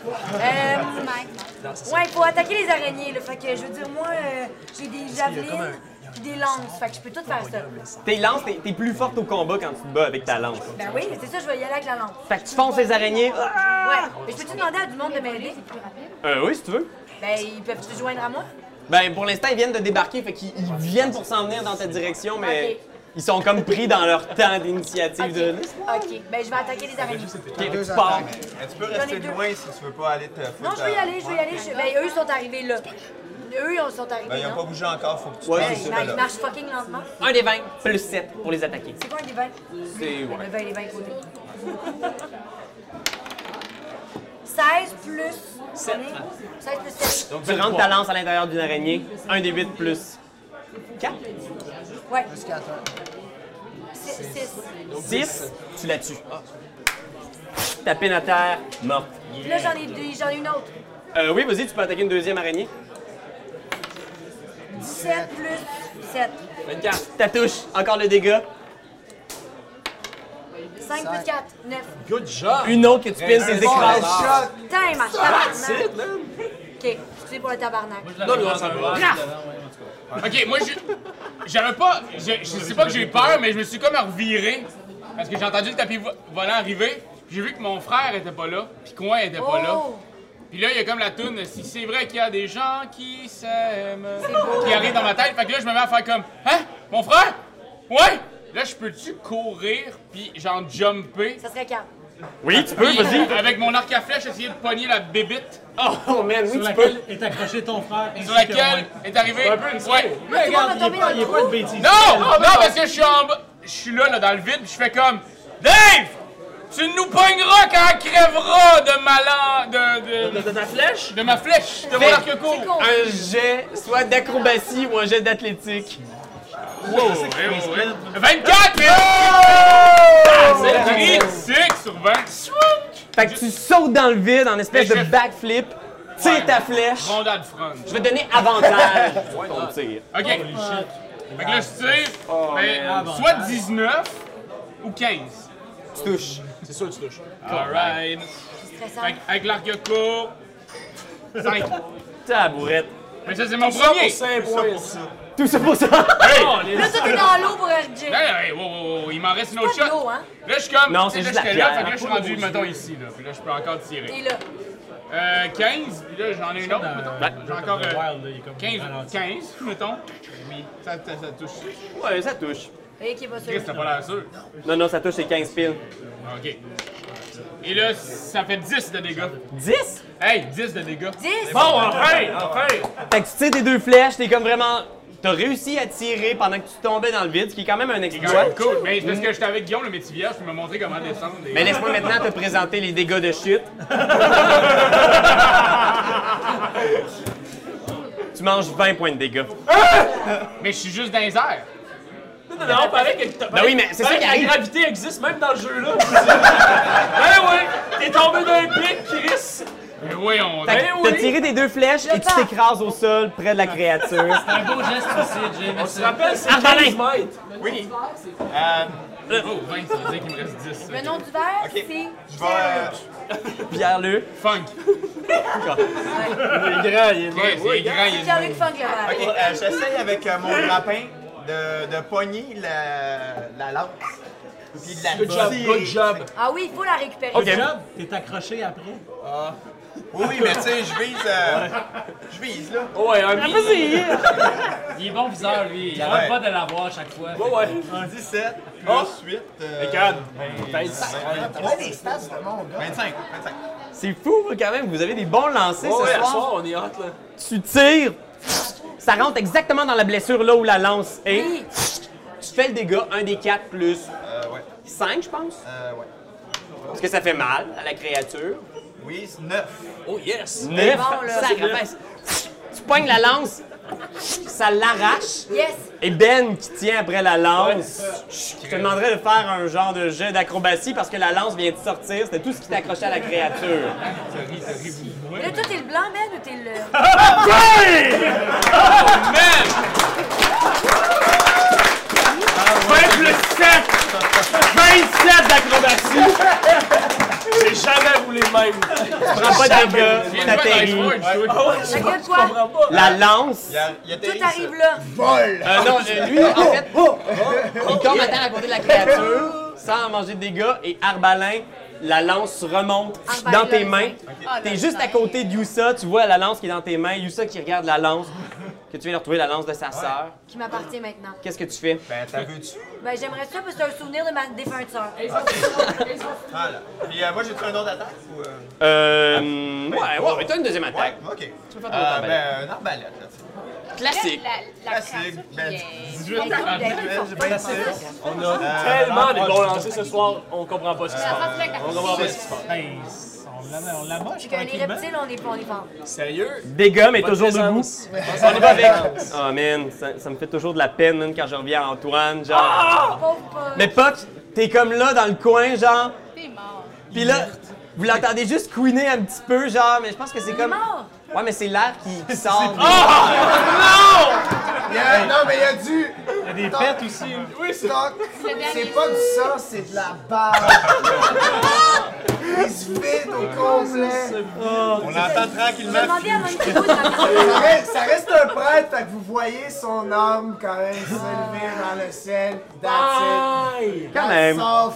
S5: Euh, ouais, faut attaquer les araignées, là. Fait que, je veux dire, moi, euh, j'ai des javelines pis des lances. Fait que je peux tout faire ça.
S2: Tes lances, t'es t'es plus forte au combat quand tu te bats avec ta lance.
S5: Ben oui, c'est ça, je vais y aller avec la lance.
S2: Fait que tu fonces les araignées. Ah!
S5: Ouais, mais je peux-tu demander à du monde de m'aider?
S2: Euh, oui, si tu veux.
S5: Ben, ils peuvent se joindre à moi?
S2: Ben, pour l'instant, ils viennent de débarquer, fait qu'ils ils viennent pour s'en venir dans ta direction, mais
S5: Ok.
S2: ils sont comme pris dans leur temps d'initiative de.
S5: Ok, ben, je vais attaquer les araignées.
S2: Ok, fait que tu pars.
S8: Mais Tu peux rester
S5: ai deux.
S8: loin si tu veux pas aller te foutre.
S5: Non, je vais y
S8: à-
S5: aller, je vais y aller. je- Ben, eux, ils sont arrivés là. Eux, ils sont arrivés.
S8: Ben, ils ont
S5: non?
S8: pas bougé encore, faut que tu
S2: Ouais,
S8: passes
S5: Ben,
S8: ce
S5: ils mar-
S8: là
S5: ils marchent fucking lentement.
S2: Un des 20 plus 7 pour les attaquer.
S5: C'est quoi un des 20?
S2: C'est.
S5: Le
S2: Ouais.
S5: 20, les 20 côtés. 16 plus. 7. 16 plus 7.
S2: Tu rentres ta lance à l'intérieur d'une araignée. Un des 8 plus 4.
S5: Ouais. 6.
S2: 6. Tu la tues. Ta pine à terre, morte.
S5: Là, j'en ai, deux- j'en ai une autre.
S2: Euh, oui, vas-y, tu peux attaquer une deuxième araignée.
S5: 17 plus 7.
S10: 24.
S2: Ta touche, encore le dégât.
S5: 5 plus 4, 9.
S7: Good job.
S2: Une autre que tu pines, ses
S8: Ah.
S2: écrases.
S5: Putain, ma tabarnak! Ok, je suis pour le tabarnak.
S10: Non, non, ça va.
S4: Ok, moi je. J'avais pas. Je, je sais pas que j'ai eu peur, mais je me suis comme reviré. Parce que j'ai entendu le tapis vo- volant arriver. puis J'ai vu que mon frère était pas là. Puis que moi était pas là.
S5: Oh!
S4: Puis là, il y a comme la toune, si c'est vrai qu'il y a des gens qui s'aiment, qui arrive dans ma tête. Fait que là, je me mets à faire comme, hein, mon frère? Ouais! Là, je je peux-tu courir puis genre jumper?
S5: Ça serait calme.
S2: Oui, tu peux, vas-y.
S4: Avec mon arc à flèche, essayer de pogner la bébite.
S2: Oh man, oui,
S1: Sur laquelle est accroché ton frère. ainsi
S4: Sur
S1: que
S4: laquelle
S1: moi.
S4: est arrivé.
S1: C'est un peu risqué.
S4: Ouais.
S1: Mais
S5: Tout le monde
S1: regarde,
S5: va
S1: il
S5: tomber
S1: est pas-
S5: dans
S1: il
S5: le
S1: est pas de
S5: trou.
S1: bêtises.
S4: Non! Non, parce que je suis en bas. Je suis là, là, dans le vide, puis je fais comme. Dave! Tu nous pogneras quand elle crèvera de ma lan- De, de,
S10: De ta flèche?
S4: de ma flèche, de mon
S2: Fait-
S4: arc court.
S5: con.
S2: Un jet, soit d'acrobatie ou un jet d'athlétique.
S4: Wow, eh, oh, ouais. 24! Ah, C'est critique sur 20.
S2: Fait que tu sautes dans le vide en espèce
S4: Mais
S2: de
S4: je-
S2: backflip, tires ta flèche.
S4: Rondade front.
S2: Je vais te donner avantage sur ton tir.
S4: OK. Fait que là, je tire. ben, soit 19 ou 15.
S2: Tu touches.
S7: C'est sûr que tu touches.
S4: Alright.
S5: C'est stressant.
S4: Fait que avec l'arc de court. 5.
S2: Tabourette.
S4: Mais ça, c'est mon premier.
S2: Tout ça pour ça.
S4: Hey!
S5: Là, tout est dans l'eau pour RJ.
S4: Hey, hey, wow, wow, wow, il m'en reste une autre
S5: Pas de l'eau,
S4: shot.
S5: hein?
S4: Là, je suis comme.
S2: Non, c'est
S4: là,
S2: juste la
S4: j'étais
S2: pierre.
S4: là, fait que là, je suis rendu, mettons, ici, là. Puis là, je peux encore tirer.
S5: Et là,
S4: Euh, 15, puis là, j'en ai une autre, mettons. J'ai encore. euh,
S1: Wild, là, il est comme
S4: 15,
S1: ralenti.
S4: 15, mettons. Oui. Ça, ça, ça touche.
S2: Ouais, ça touche.
S5: et qui va se
S4: Chris, t'as pas l'air sûr.
S2: Non, non, ça touche, c'est 15 piles.
S4: Ok. Et là, ça fait 10 de dégâts.
S2: 10?
S4: Hey, 10 de dégâts.
S5: 10!
S11: Oh,
S4: enfin! Enfin!
S2: Fait que tu tires tes deux flèches, t'es comme vraiment. T'as réussi à tirer pendant que tu tombais dans le vide, ce qui est quand même un
S4: C'est quand même
S2: exploit.
S4: cool. Mais c'est parce que j'étais avec Guillaume, le métier vierge, puis il m'a montré comment descendre. Et-
S2: Mais laisse-moi maintenant te présenter les dégâts de chute. tu manges 20 points de dégâts.
S4: Mais je suis juste dans les airs.
S10: Non, non, non, paraît que.
S2: Ben oui, mais c'est ça
S10: paraît
S2: qui
S10: que
S2: arrive.
S10: La gravité existe même dans le jeu, là. ben oui, t'es tombé d'un pic, Chris.
S4: Mais oui, on.
S2: Fait
S10: Ben
S2: que t'as
S10: oui.
S2: tiré tes deux flèches et tu
S5: pars.
S2: t'écrases au sol près de la créature.
S1: Un beau geste aussi, Jay. merci.
S10: Tu te rappelles, c'est
S2: Arbalin.
S10: 15 mètres.
S8: Oui.
S4: Oh, 20, ça veut dire qu'il me reste 10.
S5: Le nom du verre,
S8: Ok.
S5: c'est.
S8: Je vais. euh,
S2: Pierre-Luc.
S4: Funk.
S7: Grand, il est
S4: Chris, il est grand, il
S5: C'est
S4: est
S5: Jean-Luc Funk, le verre.
S8: Ok, euh, j'essaye avec euh, mon grappin de, de pogner la, la lance. Puis de la
S7: Good job,
S8: tirer.
S7: good job.
S5: Ah oui, il faut la récupérer.
S2: Ok.
S1: Job, t'es accroché après.
S8: Oui, oui, mais tu sais, je vise. euh, je vise, là.
S10: Oh, ouais, un
S2: Ah,
S10: mi-
S11: Il est bon viseur, lui. Il arrête pas de l'avoir chaque fois.
S10: Ouais, ouais.
S8: 17 plus 8. Euh,
S7: Regarde.
S11: Ben,
S8: 25.
S6: Ouais, les stats de mon gars.
S8: 25. 25.
S2: C'est fou hein, quand même, vous avez des bons
S10: Ouais,
S2: lancers ce
S10: Oh, ouais, à
S2: soir.
S10: soir, on est hot, là.
S2: Tu tires, ça rentre exactement dans la blessure là où la lance est.
S5: Oui.
S2: Tu fais le dégât 1 des 4 plus
S8: Euh, ouais.
S2: 5, je pense.
S8: Euh, ouais.
S2: Parce que ça fait mal à la créature.
S8: Oui, c'est 9.
S10: Oh, yes.
S2: Neuf.
S5: bon, là.
S2: Sacreface. Tu poignes la lance, ça l'arrache.
S5: Yes!
S2: Et Ben qui tient après la lance, je te demanderais de faire un genre de jet d'acrobatie parce que la lance vient de sortir. C'était tout ce qui t'accrochait à la créature.
S5: Là, toi, t'es le blanc, Ben, ou t'es le.
S4: Man! 20 plus 7!
S2: 27 d'acrobatie!
S7: J'ai jamais roulé de même.
S2: Prends pas de
S4: Je
S2: dégâts,
S4: viens de faire dans les
S2: t'atterris.
S4: Swords,
S10: Ah
S4: je suis-
S5: Fait que quoi?
S2: La lance.
S8: Ben, Il y a
S5: Tout arrive là.
S1: Ah
S2: Euh, non, euh, lui, en fait, il tombe à terre à côté de la créature sans en manger de dégâts et Arbalin, la lance remonte
S5: Arbalin,
S2: dans tes
S5: là,
S2: mains.
S3: Ah,
S2: T'es
S3: le
S2: juste à
S3: sein.
S2: côté d'Yusa, tu vois la lance qui est dans tes mains, Yusa qui regarde la lance, que tu viens de retrouver la lance de sa sœur.
S5: Qui m'appartient maintenant.
S2: Qu'est-ce que tu fais?
S8: Ben, t'as vu-tu?
S5: Ben, j'aimerais ça parce que c'est un souvenir de ma défunte sœur.
S8: Voilà. Puis euh, moi, j'ai-tu un autre attaque ou. euh,
S2: Euh. Ouais, ouais, mais t'as une deuxième attaque.
S8: Ouais, ok. Tu
S2: peux faire ton autre arbalète.
S8: Ben, un arbalète, là, tu sais.
S2: Classique.
S9: La, la, la
S8: Classique.
S9: créature qui
S8: Ben,
S9: est...
S8: 18. Ben, j'ai pas assez.
S7: On a tellement des bons lancers ce soir, on comprend pas ce qui se
S9: La
S7: passe.
S9: face de la
S7: On comprend pas ce qui se passe.
S1: Ben, c'est- on la- on la moche
S5: Parce que les
S1: tranquillement.
S5: reptiles, on est, on est fort.
S7: Sérieux?
S2: Dégâts, mais toujours debout.
S7: présence.
S2: On est pas avec. Oh man, ça, ça me fait toujours de la peine, même quand je reviens à Antoine, genre.
S5: Pauvre pas.
S2: Mais Puck, t'es comme là dans le coin, genre.
S9: T'es mort.
S2: Puis là, vous l'entendez juste couiner un petit peu, genre, mais je pense que c'est comme.
S5: mort.
S2: Ouais, mais c'est l'air qui, qui sort.
S6: Il y a- non, mais il y a du.
S1: Il y a des pets aussi.
S6: Toc.
S9: dernier
S6: C'est pas du sang, c'est de la barre. maîtrise vide au complet.
S8: On l'entend tranquillement.
S5: Demandez à Monkey Wood
S6: ça, reste, ça reste un prêtre, fait que vous voyez son âme quand même s'élever dans le ciel. That's it.
S2: Quand même.
S6: That's all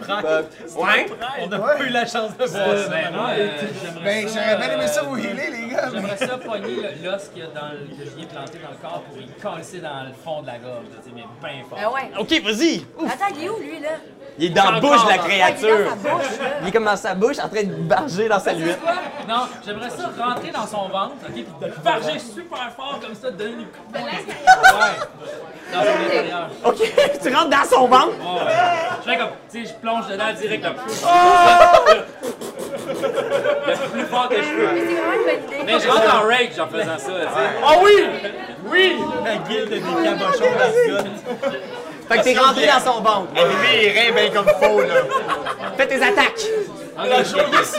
S6: Puck.
S2: Ouais.
S1: On n'a pas eu la chance de voir ça.
S10: Moi, euh, j'aimerais
S6: Ben,
S10: ça,
S6: j'aurais bien aimé ça
S10: euh,
S6: vous healer, les gars. mais-
S10: J'aimerais ça pogner le- l'os qu'il y a dans le, que je viens planter dans le corps pour y casser dans le fond de la gorge, tu sais, mais bien fort.
S5: Ben ouais.
S2: Ok, vas-y.
S5: Attends, il est où, lui, là?
S2: Il est dans la bouche de la
S5: Ouais, il est dans
S2: créature.
S5: sa bouche, là.
S2: Il est comme dans sa bouche, en train de barger dans sa
S10: Tu
S2: luette.
S10: sais quoi? Non, j'aimerais ça rentrer dans son ventre, ok, puis de le farger super fort comme ça, donner une coupe.
S2: Ben,
S10: Ouais. Dans l'intérieur.
S2: Ok, tu rentres dans son ventre.
S10: Oh, ouais. Je fais comme, tu sais, je plonge dedans direct là.
S2: Oh!
S10: le plus fort que je peux.
S5: C'est vraiment une bonne idée.
S10: Mais je rentre en rage en faisant ça, tu sais.
S2: Oh oui!
S1: La guilde des cabochons d'Asgard.
S2: Fait que t'es rentré dans son ventre.
S8: Hey, bébé, il rit bien comme faux, là.
S2: Fais tes attaques.
S10: La journée
S11: Fait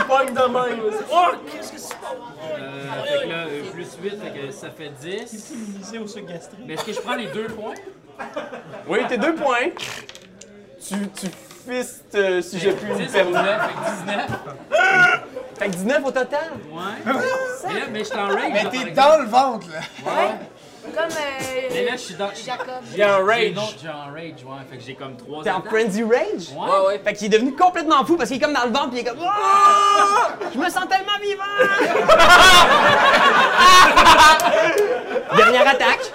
S11: que là, euh, plus 8, fait que ça fait 10.
S1: Immunisé au sucre gastrique.
S11: Mais est-ce que je prends les deux points?
S2: Oui, t'es deux points. Tu, tu fistes, euh, si j'ai pu me
S11: 10 ou 9,
S2: permettre.
S11: fait que 19.
S2: Fait que 19 au total.
S11: Mais là, mais je suis en rage. là,
S6: Mais
S11: par
S6: t'es
S11: exemple.
S6: dans le ventre, là.
S5: Comme
S11: Mais là,
S5: euh,
S11: je suis dans.
S5: Jacob.
S11: J'ai un rage. Non, j'ai un rage, ouais. Fait que j'ai comme 3
S2: T'es en frenzy rage?
S11: Ouais, ouais.
S2: Fait qu'il est devenu complètement fou parce qu'il est comme dans le ventre puis il est comme Ah! Je me sens tellement vivant! Dernière attaque.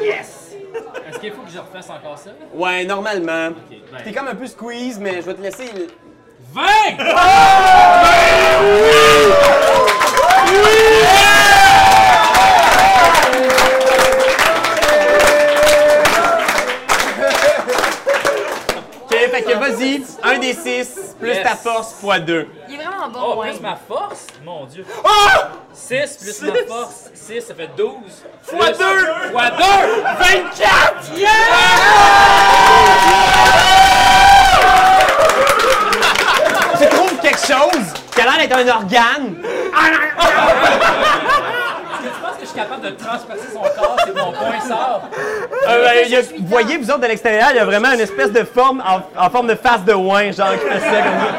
S11: Est-ce qu'il faut que je refasse encore ça?
S2: Ouais, normalement.
S11: ben.
S2: T'es comme un peu squeeze, mais je vais te laisser.
S11: 20!
S2: Ok, fait que vas-y, un des six, plus
S11: Yes.
S2: ta force fois deux.
S5: Il est vraiment bon,
S11: Oh,
S5: ouais.
S11: plus ma force? Mon dieu. Oh! 6 plus ma force, 6, ça fait 12.
S2: Fois
S11: Plus-
S2: deux.
S11: Fois 2!
S2: 24! Yeah! Tu trouves quelque chose qui a l'air d'être un organe?
S10: Je pense que je suis capable de transpercer son corps, c'est que mon point sort.
S2: Euh, ben, il y a- vous voyez, vous autres, de l'extérieur, il y a vraiment une espèce de forme en, en forme de face de ouin, genre, qui fait ça comme ça.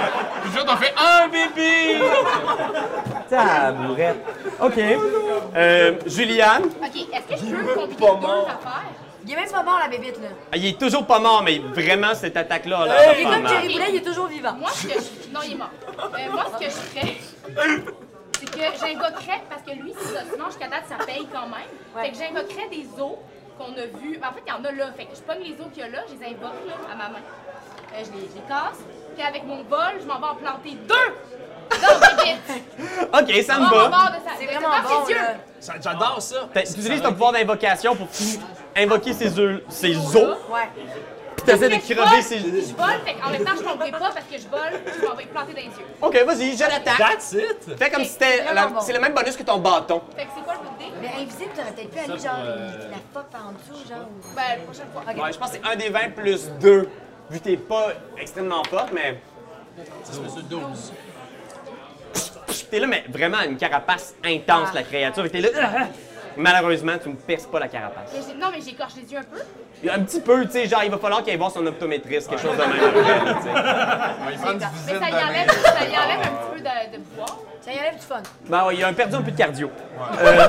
S4: Nous autres, on fait un bébé!
S2: Tabourette. OK. Euh, Juliane,
S9: Ok, est-ce que je peux combiner deux affaires?
S5: Il est même pas mort, la bébite, là.
S2: ah, il est toujours pas mort, mais vraiment, cette attaque-là a l'air
S5: Il est
S2: d'en faire
S5: comme
S2: mal.
S5: Jerry Boulet, il est toujours vivant.
S9: Moi, ce que je... Non, il est mort. Euh, moi, ce que je ferais, c'est que j'invoquerais, parce que lui, c'est ça. Sinon, jusqu'à date, ça paye quand même. Fait que j'invoquerais des os qu'on a vus. En fait, il y en a là. Fait que je pogne les os qu'il y a là, je les invoque là, à ma main. Euh, je, les, je les casse. Puis avec mon vol, je m'en vais en planter deux dans ma bite.
S2: OK, ça me
S9: Mort en
S2: va.
S9: bord de sa
S5: C'est
S9: de-
S5: vraiment
S9: dans ses
S5: bon,
S9: yeux.
S5: là.
S11: Ça- J'adore ça.
S2: T'as- Tu utilises ton pouvoir d'invocation pour fi- invoquer ses, œufs- ses os,
S5: Ouais.
S2: puis t'essaies de
S9: Fait que je
S2: crever
S9: vole,
S2: ses...
S9: Je vole, fait qu'en même temps, je tomberai pas parce que je vole, je m'en vais planter dans les yeux.
S2: OK, vas-y, je l'attaque.
S11: That's it!
S2: Fais comme si c'était... la-
S5: Vraiment bon.
S2: C'est le même bonus que ton bâton.
S9: Fait que c'est quoi le but de dé?
S5: Mais invisible, t'aurais peut-être pu aller, genre, il- la pop en dessous, genre. ou-
S9: Ben, la prochaine fois.
S2: Ouais, je pense que c'est un des 20 plus 2, vu que t'es pas extrêmement forte, mais... T'es là, mais vraiment une carapace intense, la créature. Fait que T'es là... Ah! Malheureusement, tu ne perces pas la carapace.
S9: Mais j'ai- non, mais j'écorche les yeux un peu.
S2: Un petit peu, tu sais, genre, il va falloir qu'elle voit son optométriste, quelque chose de même. après, tu sais.
S8: On va y prendre du
S9: Mais
S8: visite
S9: ça y
S8: demain.
S9: enlève, ça y enlève un petit peu de, de pouvoir.
S5: Ça y enlève du fun.
S2: Ben ouais, il a un perdu un peu de cardio. Euh,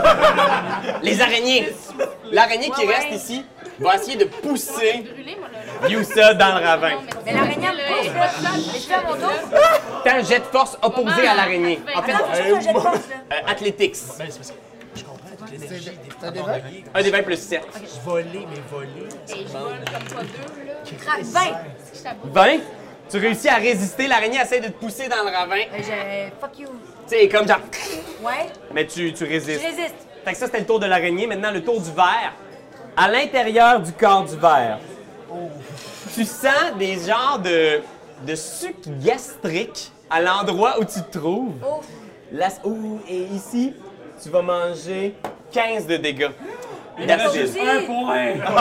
S2: les araignées. L'araignée qui
S5: Ouais, ouais.
S2: reste ici va essayer de pousser
S9: Brûler, moi, là.
S2: Youssa dans le ravin.
S5: Mais oh, l'araignée, elle pousse, là. Mais tu fais mon dos.
S2: T'as un jet de force opposé à l'araignée. En fait,
S5: Attends, faut juste que je le pense, là.
S2: euh, athletics.
S6: T'as des vins?
S2: Un des 20 plus 7.
S9: Et je vole comme quoi deux, là.
S5: Tra- 20.
S9: Je t'aboute.
S2: 20. Tu réussis à résister, l'araignée essaie de te pousser dans le ravin.
S5: Euh, je- Fuck you.
S2: Tu sais, comme genre...
S5: Ouais.
S2: Mais tu, tu
S5: Je
S2: résistes.
S5: résiste.
S2: Fait que ça, c'était le tour de l'araignée. Maintenant, le tour du verre. À l'intérieur du corps du verre, tu sens des genres de, de suc gastrique à l'endroit où tu te trouves.
S5: Oh.
S2: Là, ouh, et ici, tu vas manger 15 de dégâts. d'acide.
S5: Un
S10: point!
S5: J'en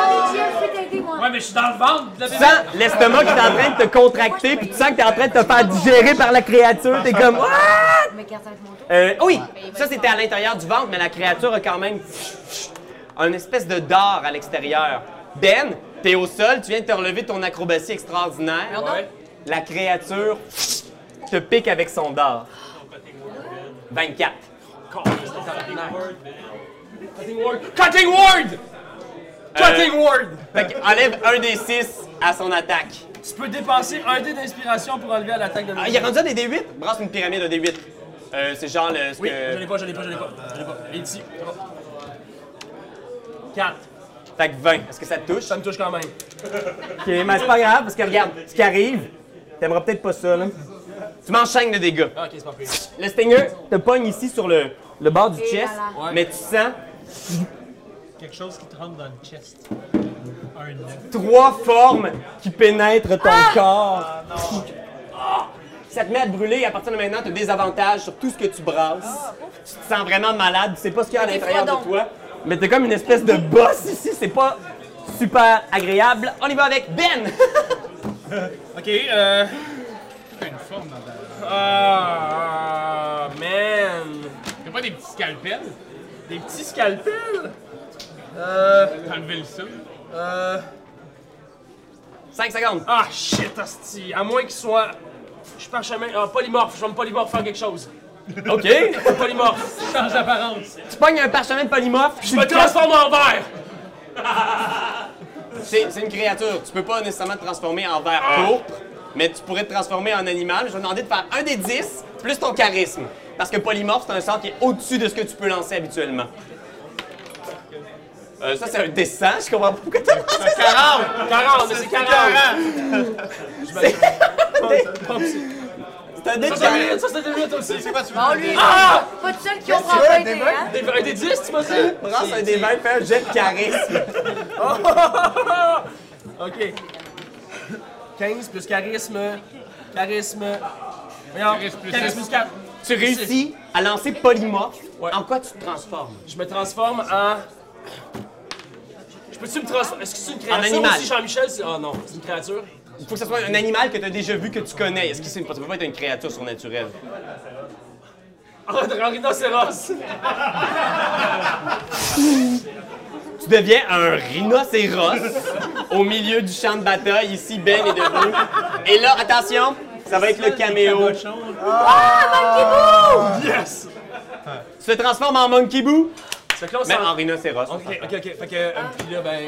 S5: ai dit, je peux t'aider, moi.
S10: Ouais, mais je suis dans le ventre de la
S2: Tu
S10: bébé.
S2: sens l'estomac qui est en train de te contracter, puis tu sens que t'es en train de te faire digérer par la créature. T'es comme... Ah!
S5: Je m'écarte avec mon dos.
S2: Euh, oui, ça c'était à l'intérieur du ventre, mais la créature a quand même un espèce de dard à l'extérieur. Ben, t'es au sol, tu viens de te relever de ton acrobatie extraordinaire.
S5: Non, non.
S2: la créature te pique avec son dard. 24.
S10: Cutting word.
S1: Euh,
S2: Cutting word! Cutting word! enlève un des 6 à son attaque.
S10: Tu peux dépenser un dé d'inspiration pour enlever à l'attaque de
S2: Ah, il est rendu à des D8? Brasse une pyramide de D8. Euh, c'est genre le. ce
S10: Oui,
S2: que-
S10: je l'ai pas, je l'ai pas, je l'ai pas. Je l'ai pas. Et ici. 4.
S2: Fait que 20. Est-ce que ça te touche?
S10: Ça me touche quand même.
S2: Ok, mais c'est pas grave parce que regarde, ce qui arrive, t'aimeras peut-être pas ça, là. Tu m'enchaînes de dégâts.
S10: Ah, ok, c'est pas pire.
S2: Le stinger te pogne ici sur le, le bord du
S5: Et
S2: chest,
S5: voilà.
S2: mais tu sens
S1: Quelque chose qui te rentre dans le chest. Un œuf.
S2: trois formes qui pénètrent ton corps. Ah! Ça te met à te brûler. À partir de maintenant, tu as des avantages sur tout ce que tu
S5: Ah.
S2: brasses. Tu te sens vraiment malade. Tu sais pas ce qu'il y a à
S5: Des
S2: l'intérieur de
S5: fredons.
S2: toi. Mais t'es comme une espèce de boss ici. C'est pas super agréable. On y va avec Ben!
S4: Ok, euh.
S1: Une forme dans ta-
S10: Ah, man.
S4: T'as pas des petits scalpels?
S10: Des petits scalpels. Euh,
S4: T'as enlevé le ça?
S10: euh.
S2: 5 secondes.
S10: Ah, shit, asti. À moins qu'il soit. Je suis parchemin. Ah, polymorphe. Je vais me polymorphe faire quelque chose.
S2: OK.
S10: Je suis polymorphe.
S1: Change d'apparence.
S2: tu pognes un parchemin de polymorphe.
S10: Je me transforme en verre.
S2: C'est c'est une créature. Tu peux pas nécessairement te transformer en verre pourpre, mais tu pourrais te transformer en animal. Je vais demander de faire un des 10 plus ton charisme. Parce que polymorphe, c'est un sort qui est au-dessus de ce que tu peux lancer habituellement. Euh, ça, c'est un dessin. Je comprends pas pourquoi t'as lancé ça.
S10: 40. 40, mais c'est 40.
S2: C'est un dé de
S10: Ça,
S2: charisme.
S10: c'est- Ça, c'est des minutes aussi.
S8: C'est quoi, tu veux
S5: Bon,
S8: dire?
S5: lui,
S10: Ah!
S5: pas tout seul qui ont
S8: tu veux,
S5: pas
S8: des
S5: été,
S8: mecs?
S5: hein?
S10: Des, un des 10, tu m'as dit?
S2: Lance un des 20, fais un jet de charisme.
S10: OK. 15 plus charisme. Charisme. Voyons,
S4: Charisme plus
S10: charisme
S4: six.
S10: plus 4.
S2: tu réussis à lancer polymorphe.
S10: Ouais.
S2: En quoi tu te transformes?
S10: Je me transforme en. Je peux-tu me transformer? Est-ce que c'est une créature
S2: animal.
S10: aussi, Jean-Michel? C'est- Oh non, c'est une créature.
S2: Il faut que ce soit un animal que tu as déjà vu, que tu connais. Est-ce que c'est ça peut pas être une créature surnaturelle?
S10: Oh, un rhinocéros!
S2: Tu deviens un rhinocéros au milieu du champ de bataille. Ici, Ben est devenu. Et là, attention, ça va être le caméo. Ah,
S10: Yes!
S2: Tu te transformes en Monkey Boo,
S10: Fait que là, on
S2: mais en
S10: s'en...
S2: rhinocéros.
S10: Ok, ok, ok. Fait que, euh, puis là, ben...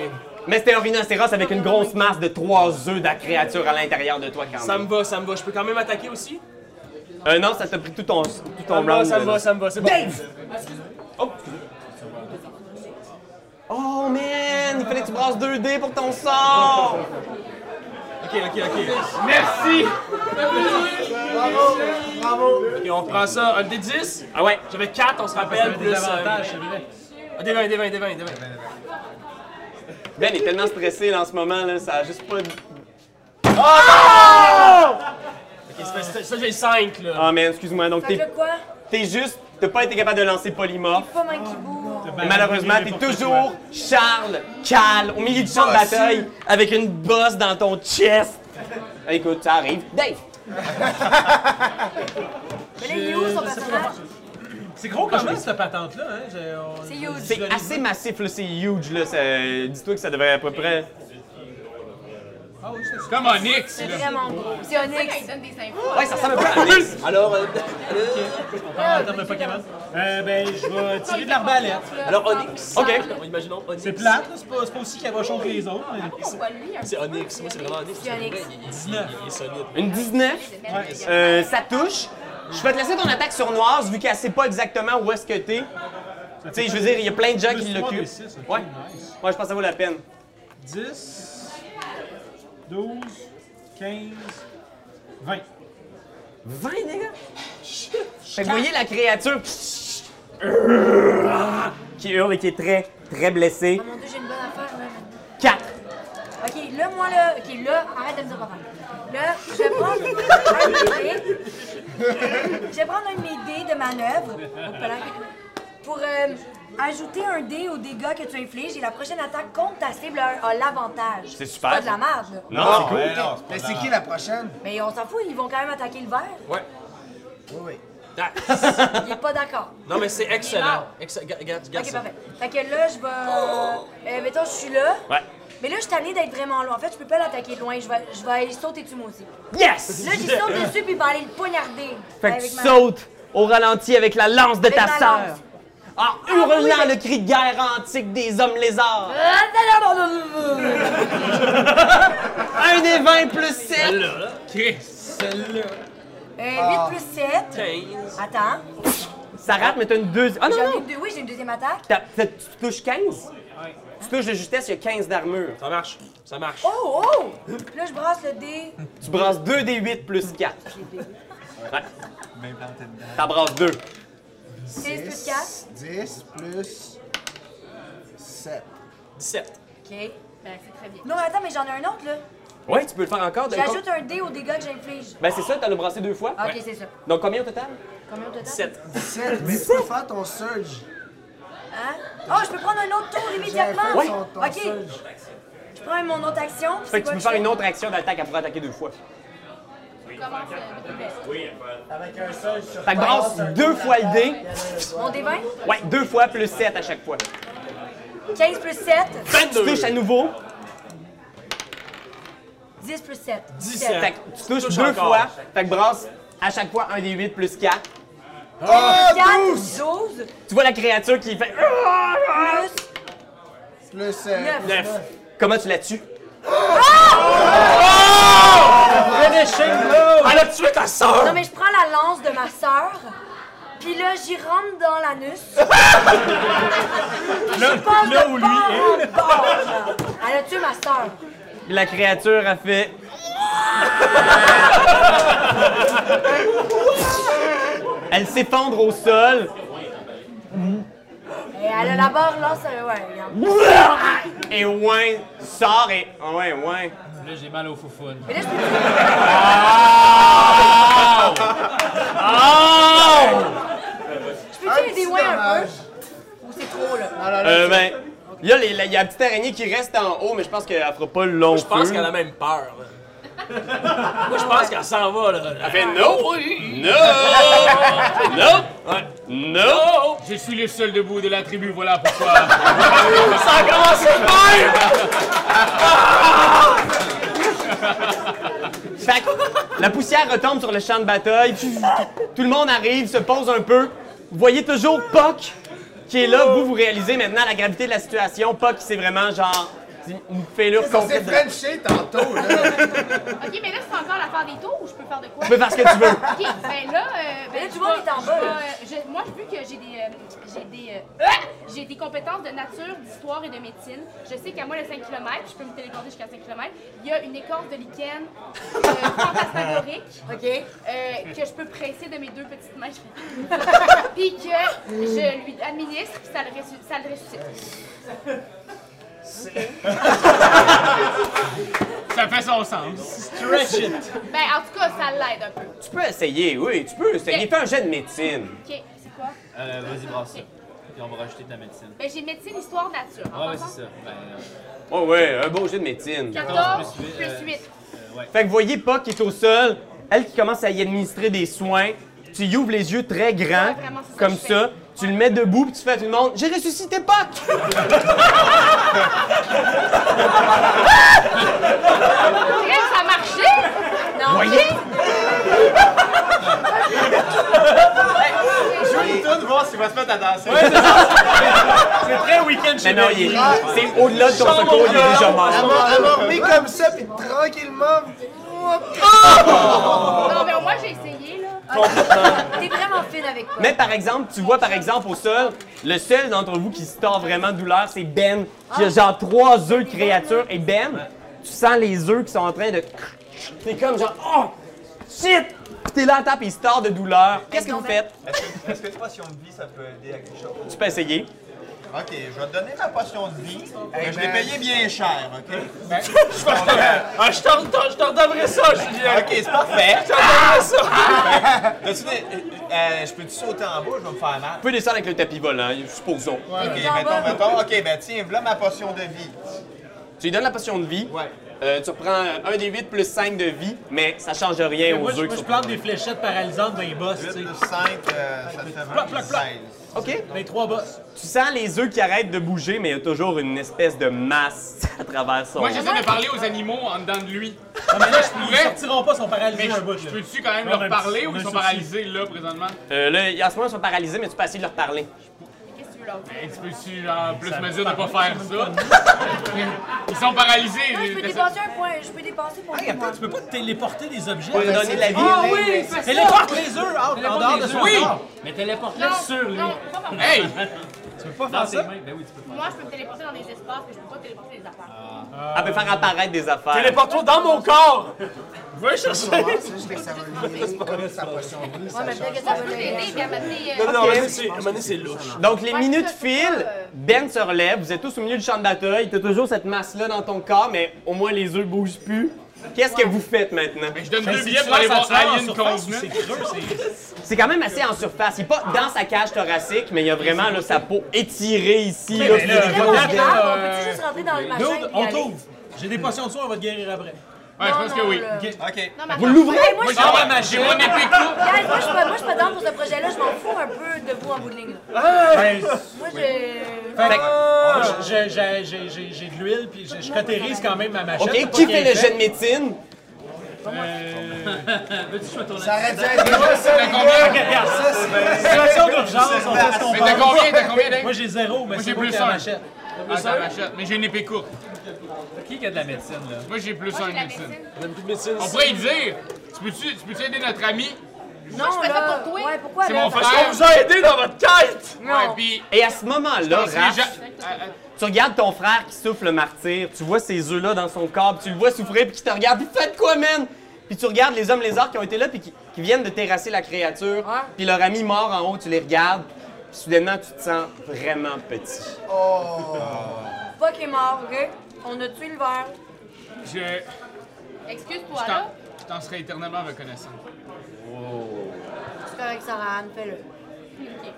S2: Mais c'était un rhinocéros avec une grosse masse de trois œufs de la créature à l'intérieur de toi quand
S10: Ça me
S2: même.
S10: va, ça me va. Je peux quand même attaquer aussi?
S2: Euh, non, ça t'a pris tout ton, tout
S10: Ça
S2: ton
S10: me va,
S2: round.
S10: ça me
S2: là.
S10: va, ça me va, c'est bon.
S2: Oh man, il fallait que tu brasses 2 dés pour ton sort!
S10: Ok, ok, ok.
S4: Merci!
S10: Et on prend ça, un des 10.
S2: Ah ouais,
S10: J'avais 4, on se rappelle, plus...
S1: Des
S10: euh,
S1: avantages, c'est vrai.
S10: Ah, des 20, des 20, des 20, des 20.
S2: Ben est tellement stressé là, en ce moment, là, ça a juste pas...
S10: Ok, ça fait- ça, ça, j'ai 5, là.
S2: Oh man, excuse-moi, donc
S5: Fait que
S2: t'es
S5: là, quoi?
S2: t'es juste... T'as pas été capable de lancer polymorphe.
S5: Pas Monkey Boo.
S2: Et Malheureusement, t'es toujours Charles, Cal, au milieu du champ de bataille, avec une bosse dans ton chest. Écoute, ça arrive. Dave!
S5: Mais là, il est où son personnage?
S1: C'est gros quand même, cette patente-là. Hein? J'ai- on-
S5: C'est huge.
S2: C'est assez massif, là, c'est huge, là. ça- Dis-toi que ça devrait à peu près.
S1: Ah oui, c'est ça.
S4: Comme Onyx,
S5: C'est
S4: là.
S5: vraiment gros. C'est Onyx.
S9: Ils donnent des infos.
S2: Ouais, ça ressemble un peu à Onyx.
S7: Alors, euh,
S1: Ah, t'as même pas capable. Euh, ben, je vais tirer de l'arbalète.
S7: alors Onyx.
S2: Ok.
S7: On imaginons Onyx.
S1: C'est plate, là, c'est pas, c'est pas aussi cabochon que les
S2: Ah,
S1: autres. mais-
S9: Pourquoi lui? un
S7: C'est Onyx. Moi, c'est vraiment Onyx.
S5: C'est Onyx.
S7: Il- il- Il est solide.
S2: Une 19.
S9: peu merveilleux?
S2: euh, ça touche. Je vais te laisser ton attaque sournoise, vu qu'elle sait pas exactement où est-ce que t'es. Tu sais, je veux dire, il y a plein de gens qui
S1: Plus trois
S2: l'occupent.
S1: des six, ok,
S2: Ouais.
S1: nice.
S2: Ouais, je pense que ça vaut la peine.
S1: 10, 12, 15, 20.
S2: 20, les gars? Fait que vous voyez la créature qui hurle et qui est très, très blessée.
S5: Ah, mon dieu, j'ai une bonne affaire, là, maintenant.
S2: 4.
S5: Ok, là, moi, là, ok, là, arrête de me dire pas faire. Là, je vais prendre un de mes dés. Je vais prendre un de mes dés de manœuvre. Oh, pas là. Pour euh, ajouter un dé au dégât que tu infliges et la prochaine attaque contre ta cible a, a l'avantage.
S2: C'est super.
S5: pas de la marge, là.
S2: Non, c'est cool.
S1: Ben
S8: ouais, non, c'est pas
S6: Mais
S8: grave.
S6: c'est qui la prochaine?
S5: Mais on s'en fout, ils vont quand même attaquer le verre.
S7: Ouais.
S6: Oui, oui.
S7: Ah.
S5: Il est pas d'accord.
S7: Non, mais c'est excellent. Excellent. Regarde, regarde
S5: Ok,
S7: ça.
S5: parfait. Fait que là, je vais. Euh, mettons, je suis là.
S2: Ouais.
S5: Mais là, je suis tannée d'être vraiment loin. En fait, je peux pas l'attaquer de loin. Je vais, je vais aller sauter dessus, moi aussi.
S2: Yes!
S5: Là, j'y saute dessus, puis il va aller le poignarder.
S2: Fait que
S5: Avec
S2: tu
S5: ma-
S2: sautes au ralenti avec la lance de
S5: Avec
S2: ta
S5: ma
S2: sœur.
S5: lance. Ah
S2: En hurlant le cri de guerre antique des hommes lézards. Un des 20 plus 7.
S4: Chris.
S1: Celle-là.
S2: Ah.
S5: Euh, 8 plus 7. Attends.
S2: Ça rate, mais t'as une deuxième. Ah non,
S5: J'en ai
S2: non!
S5: deux- Oui, j'ai une deuxième attaque.
S2: T'as- t'as- Tu touches 15? Tu touches de justesse, il y a 15 d'armure.
S7: Ça marche, ça marche.
S5: Oh, oh! Puis Là, je brasse le dé.
S2: Tu brasses 2 des 8 plus 4. Ouais,
S8: Bien planté dedans.
S2: t'en brasses 2.
S5: 6 plus 4.
S6: 10 plus 7.
S7: 17.
S5: OK.
S9: Ben, c'est très bien.
S5: Non, mais attends, mais j'en ai un autre, là.
S2: Ouais, tu peux le faire encore. de-
S5: J'ajoute un dé au dégât que j'inflige.
S2: Ben c'est ça, t'en as brassé deux fois.
S5: Ah, OK, c'est ça.
S2: Donc combien au total?
S5: Combien de temps?
S7: 7.
S6: 7, mais tu peux faire ton surge.
S5: Hein? Oh, je peux prendre un autre tour immédiatement?
S6: J'avais fait ton- ton
S5: OK.
S6: surge.
S5: Je prends mon autre action. puis
S2: Fait
S5: c'est
S2: que
S5: quoi
S2: tu peux
S5: je
S2: faire
S5: fais?
S2: une autre action d'attaque après attaquer deux fois.
S9: Commence euh,
S6: Avec un surge sur
S2: Fait que brasse deux fois le dé.
S5: Mon dé 20?
S2: Ouais, deux fois plus 7 à chaque fois.
S5: 15 plus 7.
S2: Tu touches à nouveau.
S5: 10 plus 7.
S7: 17.
S2: Fait que tu touches deux fois. Fait que brasse à chaque fois un des 8 plus 4. Ah,
S5: 4, 12,
S2: Tu vois la créature qui fait.
S5: plus
S6: Plus euh,
S2: Ah.
S5: 9.
S2: Neuf. Comment tu la tues? Ah!
S7: Elle a tué ta sœur!
S5: Non, mais je prends la lance de ma sœur. Puis là, j'y rentre dans l'anus. Puis je passe de bord en bord, genre. Elle a tué ma sœur.
S2: Puis la créature a fait. Elle s'effondre au sol.
S5: Et elle a la barre lance. euh, Ouais, regarde.
S2: Et ouin sort et. Ah ouais, ouin.
S11: Là, j'ai mal au foufoune.
S5: Mais là, je peux
S2: Ah! Oh!
S5: je peux tirer des
S6: petit
S5: loin un peu.
S6: dommage.
S5: Ou c'est trop, là.
S8: Ah,
S2: Euh, ben. Il y, a les- la- il y a la petite araignée qui reste en haut, mais je pense qu'elle fera pas le long
S7: Je pense
S2: feu.
S7: qu'elle a même peur. là. Moi, je pense qu'elle s'en va, là.
S2: Elle fait no! No! No! No!
S4: Oh! Je suis le seul debout de la tribu, voilà pourquoi.
S2: Ça a commencé de même! Fait que la poussière retombe sur le champ de bataille. Tout le monde arrive, se pose un peu. Vous voyez toujours Puck qui est là. Vous, vous réalisez maintenant la gravité de la situation. Puck, c'est vraiment genre une fêlure
S6: On s'est
S2: complète. de-
S6: frenché tantôt, là.
S9: OK, mais là, c'est encore l'affaire des tours ou je peux faire de quoi?
S2: Tu peux faire ce que tu veux.
S9: OK, ben là, euh, ben,
S5: Mais là, tu
S9: je
S5: vois,
S9: vais-
S5: on est en
S9: je
S5: bas,
S9: vais,
S5: là.
S9: euh, je- moi, vu que j'ai des, euh, j'ai des, euh, ah! j'ai des compétences de nature, d'histoire et de médecine, je sais qu'à moi, le 5 km, je peux me téléporter jusqu'à 5 km, il y a une écorce de lichen euh, fantasmagorique
S5: OK.
S9: euh, que je peux presser de mes deux petites mains. puis que je lui administre, puis ça le, ressu- ça le ressuscite.
S4: Ça fait son sens.
S9: Ben, en tout cas, ça l'aide un peu.
S2: Tu peux essayer, oui, tu peux essayer.
S9: Ok.
S2: Fais un jet de médecine.
S9: OK, c'est quoi?
S11: Euh, Vas-y, brasse ça. Puis on va rajouter ta médecine.
S9: Ben, j'ai médecine, histoire, nature. en
S11: Ouais, ouais,
S9: passant.
S11: c'est ça. Ben,
S2: Oh ouais, un beau jet de médecine.
S9: 14
S11: plus huit, euh,
S9: plus 8.
S2: Fait que vous voyez pas qui est au sol, elle qui commence à y administrer des soins. Tu y ouvres les yeux très grands,
S9: Ouais, vraiment, c'est ça
S2: comme
S9: que je
S2: ça. Tu le mets debout puis tu fais à tout le monde J'ai ressuscité Puck!
S9: Crème, ça a marché!
S5: Non.
S2: Voyez
S8: Tout voir s'il va se mettre à danser.
S1: C'est très week-end
S2: Mais
S1: chez
S2: non, il est- c'est au-delà de ton secours, il est déjà mort.
S6: Elle m'a- elle m'a remis comme ça, puis tranquillement.
S9: Non, mais au moins, j'ai essayé, là.
S5: T'es vraiment fine avec toi.
S2: Mais par exemple, tu vois par exemple au sol, le seul d'entre vous qui se tord vraiment de douleur, c'est Ben, qui a genre trois œufs de créature. Et Ben, tu sens les œufs qui sont en train de. T'es comme genre, oh shit! Puis t'es là à tape et il se tord de douleur. Qu'est-ce que vous faites?
S8: Est-ce que ta potion de vie, ça peut aider à quelque chose?
S2: Tu peux essayer.
S8: Ok, je vais te donner ma potion de vie. mais
S7: Eh
S8: je
S7: ben,
S8: l'ai
S6: man.
S8: payée bien cher, ok?
S7: Ah, je t'en je t'en redonnerai ça, Julien!
S8: Ok, c'est parfait.
S7: Ah, ça!
S8: T'as-tu des- euh, euh, je peux-tu sauter en bas? Je vais me faire mal.
S2: Tu peux descendre avec le tapis volant, supposons.
S8: Ok,
S5: en
S8: mettons,
S5: bas.
S8: mettons. Ok, ben tiens, voilà ma potion de vie.
S2: Tu lui donnes la potion de vie.
S8: Ouais.
S2: Euh, tu reprends euh, un des 8 plus 5 de vie, mais ça change rien aux
S1: Ben, Moi, je,
S2: œufs
S1: moi,
S2: qui
S1: je
S2: sont
S1: plante des fléchettes paralysantes dans les boss, tu sais.
S8: 5, euh, ça te fait
S1: Ploc, ploc, ploc.
S8: 16.
S2: OK.
S1: Dans les trois boss.
S2: Tu sens les œufs qui arrêtent de bouger, mais il y a toujours une espèce de masse à travers son.
S4: Moi, j'essaie de parler aux animaux en dedans de lui.
S1: Non, mais là, je-
S4: Pour
S1: ils
S4: vrai?
S1: sortiront pas, ils sont
S4: Mais
S1: paralysés un bout.
S4: je, je
S1: là.
S4: peux-tu quand même
S1: Non,
S4: leur
S1: mais
S4: parler
S1: c'est-
S4: ou ils
S1: on
S4: sont
S1: a un
S4: paralysés là présentement?
S2: Euh, là, en ce moment, ils sont paralysés, mais tu peux essayer de leur parler.
S9: Qu'est-ce que tu veux leur dire?
S11: Eh,
S4: Hey, tu peux-tu en plus mesure de pas faire ça? ils sont paralysés.
S5: Non, je peux
S4: les-
S5: dépenser un point. Je peux dépenser pour
S1: Hey,
S5: moi.
S1: attends, tu peux pas téléporter des objets.
S2: Pour lui donner de la vie.
S1: Ah oui! Téléporte les œufs
S7: ah,
S1: out, en dehors de son
S4: Oui!
S1: corps.
S11: Mais téléporte-le
S9: Non,
S11: sur lui.
S9: non, pas par moi.
S4: Hey!
S1: Tu peux pas
S11: Dans
S1: faire
S11: ses
S1: ça?
S11: mains. Ben oui, tu peux faire
S9: Moi, je peux me téléporter dans des espaces, mais je peux pas téléporter des
S11: Ah.
S9: affaires.
S2: Elle peut faire apparaître des affaires.
S10: Téléporte-toi dans mon corps! Va chercher!
S6: C'est juste que ça va lui comme sa potion de vie,
S5: Ouais,
S6: ça
S5: mais peut-être
S6: change.
S5: que ça
S9: Moi,
S5: va
S9: je peux
S5: l'aider.
S9: t'aider, puis à m'amener...
S7: Non,
S9: euh,
S7: Ah non, non, à un moment donné, c'est- à un moment donné, c'est louche.
S2: Donc, les
S9: Ouais,
S2: minutes
S9: c'est ça, c'est
S2: filent,
S9: pas, euh,
S2: Ben se relève, vous êtes tous au milieu du champ de bataille, t'as toujours cette masse-là dans ton corps, mais au moins les œufs bougent plus. Qu'est-ce que vous faites maintenant?
S4: Mais je donne
S1: Ben,
S4: deux
S1: si
S4: billets
S1: tu
S4: pour aller
S1: lances
S4: voir
S1: la tueur en
S4: Alien
S1: surface, C'est
S4: Convenant.
S1: creux, c'est-
S2: C'est quand même assez en surface. Il est pas dans sa cage thoracique, mais il y a vraiment là, sa peau étirée ici. là,
S1: mais
S2: puis
S1: là,
S2: des
S1: mais
S2: grosses
S5: Là,
S1: là,
S5: on
S2: dents.
S5: regarde, on peut-tu juste rentrer dans le machin
S1: Dude,
S5: puis
S1: on
S5: y aller?
S1: t'ouvre. J'ai des potions de soin, on va te guérir après.
S4: Ouais, je
S5: Non,
S4: pense que
S5: non,
S4: oui.
S5: là.
S1: Ok.
S8: OK.
S9: Non, mais
S2: Vous
S9: attends,
S2: l'ouvrez?
S5: Moi, je
S4: J'ai mon- j'ai mon épée courte.
S5: Guys, moi, je suis pas, moi, je suis pas dans pour ce projet-là. Je m'en fous un peu de vous en bout de ligne. là.
S1: Ben,
S5: Moi, je.
S1: Fait que-
S2: Ah!
S1: Moi, j'ai- j'ai- j'ai- j'ai j'ai de l'huile, puis je, je cautérise quand même ma machette.
S2: OK,
S1: C'est
S2: qui
S1: pas
S2: fait
S1: bien
S2: le jet de médecine?
S11: Veux-tu que je sois ton
S6: Ça aurait dû être moi, ça, les gars!
S1: Regarde, ça, c'est situation d'urgence, on fait ce qu'on
S4: Mais t'as
S1: peut.
S4: combien? T'as combien, Dave?
S1: Moi, j'ai zéro, mais
S4: Moi,
S1: c'est
S4: j'ai
S1: moi
S4: plus
S1: qui ai la
S4: un.
S1: machette.
S4: Ah, ça m'achète. Mais j'ai une épée courte.
S11: Qui qui a de la médecine, là?
S4: Moi, j'ai plus
S9: moi,
S4: un
S9: j'ai
S4: de
S9: de la
S4: médecine.
S9: médecine.
S7: On a beaucoup de médecine
S4: On
S7: ici.
S4: pourrait lui dire, tu peux-tu tu peux aider notre ami?
S5: Non,
S9: je fais ça
S5: là.
S9: pour toi.
S5: Ouais, pourquoi
S4: C'est
S5: là?
S4: mon
S5: Parce-
S4: frère.
S7: On vous a aidé dans votre quête!
S4: Ouais, puis...
S2: Et à ce moment-là,
S4: Parce que
S2: Raph,
S4: j'ai- Ah, ah,
S2: tu regardes ton frère qui souffle le martyr, tu vois ses œufs-là dans son corps, puis tu le vois souffrir, puis qui te regarde, puis faites quoi, man? Puis tu regardes les hommes lézards qui ont été là, puis qui, qui viennent de terrasser la créature, puis leur ami mort en haut, tu les regardes, puis soudainement, tu te sens vraiment petit.
S5: Fuck est mort, ok? On a tué le verre.
S4: Je...
S9: Excuse-toi,
S4: t'en-
S9: là.
S4: Je t'en serai éternellement reconnaissant.
S5: C'est correct, Sarah Anne, fais-le.
S9: OK.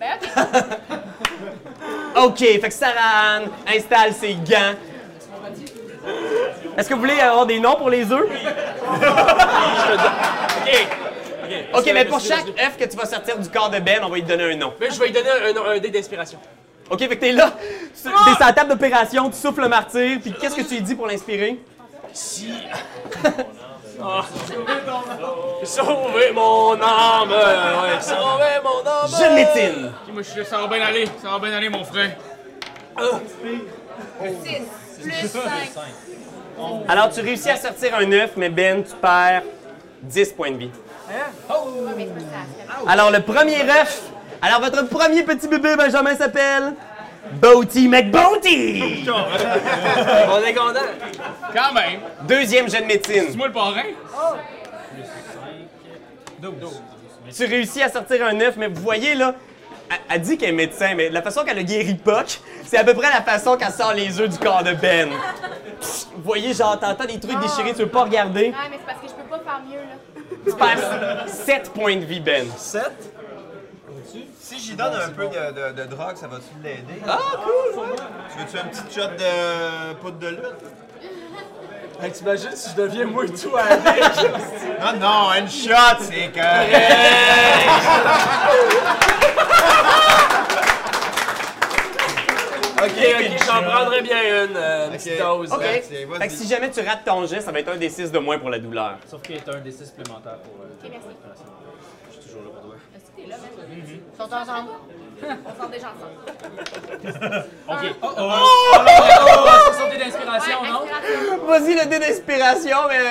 S9: Ben, OK.
S2: OK, fait que Sarah Anne installe ses gants. Est-ce que vous voulez avoir des noms pour les œufs? OK, mais pour chaque œuf que tu vas sortir du corps de Ben, on va lui donner un nom.
S7: Mais je vais lui donner un, un- un dé d'inspiration.
S2: OK, fait que t'es là, tu- t'es sur la table d'opération, tu souffles le martyr, puis qu'est-ce que tu lui dis pour l'inspirer?
S7: Si. Ah. Sauvez mon âme! Ouais, sauvez mon âme!
S2: Jeune médecine!
S4: Ok, moi, je suis ça va bien aller. Ça va bien aller, mon frère.
S9: 6 plus 5.
S2: Alors, tu réussis à sortir un œuf, mais Ben, tu perds 10 points de vie.
S9: Ouais, mais c'est pas ça.
S2: Alors, le premier œuf, alors votre premier petit bébé, Benjamin, s'appelle Bounty McBounty!
S7: On est content!
S4: Quand même.
S2: Deuxième jeune
S4: C'est
S2: médecine.
S4: moi le parrain.
S2: Tu réussis à sortir un œuf, mais vous voyez là, elle, elle dit qu'elle est médecin, mais la façon qu'elle a guéri Puck, c'est à peu près la façon qu'elle sort les œufs du corps de Ben. Psst, Vous voyez, genre, t'entends des trucs déchirés, tu veux pas regarder.
S9: Ouais, mais c'est parce que je peux pas faire mieux, là.
S2: Tu perds 7 points de vie, Ben.
S8: Si j'y donne un peu de, de- de drogue, ça va-tu l'aider? Ah, cool! Tu veux-tu un petit shot de poudre de lutte?
S7: Hey, t'imagines si je deviens moi et tout avec?
S8: Non, Ah non, une shot, c'est correct!
S7: ok, ok, j'en prendrais bien une, euh, une petite dose.
S2: Ok.
S8: Merci, vas-y.
S2: Fait que si jamais tu rates ton jet, ça va être un des 6 de moins pour la douleur.
S11: Sauf qu'il est un des six supplémentaires pour... euh,
S9: OK, merci.
S11: Je suis toujours là pour toi. Mhm.
S9: Est-ce que t'es là, même?
S5: Ils sont ensemble.
S9: On sort déjà ensemble.
S11: OK. Oh, oh, son dé d'inspiration,
S9: Ouais,
S11: non?
S9: inspiration.
S2: Vas-y, le dé d'inspiration, mais.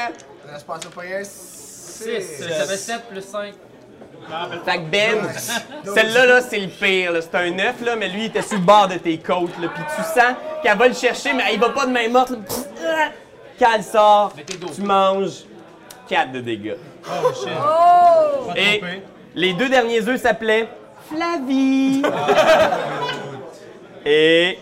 S6: Ça se passe au premier.
S11: 6. Ça fait 7 plus 5.
S2: Fait que Ben, celle-là, là, c'est le pire. là. C'est un œuf, là, mais lui, il était sur le bord de tes côtes. Là, puis tu sens qu'elle va le chercher, mais il va pas de main morte. là. Pfff, ah! Quand elle sort,
S11: t'es dos.
S2: tu manges 4 de dégâts.
S5: Oh!
S2: Et les deux derniers œufs s'appelaient Flavie. Et.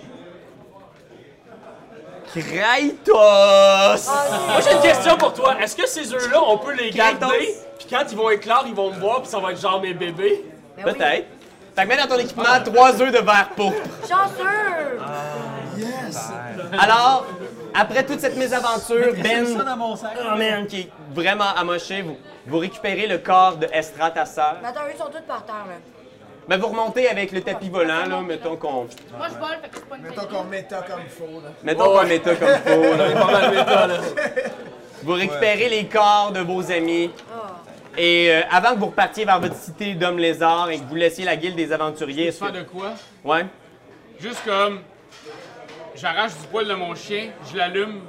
S2: Kraitos.
S7: Moi j'ai une question pour toi. Est-ce que ces œufs-là, on peut les garder?
S2: Quatorze.
S7: Puis quand ils vont éclore, ils vont me voir, puis ça va être genre mes bébés?
S5: Ben oui.
S2: Peut-être. Fait que mets dans ton
S1: Ah.
S2: équipement trois œufs de verre pourpre.
S5: Chanceux!
S2: Alors, Après toute cette mésaventure,
S1: Je mettrais
S2: Ben,
S1: ça dans mon sac.
S2: oh man, qui est vraiment amoché, vous, vous récupérez le corps de Estra, ta sœur.
S5: Mais attends, eux sont tous par terre, là.
S2: Ben, vous remontez avec le tapis volant, là, mettons qu'on
S9: Moi, je vole, fait que c'est pas une
S6: Mettons qu'on méta comme il faut, là.
S2: mettons qu'on méta comme faux. là. Vous récupérez les corps de vos amis.
S5: Ah.
S2: Et euh, avant que vous repartiez vers votre cité d'hommes lézards et que vous laissiez la guilde des aventuriers, est-ce
S4: Faire de
S2: que...
S4: quoi?
S2: Ouais.
S4: Juste comme. J'arrache du poil de mon chien, je l'allume,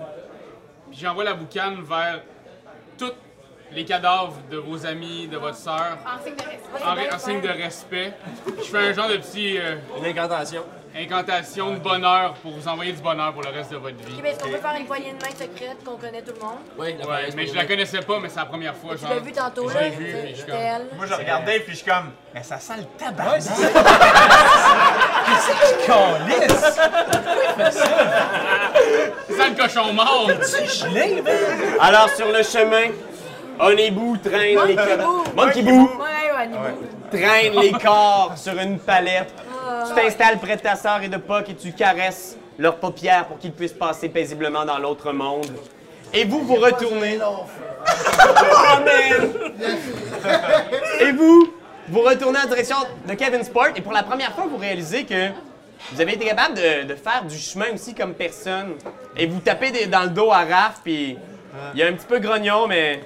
S4: puis j'envoie la boucane vers tous les cadavres de vos amis, de votre sœur,
S5: Ah,
S9: En signe de respect.
S4: en, en signe de respect. Puis je fais un genre de petit. euh,
S7: Une incantation.
S4: incantation de bonheur pour vous envoyer du bonheur pour le reste de votre vie.
S5: Ok, ben, est-ce qu'on peut faire une poignée de main secrète qu'on connaît tout le monde?
S7: Oui, la
S4: Ouais, mais je la connaissais pas, mais c'est la première fois.
S5: Tu l'as vu tantôt, là?
S4: J'ai vu,
S5: t'sais,
S4: puis je suis
S5: c'était
S4: comme.
S5: elle.
S8: Moi, je regardais, puis je suis comme, mais ça sent le tabac.
S1: Calisse!
S4: Ça, le cochon mort!
S1: Tu gelé, man!
S2: Alors, sur le chemin, on est bout, traîne les corps. Monkey Boo
S5: Ouais, ouais, Nibou.
S2: traîne les corps sur une palette. Tu t'installes près de ta sœur et de Puck et tu caresses leurs paupières pour qu'ils puissent passer paisiblement dans l'autre monde. Et vous, vous retournez. Oh, man! Et vous, vous retournez en direction de Kevin Sport et pour la première fois, vous réalisez que vous avez été capable de, de faire du chemin aussi comme personne. Et vous tapez des- dans le dos à Raph, puis il y a un petit peu grognon, mais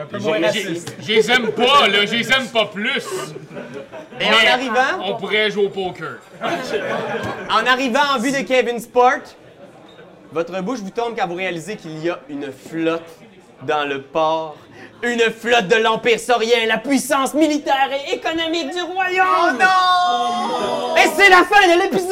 S1: Un peu moins raciste.
S4: Je les aime pas, là, je les aime pas plus!
S2: Et en
S4: Mais
S2: arrivant-
S4: On pourrait jouer au poker.
S2: En arrivant en vue de Kevin Sport, votre bouche vous tombe quand vous réalisez qu'il y a une flotte dans le port. Une flotte de l'Empire saurien, la puissance militaire et économique du royaume! non! Et c'est la fin de l'épisode!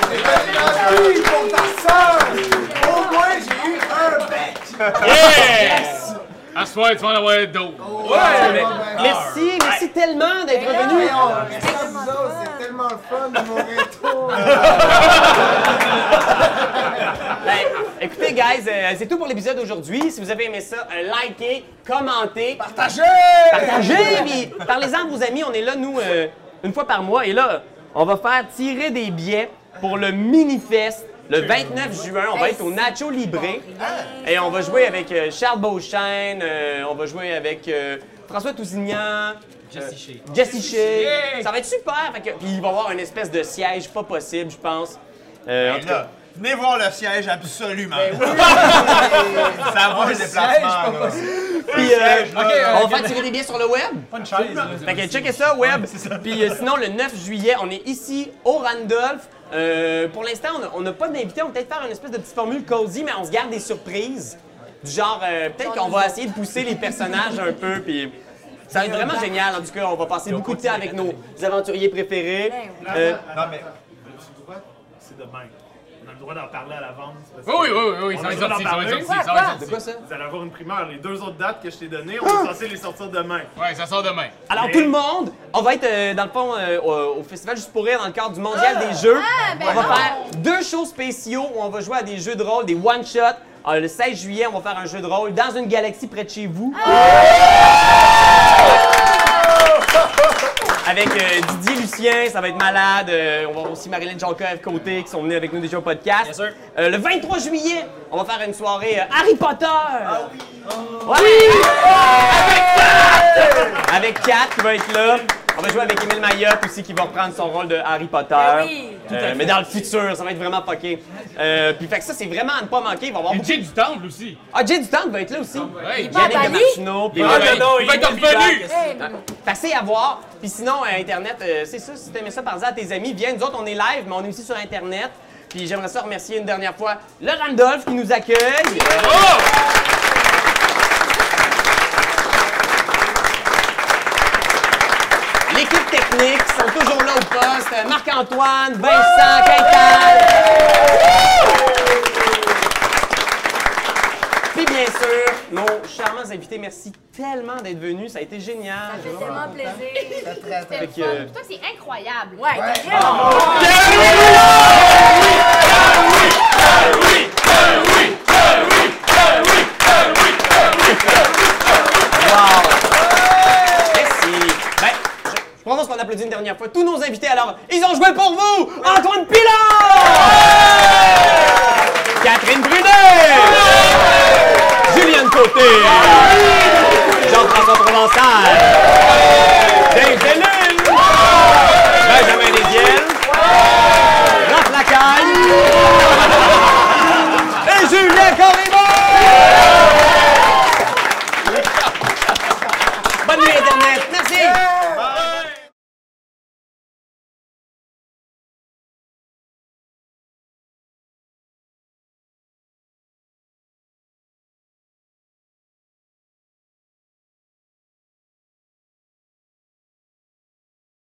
S6: Merci pour ta sœur! Au moins, j'ai eu un bec!
S4: Yes! À ce soir, tu vas en avoir d'autres.
S2: Merci, merci tellement d'être venu!
S6: C'est comme ça, c'est tellement le fun de mourir tôt!
S2: Ben, écoutez, guys, euh, c'est tout pour l'épisode d'aujourd'hui. Si vous avez aimé ça, euh, likez, commentez, partagez, puis parlez-en à vos amis. On est là, nous, euh, une fois par mois. Et là, on va faire tirer des billets pour le mini-fest le 29 juin. On va être au Nacho Libre. Et on va jouer avec euh, Charles Beauchesne, euh, on va jouer avec euh, François Tousignan. Jesse Shea. Jesse Shea. Ça va être super. Fait que- Puis il va y avoir une espèce de siège pas possible, je pense. Euh, en tout cas,
S8: Là, venez voir le siège, absolument. ça va, le déplacement. là.
S2: Puis, euh,
S8: Ok, euh,
S2: on va faire tirer des billets sur le web.
S1: Pas une chaise, là.
S2: Fait que checkez ça, web. Puis euh, sinon, le 9 juillet, on est ici au Randolph. Euh, pour l'instant, on a- on n'a pas d'invité. On va peut-être faire une espèce de petite formule cozy, mais on se garde des surprises. Du genre, euh, peut-être qu'on va essayer de pousser les personnages un peu. Puis ça va être vraiment génial. En tout cas, on va passer beaucoup de temps avec nos aventuriers préférés.
S5: Ben
S2: Euh,
S8: Non, mais
S12: C'est de même. On a le droit d'en parler à l'avance. parce que-
S4: Oui, oui, oui, oui, ça
S12: On
S4: va
S12: a
S4: être
S12: le droit
S4: sorti,
S12: d'en
S4: ça va
S12: parler.
S4: être sorti, ça va être sorti.
S2: c'est quoi ça?
S12: Vous allez avoir une primeur. Les deux autres dates que je t'ai données, on est censé les sortir demain.
S4: Ouais, ça sort demain.
S2: Alors, tout le monde, on va être, euh, dans le fond, euh, au, au Festival Juste pour rire, dans le cadre du Mondial des Jeux.
S9: ben
S2: on va
S9: non.
S2: faire deux shows spéciaux où on va jouer à des jeux de rôle, des one-shots. Euh, le 16 juillet, on va faire un jeu de rôle dans une galaxie près de chez
S9: Ah,
S2: vous. Avec euh, Didier Lucien, ça va être malade. Euh, on va aussi Marilyn Jonka, F. Côté, qui sont venus avec nous déjà au podcast.
S7: Bien sûr.
S2: Euh, le 23 juillet, on va faire une soirée euh, Harry Potter. Ah oui! Avec Kat qui va être là. On va jouer avec Émile Mayotte aussi qui va reprendre son rôle de Harry Potter.
S4: Eh
S5: oui.
S2: Euh, mais dans le futur, ça va être vraiment fucké. Euh, puis fait que ça, c'est vraiment à ne pas manquer. Il va y avoir
S4: Et Jay du Temple aussi.
S2: Ah, Jay Dutemps va être là aussi.
S4: Ouais,
S5: pas à Bali?
S2: Martineau. puis-
S4: Ah,
S2: Ouais.
S4: non, non, il va être revenu!
S5: Hey,
S2: Fait que c'est à voir. Puis sinon, euh, Internet, euh, c'est ça, si t'aimais ça, par exemple à tes amis. Viens, nous autres, on est live, mais on est aussi sur Internet. Puis j'aimerais ça remercier une dernière fois le Randolph qui nous accueille. Euh,
S4: Oh!
S2: L'équipe technique qui sont toujours là au poste. Euh, Marc-Antoine, Vincent, Quintal. Puis bien sûr, nos charmants invités, merci tellement d'être venus. Ça a été génial.
S5: C'est tellement plaisir.
S9: C'était le
S2: Fait que-
S9: fun.
S11: euh,
S9: Toi, c'est incroyable.
S5: Ouais, t'as vraiment-
S4: Ah oui! Ah oui!
S2: Ben, première fois tous nos invités. Alors, ils ont joué pour vous, Antoine Pilar!